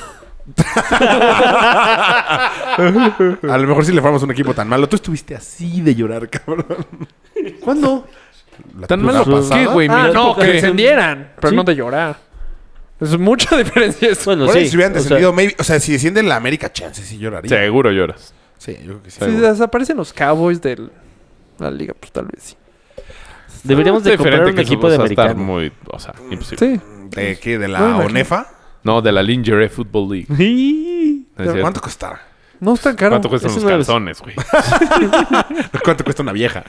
Speaker 1: A lo mejor si le fuéramos un equipo tan malo. Tú estuviste así de llorar, *laughs* cabrón.
Speaker 5: ¿Cuándo?
Speaker 1: La
Speaker 6: Tan
Speaker 1: temporada
Speaker 6: malo pasó.
Speaker 1: pasada.
Speaker 6: ¿Qué, güey?
Speaker 5: Ah,
Speaker 6: Mira,
Speaker 5: no,
Speaker 4: porque-
Speaker 5: que descendieran. Pero
Speaker 4: Sí.
Speaker 5: no de llorar. Es mucha *laughs* diferencia eso.
Speaker 4: Bueno,
Speaker 1: Por ahí
Speaker 4: sí.
Speaker 1: si hubieran
Speaker 4: o sea,
Speaker 1: descendido, maybe- o sea, si descienden la América, chance sí lloraría.
Speaker 6: Seguro lloras.
Speaker 1: Sí, yo creo que sí.
Speaker 5: si desaparecen los Cowboys de la liga, pues tal vez sí.
Speaker 4: deberíamos de
Speaker 6: Es diferente
Speaker 4: comprar un
Speaker 6: que
Speaker 4: equipo de
Speaker 6: eso, o sea, está
Speaker 4: americano.
Speaker 6: muy, o sea, imposible.
Speaker 5: Sí.
Speaker 1: ¿De qué? ¿De la
Speaker 5: No me imagino.
Speaker 1: ONEFA?
Speaker 6: No, de la Lingerie Football League. No es cierto.
Speaker 1: ¿Cuánto costará? *laughs*
Speaker 5: No es tan caro.
Speaker 6: ¿Cuánto cuestan
Speaker 4: Es
Speaker 6: los
Speaker 4: una de las-
Speaker 6: calzones,
Speaker 4: *laughs*
Speaker 6: güey?
Speaker 1: ¿Cuánto cuesta una vieja?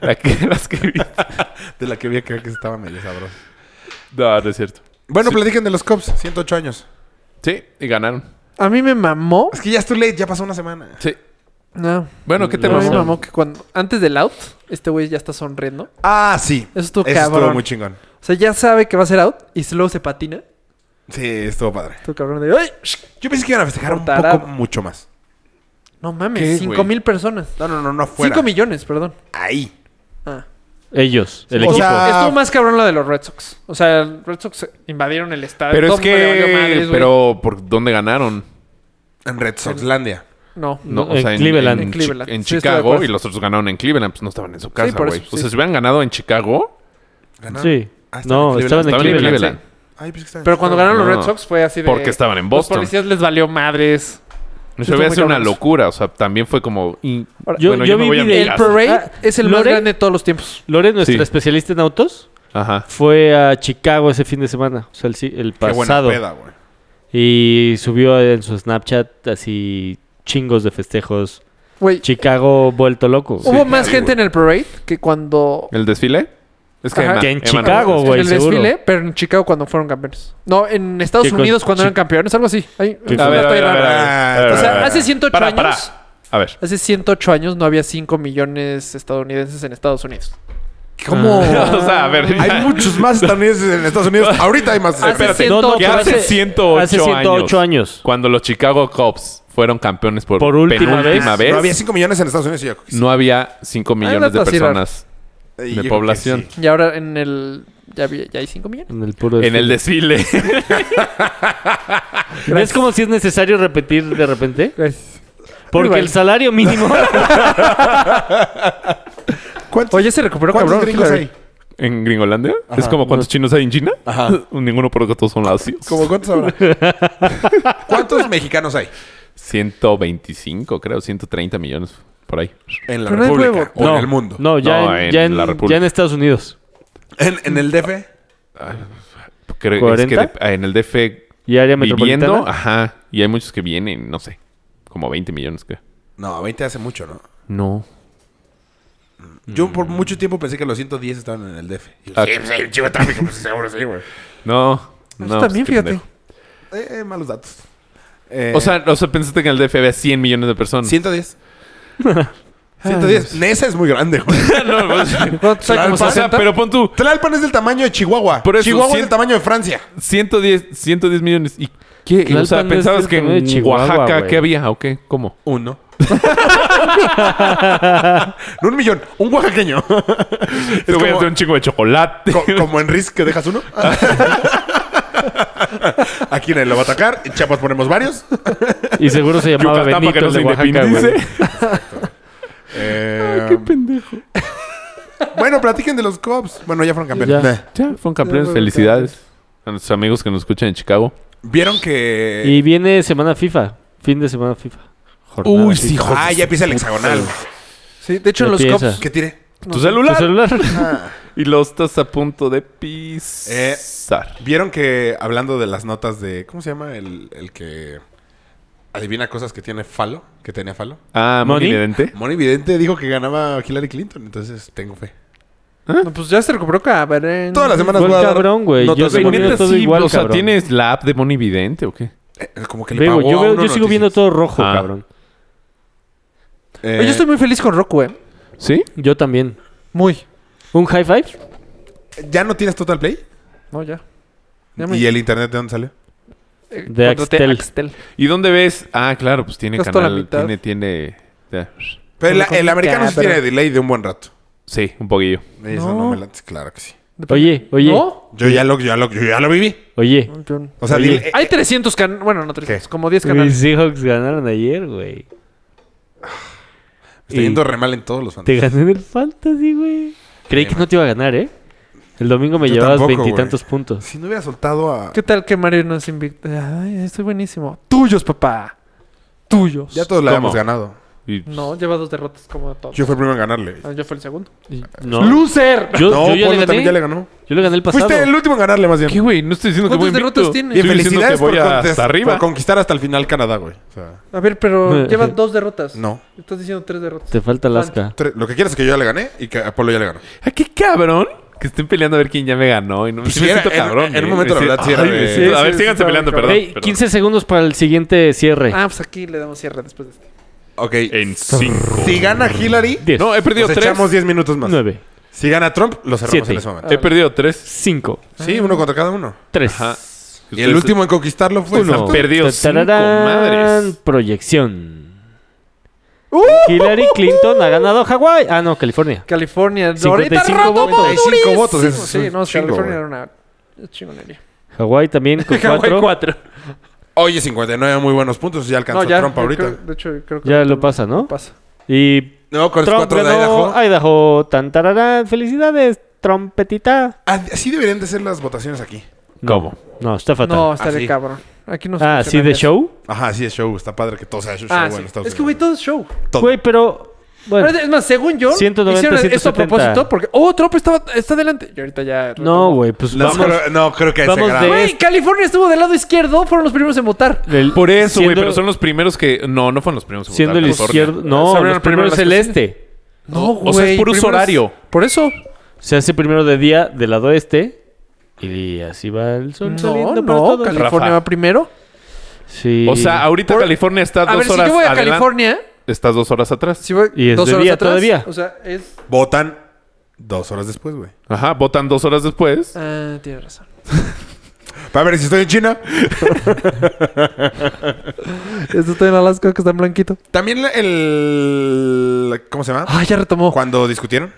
Speaker 6: La que- las que vi.
Speaker 1: De la que vi que que estaba medio sabrosa.
Speaker 6: No, no es cierto.
Speaker 1: Bueno, platiquen de los Cubs. 108 años.
Speaker 6: Sí, y ganaron.
Speaker 5: A mí me mamó.
Speaker 1: Es que ya es too late. Ya pasó una semana.
Speaker 6: Sí.
Speaker 5: No.
Speaker 6: Bueno, ¿qué te
Speaker 5: a mí me
Speaker 6: mamó?
Speaker 5: mamó que cuando. Antes del out, este güey ya está sonriendo.
Speaker 1: Ah, sí.
Speaker 5: Eso estuvo
Speaker 1: Eso estuvo
Speaker 5: cabrón.
Speaker 1: muy chingón.
Speaker 5: O sea, ya sabe que va a ser out y luego se patina.
Speaker 1: Sí, estuvo padre.
Speaker 5: Tú cabrón de. ¡Ay!
Speaker 1: Yo pensé que iban a festejar un
Speaker 5: Tarado.
Speaker 1: poco mucho más.
Speaker 5: No mames,
Speaker 6: ¿Qué,
Speaker 5: cinco
Speaker 6: güey?
Speaker 5: mil personas.
Speaker 1: No, no, no, no fuera.
Speaker 5: Cinco millones, perdón.
Speaker 1: Ahí.
Speaker 5: Ah.
Speaker 4: Ellos, el
Speaker 1: O
Speaker 4: equipo.
Speaker 1: sea,
Speaker 5: Estuvo más cabrón lo de los Red Sox. O sea, Red Sox invadieron el estadio.
Speaker 6: Pero
Speaker 5: Todo
Speaker 6: es
Speaker 5: el mundo le valió madres,
Speaker 6: que...
Speaker 5: güey.
Speaker 6: Pero, ¿por dónde ganaron?
Speaker 1: En Red Soxlandia.
Speaker 5: No.
Speaker 6: No,
Speaker 4: En Cleveland.
Speaker 6: En,
Speaker 5: En Cleveland.
Speaker 6: Chi- en
Speaker 5: Sí, estoy de
Speaker 6: Chicago
Speaker 5: acuerdo.
Speaker 6: y los otros ganaron en Cleveland. Pues no estaban en su casa,
Speaker 5: por
Speaker 6: güey.
Speaker 5: eso,
Speaker 6: O sea,
Speaker 5: sí.
Speaker 6: si hubieran ganado en Chicago,
Speaker 1: ¿Ganaron?
Speaker 4: Sí.
Speaker 1: Ah, estaban
Speaker 4: No,
Speaker 1: en Cleveland.
Speaker 4: estaban en
Speaker 6: estaban en
Speaker 4: Cleveland.
Speaker 6: Cleveland.
Speaker 1: Ay, pues que estaban-
Speaker 5: Pero cuando ganaron
Speaker 6: No.
Speaker 5: los Red Sox fue así de.
Speaker 6: Porque estaban en Boston.
Speaker 5: Los policías les valió madres.
Speaker 6: Se hubiera
Speaker 5: muy
Speaker 6: sido una
Speaker 5: cabrones.
Speaker 6: locura. O sea, también fue como...
Speaker 4: Y
Speaker 5: Ahora,
Speaker 4: yo
Speaker 6: bueno,
Speaker 4: yo
Speaker 6: yo me
Speaker 4: vi
Speaker 6: voy a mi
Speaker 4: video-
Speaker 5: El
Speaker 6: Ya.
Speaker 5: parade
Speaker 4: Ah,
Speaker 5: es el más
Speaker 4: Lore-
Speaker 5: grande de todos los tiempos.
Speaker 4: Lore, nuestra
Speaker 6: Sí.
Speaker 4: especialista en autos,
Speaker 6: Ajá.
Speaker 4: fue a Chicago ese fin de semana. O sea, el, si- el
Speaker 1: Qué buena
Speaker 4: pasado.
Speaker 1: peda, güey.
Speaker 4: Y subió en su Snapchat así chingos de festejos.
Speaker 5: Güey,
Speaker 4: Chicago vuelto loco. güey.
Speaker 5: hubo
Speaker 1: Sí,
Speaker 5: más
Speaker 1: claro,
Speaker 5: gente en el parade que cuando.
Speaker 6: ¿El desfile? Es
Speaker 5: Ajá.
Speaker 6: Emma-
Speaker 4: Que en
Speaker 6: Emma no-
Speaker 4: Chicago,
Speaker 5: en
Speaker 4: güey,
Speaker 5: el
Speaker 4: seguro.
Speaker 5: desfile, pero en Chicago cuando fueron campeones. No, en Estados
Speaker 4: Sí, con-
Speaker 5: Unidos cuando
Speaker 4: sí.
Speaker 5: eran campeones, algo así. Ay,
Speaker 4: Sí,
Speaker 5: no
Speaker 6: A ver, a
Speaker 5: estoy
Speaker 6: ver, a ver,
Speaker 5: raro.
Speaker 6: a ver, a ver,
Speaker 5: O
Speaker 6: a
Speaker 5: sea,
Speaker 6: ver.
Speaker 5: hace 108
Speaker 6: Para,
Speaker 5: años.
Speaker 6: para. A ver.
Speaker 5: Hace 108 años no había 5 millones estadounidenses en Estados Unidos.
Speaker 1: ¿Cómo?
Speaker 5: Ah.
Speaker 1: *laughs*
Speaker 6: *laughs*
Speaker 4: Oh.
Speaker 5: *laughs*
Speaker 6: O sea, a ver. ya.
Speaker 1: Hay muchos más estadounidenses en Estados Unidos. Ahorita hay más.
Speaker 5: Hace
Speaker 1: Espérate.
Speaker 5: cien-
Speaker 4: No, no,
Speaker 5: 108
Speaker 6: ¿Qué
Speaker 4: pero
Speaker 6: hace 108
Speaker 4: hace 108 años.
Speaker 6: Cuando los Chicago Cubs fueron campeones por,
Speaker 4: Por última
Speaker 6: penúltima
Speaker 4: vez.
Speaker 6: vez,
Speaker 1: No había 5 millones en Estados Unidos. y yo creo que sí.
Speaker 6: no había 5
Speaker 5: Ah,
Speaker 6: millones de
Speaker 5: dato así raro.
Speaker 6: personas
Speaker 1: Y yo
Speaker 6: de
Speaker 1: creo que
Speaker 6: población.
Speaker 1: sí.
Speaker 5: Y ahora en el. Ya, vi- ya hay 5 millones.
Speaker 4: En el puro
Speaker 6: En el desfile. *laughs*
Speaker 4: desfile. Es como si es necesario repetir de repente.
Speaker 5: Gracias.
Speaker 4: Porque el salario
Speaker 6: *laughs*
Speaker 4: mínimo. *laughs*
Speaker 1: ¿Cuántos,
Speaker 5: Oye, se recuperó
Speaker 1: cuántos
Speaker 5: cabrón.
Speaker 1: gringos
Speaker 5: Hillary.
Speaker 1: hay?
Speaker 6: ¿En Gringolandia? Es como cuántos chinos hay en China. *laughs* Ninguno porque todos son lacios.
Speaker 1: ¿Cómo cuántos habrá?
Speaker 5: *laughs*
Speaker 1: ¿Cuántos mexicanos hay
Speaker 6: 125, creo, 130 millones por ahí.
Speaker 1: en la
Speaker 5: Pero no hay
Speaker 1: República
Speaker 5: huevo.
Speaker 1: o en el mundo?
Speaker 4: No, ya,
Speaker 6: No,
Speaker 4: en,
Speaker 6: en
Speaker 4: ya, en,
Speaker 6: la República.
Speaker 4: ya en Estados Unidos.
Speaker 1: ¿En, en el DF?
Speaker 6: Creo es que
Speaker 4: 40?
Speaker 6: de- ah, en el DF
Speaker 4: Y
Speaker 6: viviendo, ah,
Speaker 4: área metropolitana.
Speaker 6: ajá, y hay muchos que vienen, no sé, como 20 millones, creo.
Speaker 1: No, 20 hace mucho, ¿no?
Speaker 6: No.
Speaker 1: Yo por
Speaker 5: Mm.
Speaker 1: mucho tiempo pensé que los 110 estaban en el DF. Yo,
Speaker 6: Ah.
Speaker 1: sí, sí, el chivo de tráfico, pues, seguro sí,
Speaker 5: *laughs*
Speaker 1: güey.
Speaker 6: No.
Speaker 5: Eso
Speaker 6: no,
Speaker 5: también,
Speaker 6: pues, qué
Speaker 5: fíjate.
Speaker 6: pendejo.
Speaker 1: Eh, eh, malos datos. Eh,
Speaker 6: O sea, o sea, pensaste que en el DF había 100 millones de
Speaker 1: *laughs*
Speaker 6: personas. *laughs*
Speaker 1: 110. 110. Nesa es muy grande, güey.
Speaker 6: No, pues,
Speaker 4: *laughs*
Speaker 5: ¿Cuántos hay? ¿Como
Speaker 6: o sea,
Speaker 5: 60?
Speaker 6: pero pon tú
Speaker 1: *laughs* Tlalpan es del tamaño de Chihuahua.
Speaker 6: Por eso,
Speaker 1: Chihuahua es
Speaker 6: cien-
Speaker 1: del tamaño de Francia.
Speaker 6: 110, 110 millones. ¿Y qué?
Speaker 4: Tlalpan
Speaker 6: o sea,
Speaker 4: no es
Speaker 6: pensabas
Speaker 4: del
Speaker 6: que
Speaker 4: tamaño de
Speaker 6: en
Speaker 4: Chihuahua,
Speaker 6: Oaxaca,
Speaker 4: güey.
Speaker 6: ¿qué había o qué? ¿Cómo?
Speaker 1: Uno. no *laughs* un millón, un oaxaqueño. Es
Speaker 6: Te voy a hacer
Speaker 1: como,
Speaker 6: un chingo de *laughs* chocolate.
Speaker 1: co- como en Risk que dejas uno. Aquí nadie lo va a atacar. En Chiapas ponemos varios.
Speaker 4: Y seguro se llamaba
Speaker 6: Yucatán para
Speaker 4: Benito
Speaker 6: que no
Speaker 4: el de
Speaker 6: se
Speaker 4: Oaxaca, güey.
Speaker 6: independice.
Speaker 1: Eh, *laughs* bueno, platiquen de los Cubs. Bueno, ya fueron campeones.
Speaker 4: Ya.
Speaker 1: Nah.
Speaker 6: Ya, fueron campeones.
Speaker 5: Ya,
Speaker 6: Felicidades a nuestros amigos que nos escuchan en Chicago.
Speaker 1: Vieron
Speaker 6: *laughs*
Speaker 1: que.
Speaker 4: Y viene semana FIFA. Fin de semana FIFA. Jornada
Speaker 6: Uy,
Speaker 4: FIFA.
Speaker 6: sí, joder.
Speaker 1: Ah, ya empieza el hexagonal.
Speaker 5: Sí, de hecho en los
Speaker 4: Empieza.
Speaker 5: Cubs.
Speaker 1: ¿Qué tire?
Speaker 6: Tu
Speaker 4: ¿Tu
Speaker 6: celular.
Speaker 4: celular?
Speaker 6: *laughs* Y lo estás a punto de pisar.
Speaker 1: Vieron que hablando de las notas de. ¿Cómo se llama? El, el que adivina cosas que tiene Falo. Que tenía Falo.
Speaker 6: Ah,
Speaker 4: Moni.
Speaker 6: muy evidente.
Speaker 1: Moni Vidente dijo que ganaba Hillary Clinton. Entonces tengo fe.
Speaker 5: No, pues ya se recuperó cabrón.
Speaker 1: Todas las semanas
Speaker 4: Fue
Speaker 1: voy a dar
Speaker 4: cabrón, güey. Yo
Speaker 1: notas
Speaker 4: soy
Speaker 1: de Moni.
Speaker 4: neta,
Speaker 1: Vidente.
Speaker 4: todo igual,
Speaker 6: o sea,
Speaker 4: cabrón.
Speaker 6: ¿tienes la app de Moni Vidente o qué?
Speaker 1: Eh, Como que le
Speaker 4: Ve,
Speaker 1: pagó
Speaker 4: güey, yo
Speaker 1: a
Speaker 4: veo-
Speaker 1: uno
Speaker 4: yo sigo viendo
Speaker 1: noticias.
Speaker 4: todo rojo,
Speaker 6: Ah.
Speaker 4: cabrón.
Speaker 1: Eh,
Speaker 5: Oye, yo estoy muy feliz con Roku, eh.
Speaker 6: ¿Sí?
Speaker 4: Yo también.
Speaker 5: Muy.
Speaker 4: ¿Un high five?
Speaker 1: Eh, ¿Ya no tienes Total Play?
Speaker 5: No, ya. Ya me-
Speaker 1: ¿Y el internet de dónde salió?
Speaker 5: eh,
Speaker 4: de
Speaker 5: contraté
Speaker 4: Axtel.
Speaker 5: Axtel.
Speaker 6: ¿Y dónde ves? Ah, claro, pues tiene
Speaker 5: Gastó la
Speaker 6: canal.
Speaker 5: mitad.
Speaker 6: Tiene, tiene. ya.
Speaker 1: Pero
Speaker 5: No
Speaker 1: la-
Speaker 5: me
Speaker 1: el americano sí
Speaker 5: cabrón.
Speaker 1: tiene delay de un buen rato.
Speaker 6: Sí, un poquillo.
Speaker 1: Eso no,
Speaker 5: No.
Speaker 1: me late. Claro que sí.
Speaker 4: Oye, oye,
Speaker 5: ¿No?
Speaker 1: Yo ya lo, yo ya lo, yo ya lo viví.
Speaker 4: oye.
Speaker 5: Yo-
Speaker 1: O sea,
Speaker 4: Oye.
Speaker 1: dile- eh,
Speaker 5: Hay 300 canales. Bueno, no 300,
Speaker 1: ¿Qué?
Speaker 5: como 10
Speaker 4: Mis
Speaker 5: canales.
Speaker 4: Seahawks ganaron ayer, güey.
Speaker 1: me está yendo re mal en todos los
Speaker 4: Te
Speaker 1: fantasmas.
Speaker 4: gané en el fantasy, güey. Creí que no te iba a ganar, ¿eh? El domingo me
Speaker 1: Yo
Speaker 4: llevabas
Speaker 1: tampoco,
Speaker 4: veintitantos puntos.
Speaker 1: Si no hubiera soltado a...
Speaker 5: ¿Qué tal que Mario nos invita? Ay, estoy buenísimo. Tuyos, papá. Tuyos.
Speaker 1: Ya todos la
Speaker 6: ¿Cómo?
Speaker 1: habíamos ganado.
Speaker 6: Y-
Speaker 5: No, lleva dos derrotas como todos.
Speaker 1: Yo fui el primero en ganarle.
Speaker 5: Ah, yo fui el segundo.
Speaker 4: No.
Speaker 5: ¡Loser!
Speaker 4: Yo,
Speaker 1: no, Polo
Speaker 4: yo ya le gané.
Speaker 1: también ya le ganó.
Speaker 4: Yo le gané el pasado.
Speaker 1: Fuiste el último en ganarle, más bien.
Speaker 6: ¿Qué, güey? No estoy diciendo que voy
Speaker 5: ¿Cuántas derrotas
Speaker 6: invicto.
Speaker 5: tienes?
Speaker 1: Y
Speaker 6: Estoy diciendo
Speaker 1: felicidades
Speaker 6: que voy
Speaker 1: por, contest-
Speaker 6: hasta arriba.
Speaker 1: por conquistar hasta el final Canadá, güey. O sea,
Speaker 5: A ver, pero
Speaker 4: Eh,
Speaker 5: lleva
Speaker 4: eh.
Speaker 5: dos derrotas.
Speaker 1: no.
Speaker 5: Estás diciendo tres derrotas.
Speaker 4: Te falta Alaska.
Speaker 1: Tre- Lo que quieras es que yo ya le gané y que a Polo ya le ganó.
Speaker 6: Ay, Ah, qué cabrón. Que estén peleando a ver quién ya me ganó. Y no,
Speaker 1: Pues
Speaker 6: sí
Speaker 1: sí,
Speaker 6: me
Speaker 1: era-
Speaker 6: siento
Speaker 1: en-
Speaker 6: cabrón.
Speaker 1: en un
Speaker 6: eh.
Speaker 1: momento, la
Speaker 6: Me
Speaker 1: verdad, sí
Speaker 6: siento-
Speaker 1: era
Speaker 6: Ay,
Speaker 1: de-
Speaker 6: me siento-
Speaker 5: Sí,
Speaker 6: a
Speaker 5: sí,
Speaker 6: ver,
Speaker 5: sí,
Speaker 6: síganse
Speaker 5: estaba
Speaker 6: peleando,
Speaker 5: cabrón.
Speaker 6: perdón.
Speaker 4: Hey,
Speaker 6: perdón.
Speaker 4: 15 segundos para el siguiente cierre.
Speaker 5: Ah, pues aquí le damos cierre después de este.
Speaker 1: Ok.
Speaker 6: En 5.
Speaker 1: Si gana Hillary,
Speaker 4: 10,
Speaker 6: No, he perdido
Speaker 1: nos echamos
Speaker 6: 3.
Speaker 1: 10 minutos más.
Speaker 4: 9,
Speaker 1: Si gana Trump, lo cerramos
Speaker 4: Siete.
Speaker 1: en ese momento.
Speaker 6: He perdido 3.
Speaker 4: 5,
Speaker 1: Sí, uno contra cada uno.
Speaker 4: 3.
Speaker 6: Ajá.
Speaker 1: Y el último en conquistarlo fue
Speaker 6: Uno.
Speaker 1: Arturo.
Speaker 6: Perdido cinco, madres.
Speaker 4: Proyección. Hillary Clinton ha ganado Hawái. Ah, no, California.
Speaker 5: California.
Speaker 4: 55 votos.
Speaker 1: 55 votos, eso
Speaker 5: durísimo.
Speaker 1: es
Speaker 5: Sí,
Speaker 1: un
Speaker 5: no,
Speaker 1: chingo, güey.
Speaker 5: California era una chingonería.
Speaker 4: Hawái también con
Speaker 5: Hawái
Speaker 4: 4.
Speaker 5: cuatro.
Speaker 1: Oye, 59 muy buenos puntos. Ya alcanzó
Speaker 5: No, ya.
Speaker 1: a Trump
Speaker 5: yo
Speaker 1: ahorita.
Speaker 5: creo- de hecho, creo que
Speaker 4: Ya
Speaker 5: ahorita
Speaker 4: lo pasa, ¿no?
Speaker 5: pasa.
Speaker 4: Y
Speaker 1: No, con los
Speaker 4: Trump
Speaker 1: cuatro de
Speaker 4: ganó
Speaker 1: Idaho.
Speaker 4: Idaho. Tan, tararán. Felicidades, trompetita.
Speaker 1: Ah, Así deberían de ser las votaciones aquí.
Speaker 6: ¿Cómo?
Speaker 4: No, está fatal.
Speaker 5: No, estaría
Speaker 1: Así.
Speaker 5: cabrón. Aquí no
Speaker 4: ah,
Speaker 5: funciona
Speaker 4: sí, de
Speaker 5: eso.
Speaker 4: show.
Speaker 1: Ajá, sí, es show. Está padre que todo sea show
Speaker 5: Ah,
Speaker 1: en
Speaker 5: sí.
Speaker 1: Estados
Speaker 5: Es que, güey,
Speaker 1: Unidos.
Speaker 5: todo es show.
Speaker 1: Todo.
Speaker 4: Güey, pero. Bueno,
Speaker 5: Pero Es más, según yo,
Speaker 4: 190,
Speaker 5: hicieron esto a
Speaker 4: 170.
Speaker 5: propósito porque... Oh, Trump estaba, está adelante. Y ahorita ya...
Speaker 4: no, güey, pues
Speaker 1: No,
Speaker 4: vamos.
Speaker 1: creo, no, creo que
Speaker 4: vamos
Speaker 1: se graba.
Speaker 4: de-
Speaker 5: Güey, California estuvo del lado izquierdo. Fueron los primeros en votar.
Speaker 4: el-
Speaker 6: Por eso, güey.
Speaker 4: siendo-
Speaker 6: Pero son los primeros que. No, no fueron los primeros. en
Speaker 4: Siendo
Speaker 6: votar,
Speaker 4: el
Speaker 6: California.
Speaker 4: izquierdo. No,
Speaker 5: Se abrieron
Speaker 4: los
Speaker 5: primero
Speaker 4: primero es
Speaker 5: las
Speaker 4: el
Speaker 5: casillas.
Speaker 4: este.
Speaker 5: No, güey.
Speaker 6: o sea, es por uso
Speaker 5: primero
Speaker 6: horario.
Speaker 5: Por eso.
Speaker 4: Se hace primero de día del lado este. Y así va el sol
Speaker 5: No,
Speaker 4: saliendo
Speaker 5: no,
Speaker 4: para todos.
Speaker 5: California
Speaker 6: Rafa.
Speaker 5: va primero.
Speaker 4: Sí.
Speaker 6: O sea, ahorita California está
Speaker 5: A
Speaker 6: dos
Speaker 5: ver, si
Speaker 6: horas
Speaker 5: yo voy a
Speaker 6: adelante.
Speaker 5: California,
Speaker 6: Estás dos horas atrás.
Speaker 5: si voy
Speaker 4: Y es
Speaker 5: dos
Speaker 4: de
Speaker 5: horas
Speaker 4: día
Speaker 5: atrás,
Speaker 4: todavía.
Speaker 5: O sea, es...
Speaker 1: Votan dos horas después, güey.
Speaker 6: Ajá, votan dos horas después.
Speaker 5: Ah, tienes razón.
Speaker 1: A ver si estoy en China.
Speaker 5: Esto está en Alaska, que está en blanquito.
Speaker 1: También el. ¿Cómo se llama?
Speaker 5: Ah, ya retomó.
Speaker 1: Cuando discutieron.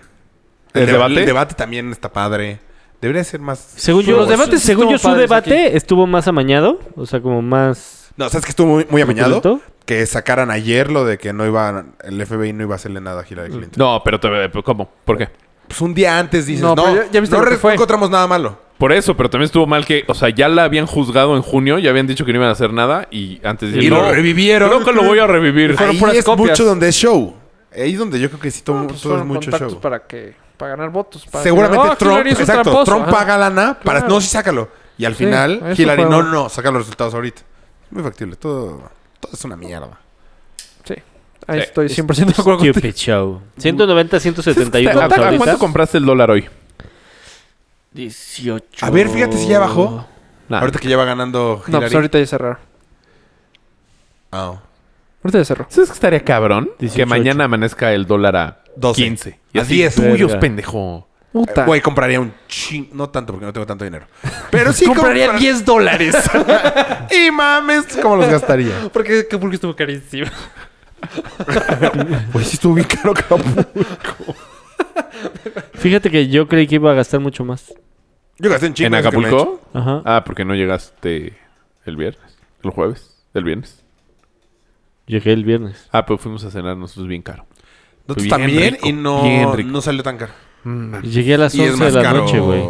Speaker 6: ¿El
Speaker 1: deba-
Speaker 6: debate?
Speaker 1: El debate también está padde. Debería ser más.
Speaker 4: según yo,
Speaker 5: Los debates sí
Speaker 4: según yo su
Speaker 5: estuvo padres
Speaker 4: debate estuvo más amañado. O sea, como más.
Speaker 1: No, ¿sabes que estuvo muy, muy amañado?
Speaker 4: ¿Lento?
Speaker 1: Que sacaran ayer lo de que no iba. El FBI no iba a hacerle nada a Hillary
Speaker 5: Mm.
Speaker 1: Clinton.
Speaker 6: No, pero te- ¿cómo? ¿Por qué?
Speaker 1: Pues un día antes dices, no,
Speaker 5: No,
Speaker 1: no,
Speaker 5: pero ya- ya viste lo
Speaker 1: re-
Speaker 5: que fue.
Speaker 1: no encontramos nada malo.
Speaker 6: Por eso, pero también estuvo mal que, o sea, ya la habían juzgado en junio, ya habían dicho que no iban a hacer nada y antes de
Speaker 1: Y lo revivieron.
Speaker 6: Creo que lo voy a revivir.
Speaker 5: Fueron
Speaker 1: Ahí
Speaker 5: puras
Speaker 1: es
Speaker 5: copias.
Speaker 1: mucho donde es show. Ahí es donde yo creo que sí tomo,
Speaker 5: Pues
Speaker 1: todo es
Speaker 5: fueron
Speaker 1: mucho
Speaker 5: contactos
Speaker 1: show.
Speaker 5: para que... Para ganar votos. para que-
Speaker 1: Seguramente
Speaker 5: Ah,
Speaker 1: Trump,
Speaker 5: Hillary es un
Speaker 1: exacto,
Speaker 5: tramposo.
Speaker 1: Trump
Speaker 5: Ajá.
Speaker 1: paga lana para
Speaker 5: Claro.
Speaker 1: no sí sácalo. Y al
Speaker 5: Sí,
Speaker 1: final
Speaker 5: eso
Speaker 1: Hillary
Speaker 5: fue
Speaker 1: no,
Speaker 5: bueno.
Speaker 1: no, saca los resultados ahorita. Muy factible, todo todo es una mierda.
Speaker 5: Sí. Ahí
Speaker 6: Sí.
Speaker 5: estoy 100% de acuerdo contigo.
Speaker 4: Cupid Show. 190, 171
Speaker 6: ¿A
Speaker 4: votos
Speaker 6: cuánto,
Speaker 4: ahorita.
Speaker 6: compraste el dólar hoy?
Speaker 4: 18.
Speaker 1: A ver, fíjate si ya bajó.
Speaker 6: Nada.
Speaker 1: Ah. Ahorita que ya va ganando Hillary.
Speaker 5: No, pues ahorita ya cerraron.
Speaker 1: Ah.
Speaker 5: Ahorita ya
Speaker 1: Eh,
Speaker 5: cerró.
Speaker 6: ¿Sabes que estaría cabrón?
Speaker 4: 18.
Speaker 6: que mañana amanezca el dólar a
Speaker 1: 12.
Speaker 6: 15.
Speaker 1: A 10.
Speaker 6: Tuyos,
Speaker 4: Verga.
Speaker 6: pendejo.
Speaker 5: Puta.
Speaker 1: Güey, compraría un ching, no tanto porque no tengo tanto
Speaker 5: *laughs*
Speaker 1: dinero. Pero sí
Speaker 5: Compraría
Speaker 1: comprar-
Speaker 5: 10 dólares.
Speaker 1: *laughs* Y mames, ¿cómo los gastaría?
Speaker 5: porque Acapulco estuvo carísimo.
Speaker 1: Güey, sí estuvo bien caro Acapulco.
Speaker 4: Fíjate que yo creí que iba a gastar mucho más.
Speaker 1: Yo gasté en chingo.
Speaker 6: ¿En
Speaker 1: eso que me he
Speaker 6: Acapulco?
Speaker 4: Ajá.
Speaker 6: Ah, porque no llegaste el viernes. ¿El jueves? ¿El viernes?
Speaker 4: Llegué el viernes.
Speaker 6: Ah, pero fuimos a cenar nosotros bien caro.
Speaker 1: hecho. Nosotros
Speaker 6: Bien
Speaker 1: pues, también
Speaker 6: rico,
Speaker 1: y no,
Speaker 6: bien rico.
Speaker 1: no salió tan caro.
Speaker 4: Llegué a las
Speaker 1: Y es
Speaker 4: 11 de
Speaker 1: más
Speaker 4: la
Speaker 1: caro
Speaker 4: noche, güey.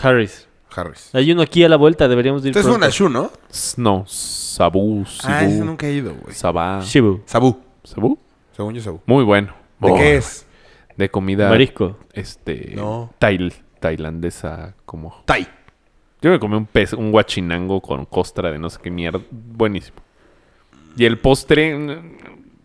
Speaker 4: Harris.
Speaker 1: Harris.
Speaker 4: Hay uno aquí a la vuelta, deberíamos de ir
Speaker 1: Entonces fue una
Speaker 4: pronto.
Speaker 1: Shu, ¿no?
Speaker 6: S- No, Sabú, Sibú,
Speaker 1: Ah, ese nunca he ido, güey.
Speaker 6: Sabá.
Speaker 4: Shibu.
Speaker 1: Sabú.
Speaker 6: ¿Sabú?
Speaker 1: Según yo, Sabú.
Speaker 6: Muy bueno.
Speaker 1: ¿De
Speaker 6: Oh,
Speaker 1: qué es?
Speaker 6: De comida.
Speaker 4: Marisco.
Speaker 6: Este.
Speaker 1: No.
Speaker 6: tail- tailandesa, como.
Speaker 1: Tai.
Speaker 6: Yo me comí un pez, un guachinango con costra de no sé qué mierda. Buenísimo. Y el postre, un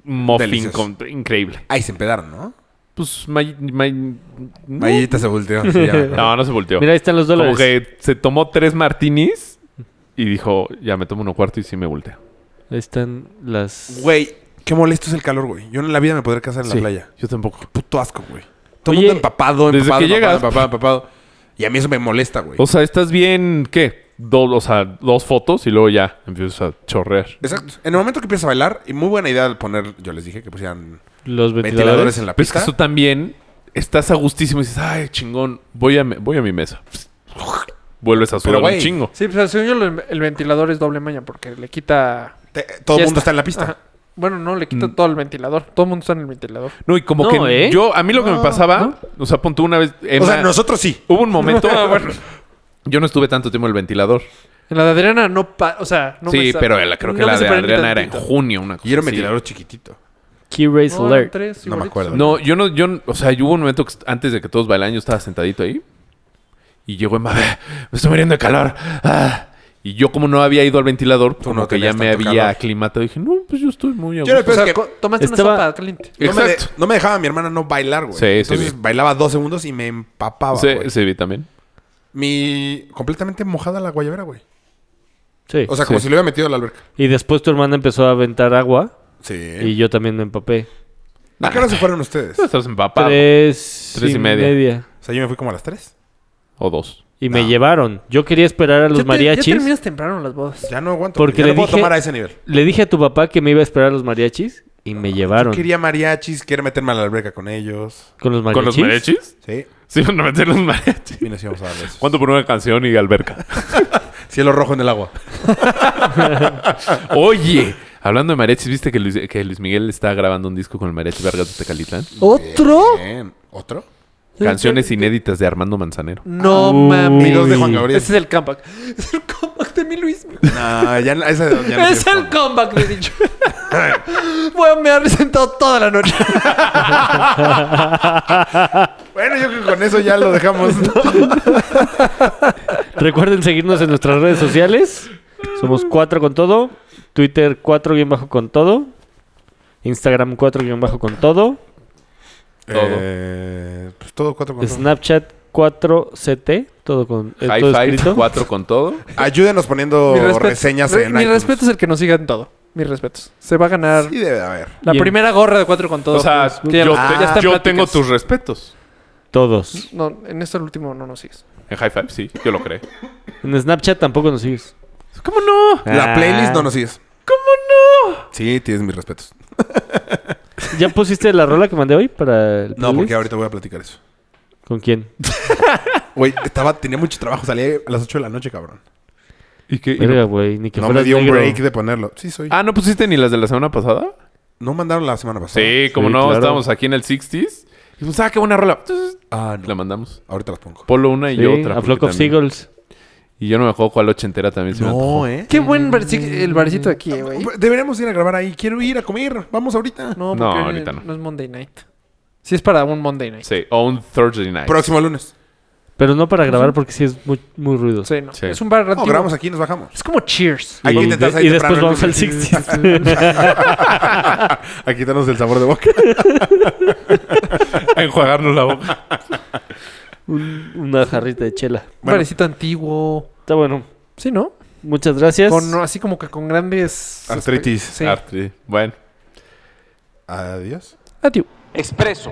Speaker 6: muffin
Speaker 1: Delicioso.
Speaker 6: con- increíble.
Speaker 1: Ahí se empedaron, ¿no?
Speaker 6: Pues, may- may- no.
Speaker 1: Mayita se volteó. sí, ya me acuerdo.
Speaker 6: *laughs* no, no se volteó.
Speaker 4: Mira, ahí están los dólares.
Speaker 6: como que se tomó tres martinis y dijo, ya me tomo uno cuarto y sí me volteo.
Speaker 4: Ahí están las...
Speaker 1: Güey, qué molesto es el calor, güey. Yo en la vida me podré casar en
Speaker 6: Sí,
Speaker 1: la playa.
Speaker 6: Yo tampoco.
Speaker 1: Puto asco, güey. Todo el
Speaker 4: Oye,
Speaker 1: mundo empapado,
Speaker 6: desde
Speaker 1: empapado,
Speaker 6: que
Speaker 1: empapado,
Speaker 6: llegas- Pues-
Speaker 1: empapado, empapado. Y a mí eso me molesta, güey.
Speaker 6: O sea, estás bien, ¿qué? Dos, o sea, dos fotos y luego ya empiezas a chorrear.
Speaker 1: Exacto. En el momento que empiezas a bailar, y muy buena idea al poner, yo les dije que pusieran
Speaker 4: Los
Speaker 1: ventiladores
Speaker 4: ventiladores.
Speaker 1: en la
Speaker 6: Pero Pues es que
Speaker 1: pista.
Speaker 6: eso también estás a gustísimo y dices, ay, chingón, voy a, me- voy a mi mesa. Vuelves a
Speaker 1: Pero,
Speaker 6: sudar un
Speaker 1: güey,
Speaker 6: chingo.
Speaker 5: Sí, pues según yo lo- el ventilador es doble maña porque le quita...
Speaker 1: Te- todo el
Speaker 5: Ya
Speaker 1: mundo
Speaker 5: está.
Speaker 1: está en la pista.
Speaker 5: Ajá. Bueno, no, le quita
Speaker 6: Mm.
Speaker 5: todo el ventilador. Todo el mundo está en el ventilador.
Speaker 6: No, y como
Speaker 4: No,
Speaker 6: que
Speaker 4: ¿eh?
Speaker 6: yo, a mí lo que me pasaba, o sea, punto una vez.
Speaker 1: O sea,
Speaker 6: Emma-
Speaker 1: nosotros sí.
Speaker 6: Hubo
Speaker 1: *laughs*
Speaker 6: un momento. ah, Yo no estuve tanto tiempo en el ventilador.
Speaker 5: En la de Adriana no... pa- o sea, no me
Speaker 6: sí,
Speaker 5: sa-
Speaker 6: pero la- creo que
Speaker 5: no
Speaker 6: la
Speaker 5: me
Speaker 6: de
Speaker 5: separé ni
Speaker 6: Adriana era en
Speaker 5: tantito.
Speaker 6: junio, una cosa.
Speaker 1: Y era un
Speaker 6: así.
Speaker 1: ventilador chiquitito.
Speaker 4: Key Race
Speaker 5: No, eran
Speaker 4: Alert.
Speaker 5: tres
Speaker 1: No me
Speaker 5: igualitos.
Speaker 1: acuerdo.
Speaker 6: No, yo no, yo, no- o sea, yo hubo un momento que est- antes de que todos bailaran, yo estaba sentadito ahí. Y llegó Emma, "Ah, me estoy muriendo de calor. ah". Y yo, como no había ido al ventilador,
Speaker 1: Tú
Speaker 6: como
Speaker 1: no
Speaker 6: que ya
Speaker 1: tenías
Speaker 6: me
Speaker 1: tanto
Speaker 6: había
Speaker 1: calor.
Speaker 6: aclimatado, dije, no, pues yo estoy muy a
Speaker 1: Yo era el
Speaker 5: O
Speaker 1: peor
Speaker 5: sea,
Speaker 1: que
Speaker 5: co- tomaste
Speaker 4: Estaba-
Speaker 5: una sopa caliente.
Speaker 1: no me, de-
Speaker 6: Exacto.
Speaker 1: no me dejaba a mi hermana no bailar, güey.
Speaker 6: Sí, sí,
Speaker 1: Entonces
Speaker 6: sí.
Speaker 1: bailaba dos segundos y me empapaba,
Speaker 6: Sí,
Speaker 1: güey.
Speaker 6: sí, vi también.
Speaker 1: Mi... Completamente mojada la guayabera, güey.
Speaker 4: Sí.
Speaker 1: O sea, como
Speaker 6: Sí.
Speaker 1: si lo hubiera metido a la alberca.
Speaker 4: y después tu hermana empezó a aventar agua y
Speaker 1: Sí.
Speaker 4: yo también me empapé.
Speaker 1: ¿A qué hora se fueron ustedes? O
Speaker 6: *laughs* Estás empapado.
Speaker 4: Tres,
Speaker 6: Tres y media.
Speaker 1: sea, yo me fui como a las tres.
Speaker 6: O dos.
Speaker 4: Y me llevaron. Yo quería esperar a los
Speaker 5: Ya te- Ya
Speaker 4: mariachis.
Speaker 5: terminas temprano las bodas.
Speaker 1: Ya no aguanto.
Speaker 4: Porque
Speaker 1: ya
Speaker 4: le
Speaker 1: no puedo
Speaker 4: dije-
Speaker 1: tomar a ese nivel.
Speaker 4: Le dije a tu papá que me iba a esperar a los mariachis y me llevaron.
Speaker 1: Quería mariachis, quería meterme a la alberca con ellos.
Speaker 4: ¿Con los mariachis?
Speaker 6: ¿Con los mariachis?
Speaker 1: Sí.
Speaker 6: Sí, *laughs* van a meter los mariachis.
Speaker 1: Y nos íbamos a darle eso.
Speaker 6: ¿Cuánto por una canción
Speaker 1: *laughs*
Speaker 6: y alberca?
Speaker 1: Cielo rojo en el agua.
Speaker 6: Oye, hablando de mariachis, ¿viste que Luis, que Luis Miguel está grabando un disco con el mariachi Vargas de Tecalitlán?
Speaker 5: ¿Otro?
Speaker 1: Bien. ¿Otro?
Speaker 6: Canciones inéditas de Armando Manzanero.
Speaker 5: No
Speaker 4: Uy.
Speaker 1: Y
Speaker 5: mames.
Speaker 1: dos de Juan Gabriel.
Speaker 5: Ese es el comeback. Es el comeback de mi Luis.
Speaker 1: No, ya, no- esa ya no
Speaker 5: *laughs* es
Speaker 1: tienes
Speaker 5: el comeback,
Speaker 1: *laughs*
Speaker 5: de dicho. Voy a mear sentado toda la noche.
Speaker 1: Bueno, yo creo que con eso ya lo dejamos.
Speaker 6: *laughs*
Speaker 4: Recuerden seguirnos en nuestras redes sociales. Somos 4 con todo. Twitter 4 guión bajo con todo. Instagram 4 guión bajo con todo.
Speaker 6: Todo.
Speaker 1: Eh, pues todo cuatro con todo.
Speaker 4: Snapchat 4CT. Todo con eh,
Speaker 6: High
Speaker 4: todo
Speaker 6: five,
Speaker 4: escrito.
Speaker 6: cuatro con todo.
Speaker 1: Ayúdenos poniendo
Speaker 5: Mi respeto-
Speaker 1: Oh, reseñas
Speaker 5: re-
Speaker 1: en
Speaker 5: Mi
Speaker 1: iTunes.
Speaker 5: respeto es el que nos siga en todo. Mis respetos. Se va a ganar
Speaker 1: Sí debe de haber.
Speaker 5: la
Speaker 4: Bien.
Speaker 5: primera gorra de cuatro con todo. Pues,
Speaker 6: O sea,
Speaker 5: Que ya-
Speaker 6: yo,
Speaker 5: ya
Speaker 6: te-
Speaker 1: Ah.
Speaker 5: está en
Speaker 6: yo
Speaker 5: pláticas.
Speaker 6: tengo tus respetos.
Speaker 4: Todos.
Speaker 5: No, en esto el último no nos sigues.
Speaker 6: En high five, sí, yo lo creo.
Speaker 4: En Snapchat tampoco nos sigues.
Speaker 6: ¿Cómo no?
Speaker 1: La
Speaker 4: Ah.
Speaker 1: playlist no nos sigues. ¿Cómo no? Sí, tienes mis respetos.
Speaker 4: Ah. ¿Ya pusiste la rola que mandé hoy para el
Speaker 1: No,
Speaker 4: playlist?
Speaker 1: porque ahorita voy a platicar eso.
Speaker 4: ¿Con quién?
Speaker 1: Güey, estaba, tenía mucho trabajo. Salí a las 8 de la noche, cabrón.
Speaker 6: ¿Y qué- y
Speaker 4: Verga,
Speaker 6: no-
Speaker 4: güey. Ni que
Speaker 1: no me
Speaker 4: fueras
Speaker 1: dio
Speaker 4: negro.
Speaker 1: un break de ponerlo. Sí, soy.
Speaker 6: Ah, ¿no pusiste ni las de la semana pasada?
Speaker 1: No mandaron la semana pasada.
Speaker 6: Sí, como
Speaker 4: Sí,
Speaker 6: no,
Speaker 4: claro.
Speaker 6: estábamos aquí en el 60s. Y dijimos, ah, qué buena rola.
Speaker 1: Ah,
Speaker 6: La
Speaker 1: no.
Speaker 6: mandamos.
Speaker 1: Ahorita las pongo.
Speaker 6: Polo una y
Speaker 4: Sí,
Speaker 6: otra.
Speaker 4: a Flock
Speaker 6: porque
Speaker 4: of
Speaker 6: también-
Speaker 4: Seagulls.
Speaker 6: Y yo no me acuerdo cuál ochentera también se me antojó.
Speaker 1: ¿eh?
Speaker 5: Qué buen barci- el barcito de aquí, eh,
Speaker 1: Mm.
Speaker 5: güey.
Speaker 1: Deberíamos ir a grabar ahí. Quiero ir a comer. Vamos ahorita.
Speaker 5: No,
Speaker 6: No,
Speaker 5: porque
Speaker 6: ahorita no.
Speaker 5: no. es Monday night. Sí es para un Monday night.
Speaker 6: Sí, o un Thursday night.
Speaker 1: Próximo lunes.
Speaker 4: Pero no para grabar porque sí es muy, muy ruido.
Speaker 5: Sí, no.
Speaker 6: Sí.
Speaker 5: Es un bar
Speaker 1: No,
Speaker 5: antiguo.
Speaker 1: grabamos aquí y nos bajamos.
Speaker 5: Es
Speaker 1: *laughs*
Speaker 5: como Cheers.
Speaker 1: Hay que
Speaker 4: Y,
Speaker 1: intentar
Speaker 4: de-
Speaker 1: salir
Speaker 4: y después
Speaker 1: temprano el
Speaker 4: vamos
Speaker 1: lunes.
Speaker 4: al *laughs* 60
Speaker 1: A quitarnos el sabor de *laughs* boca.
Speaker 6: A enjuagarnos la boca.
Speaker 4: Una jarrita de chela.
Speaker 5: Un barecito antiguo.
Speaker 4: Está bueno.
Speaker 5: Sí, ¿no?
Speaker 4: Muchas gracias.
Speaker 5: Con, así como que con grandes... este,
Speaker 1: Artritis.
Speaker 5: Sí.
Speaker 6: Artri- Bueno.
Speaker 1: Adiós.
Speaker 5: Adiós.
Speaker 7: Expreso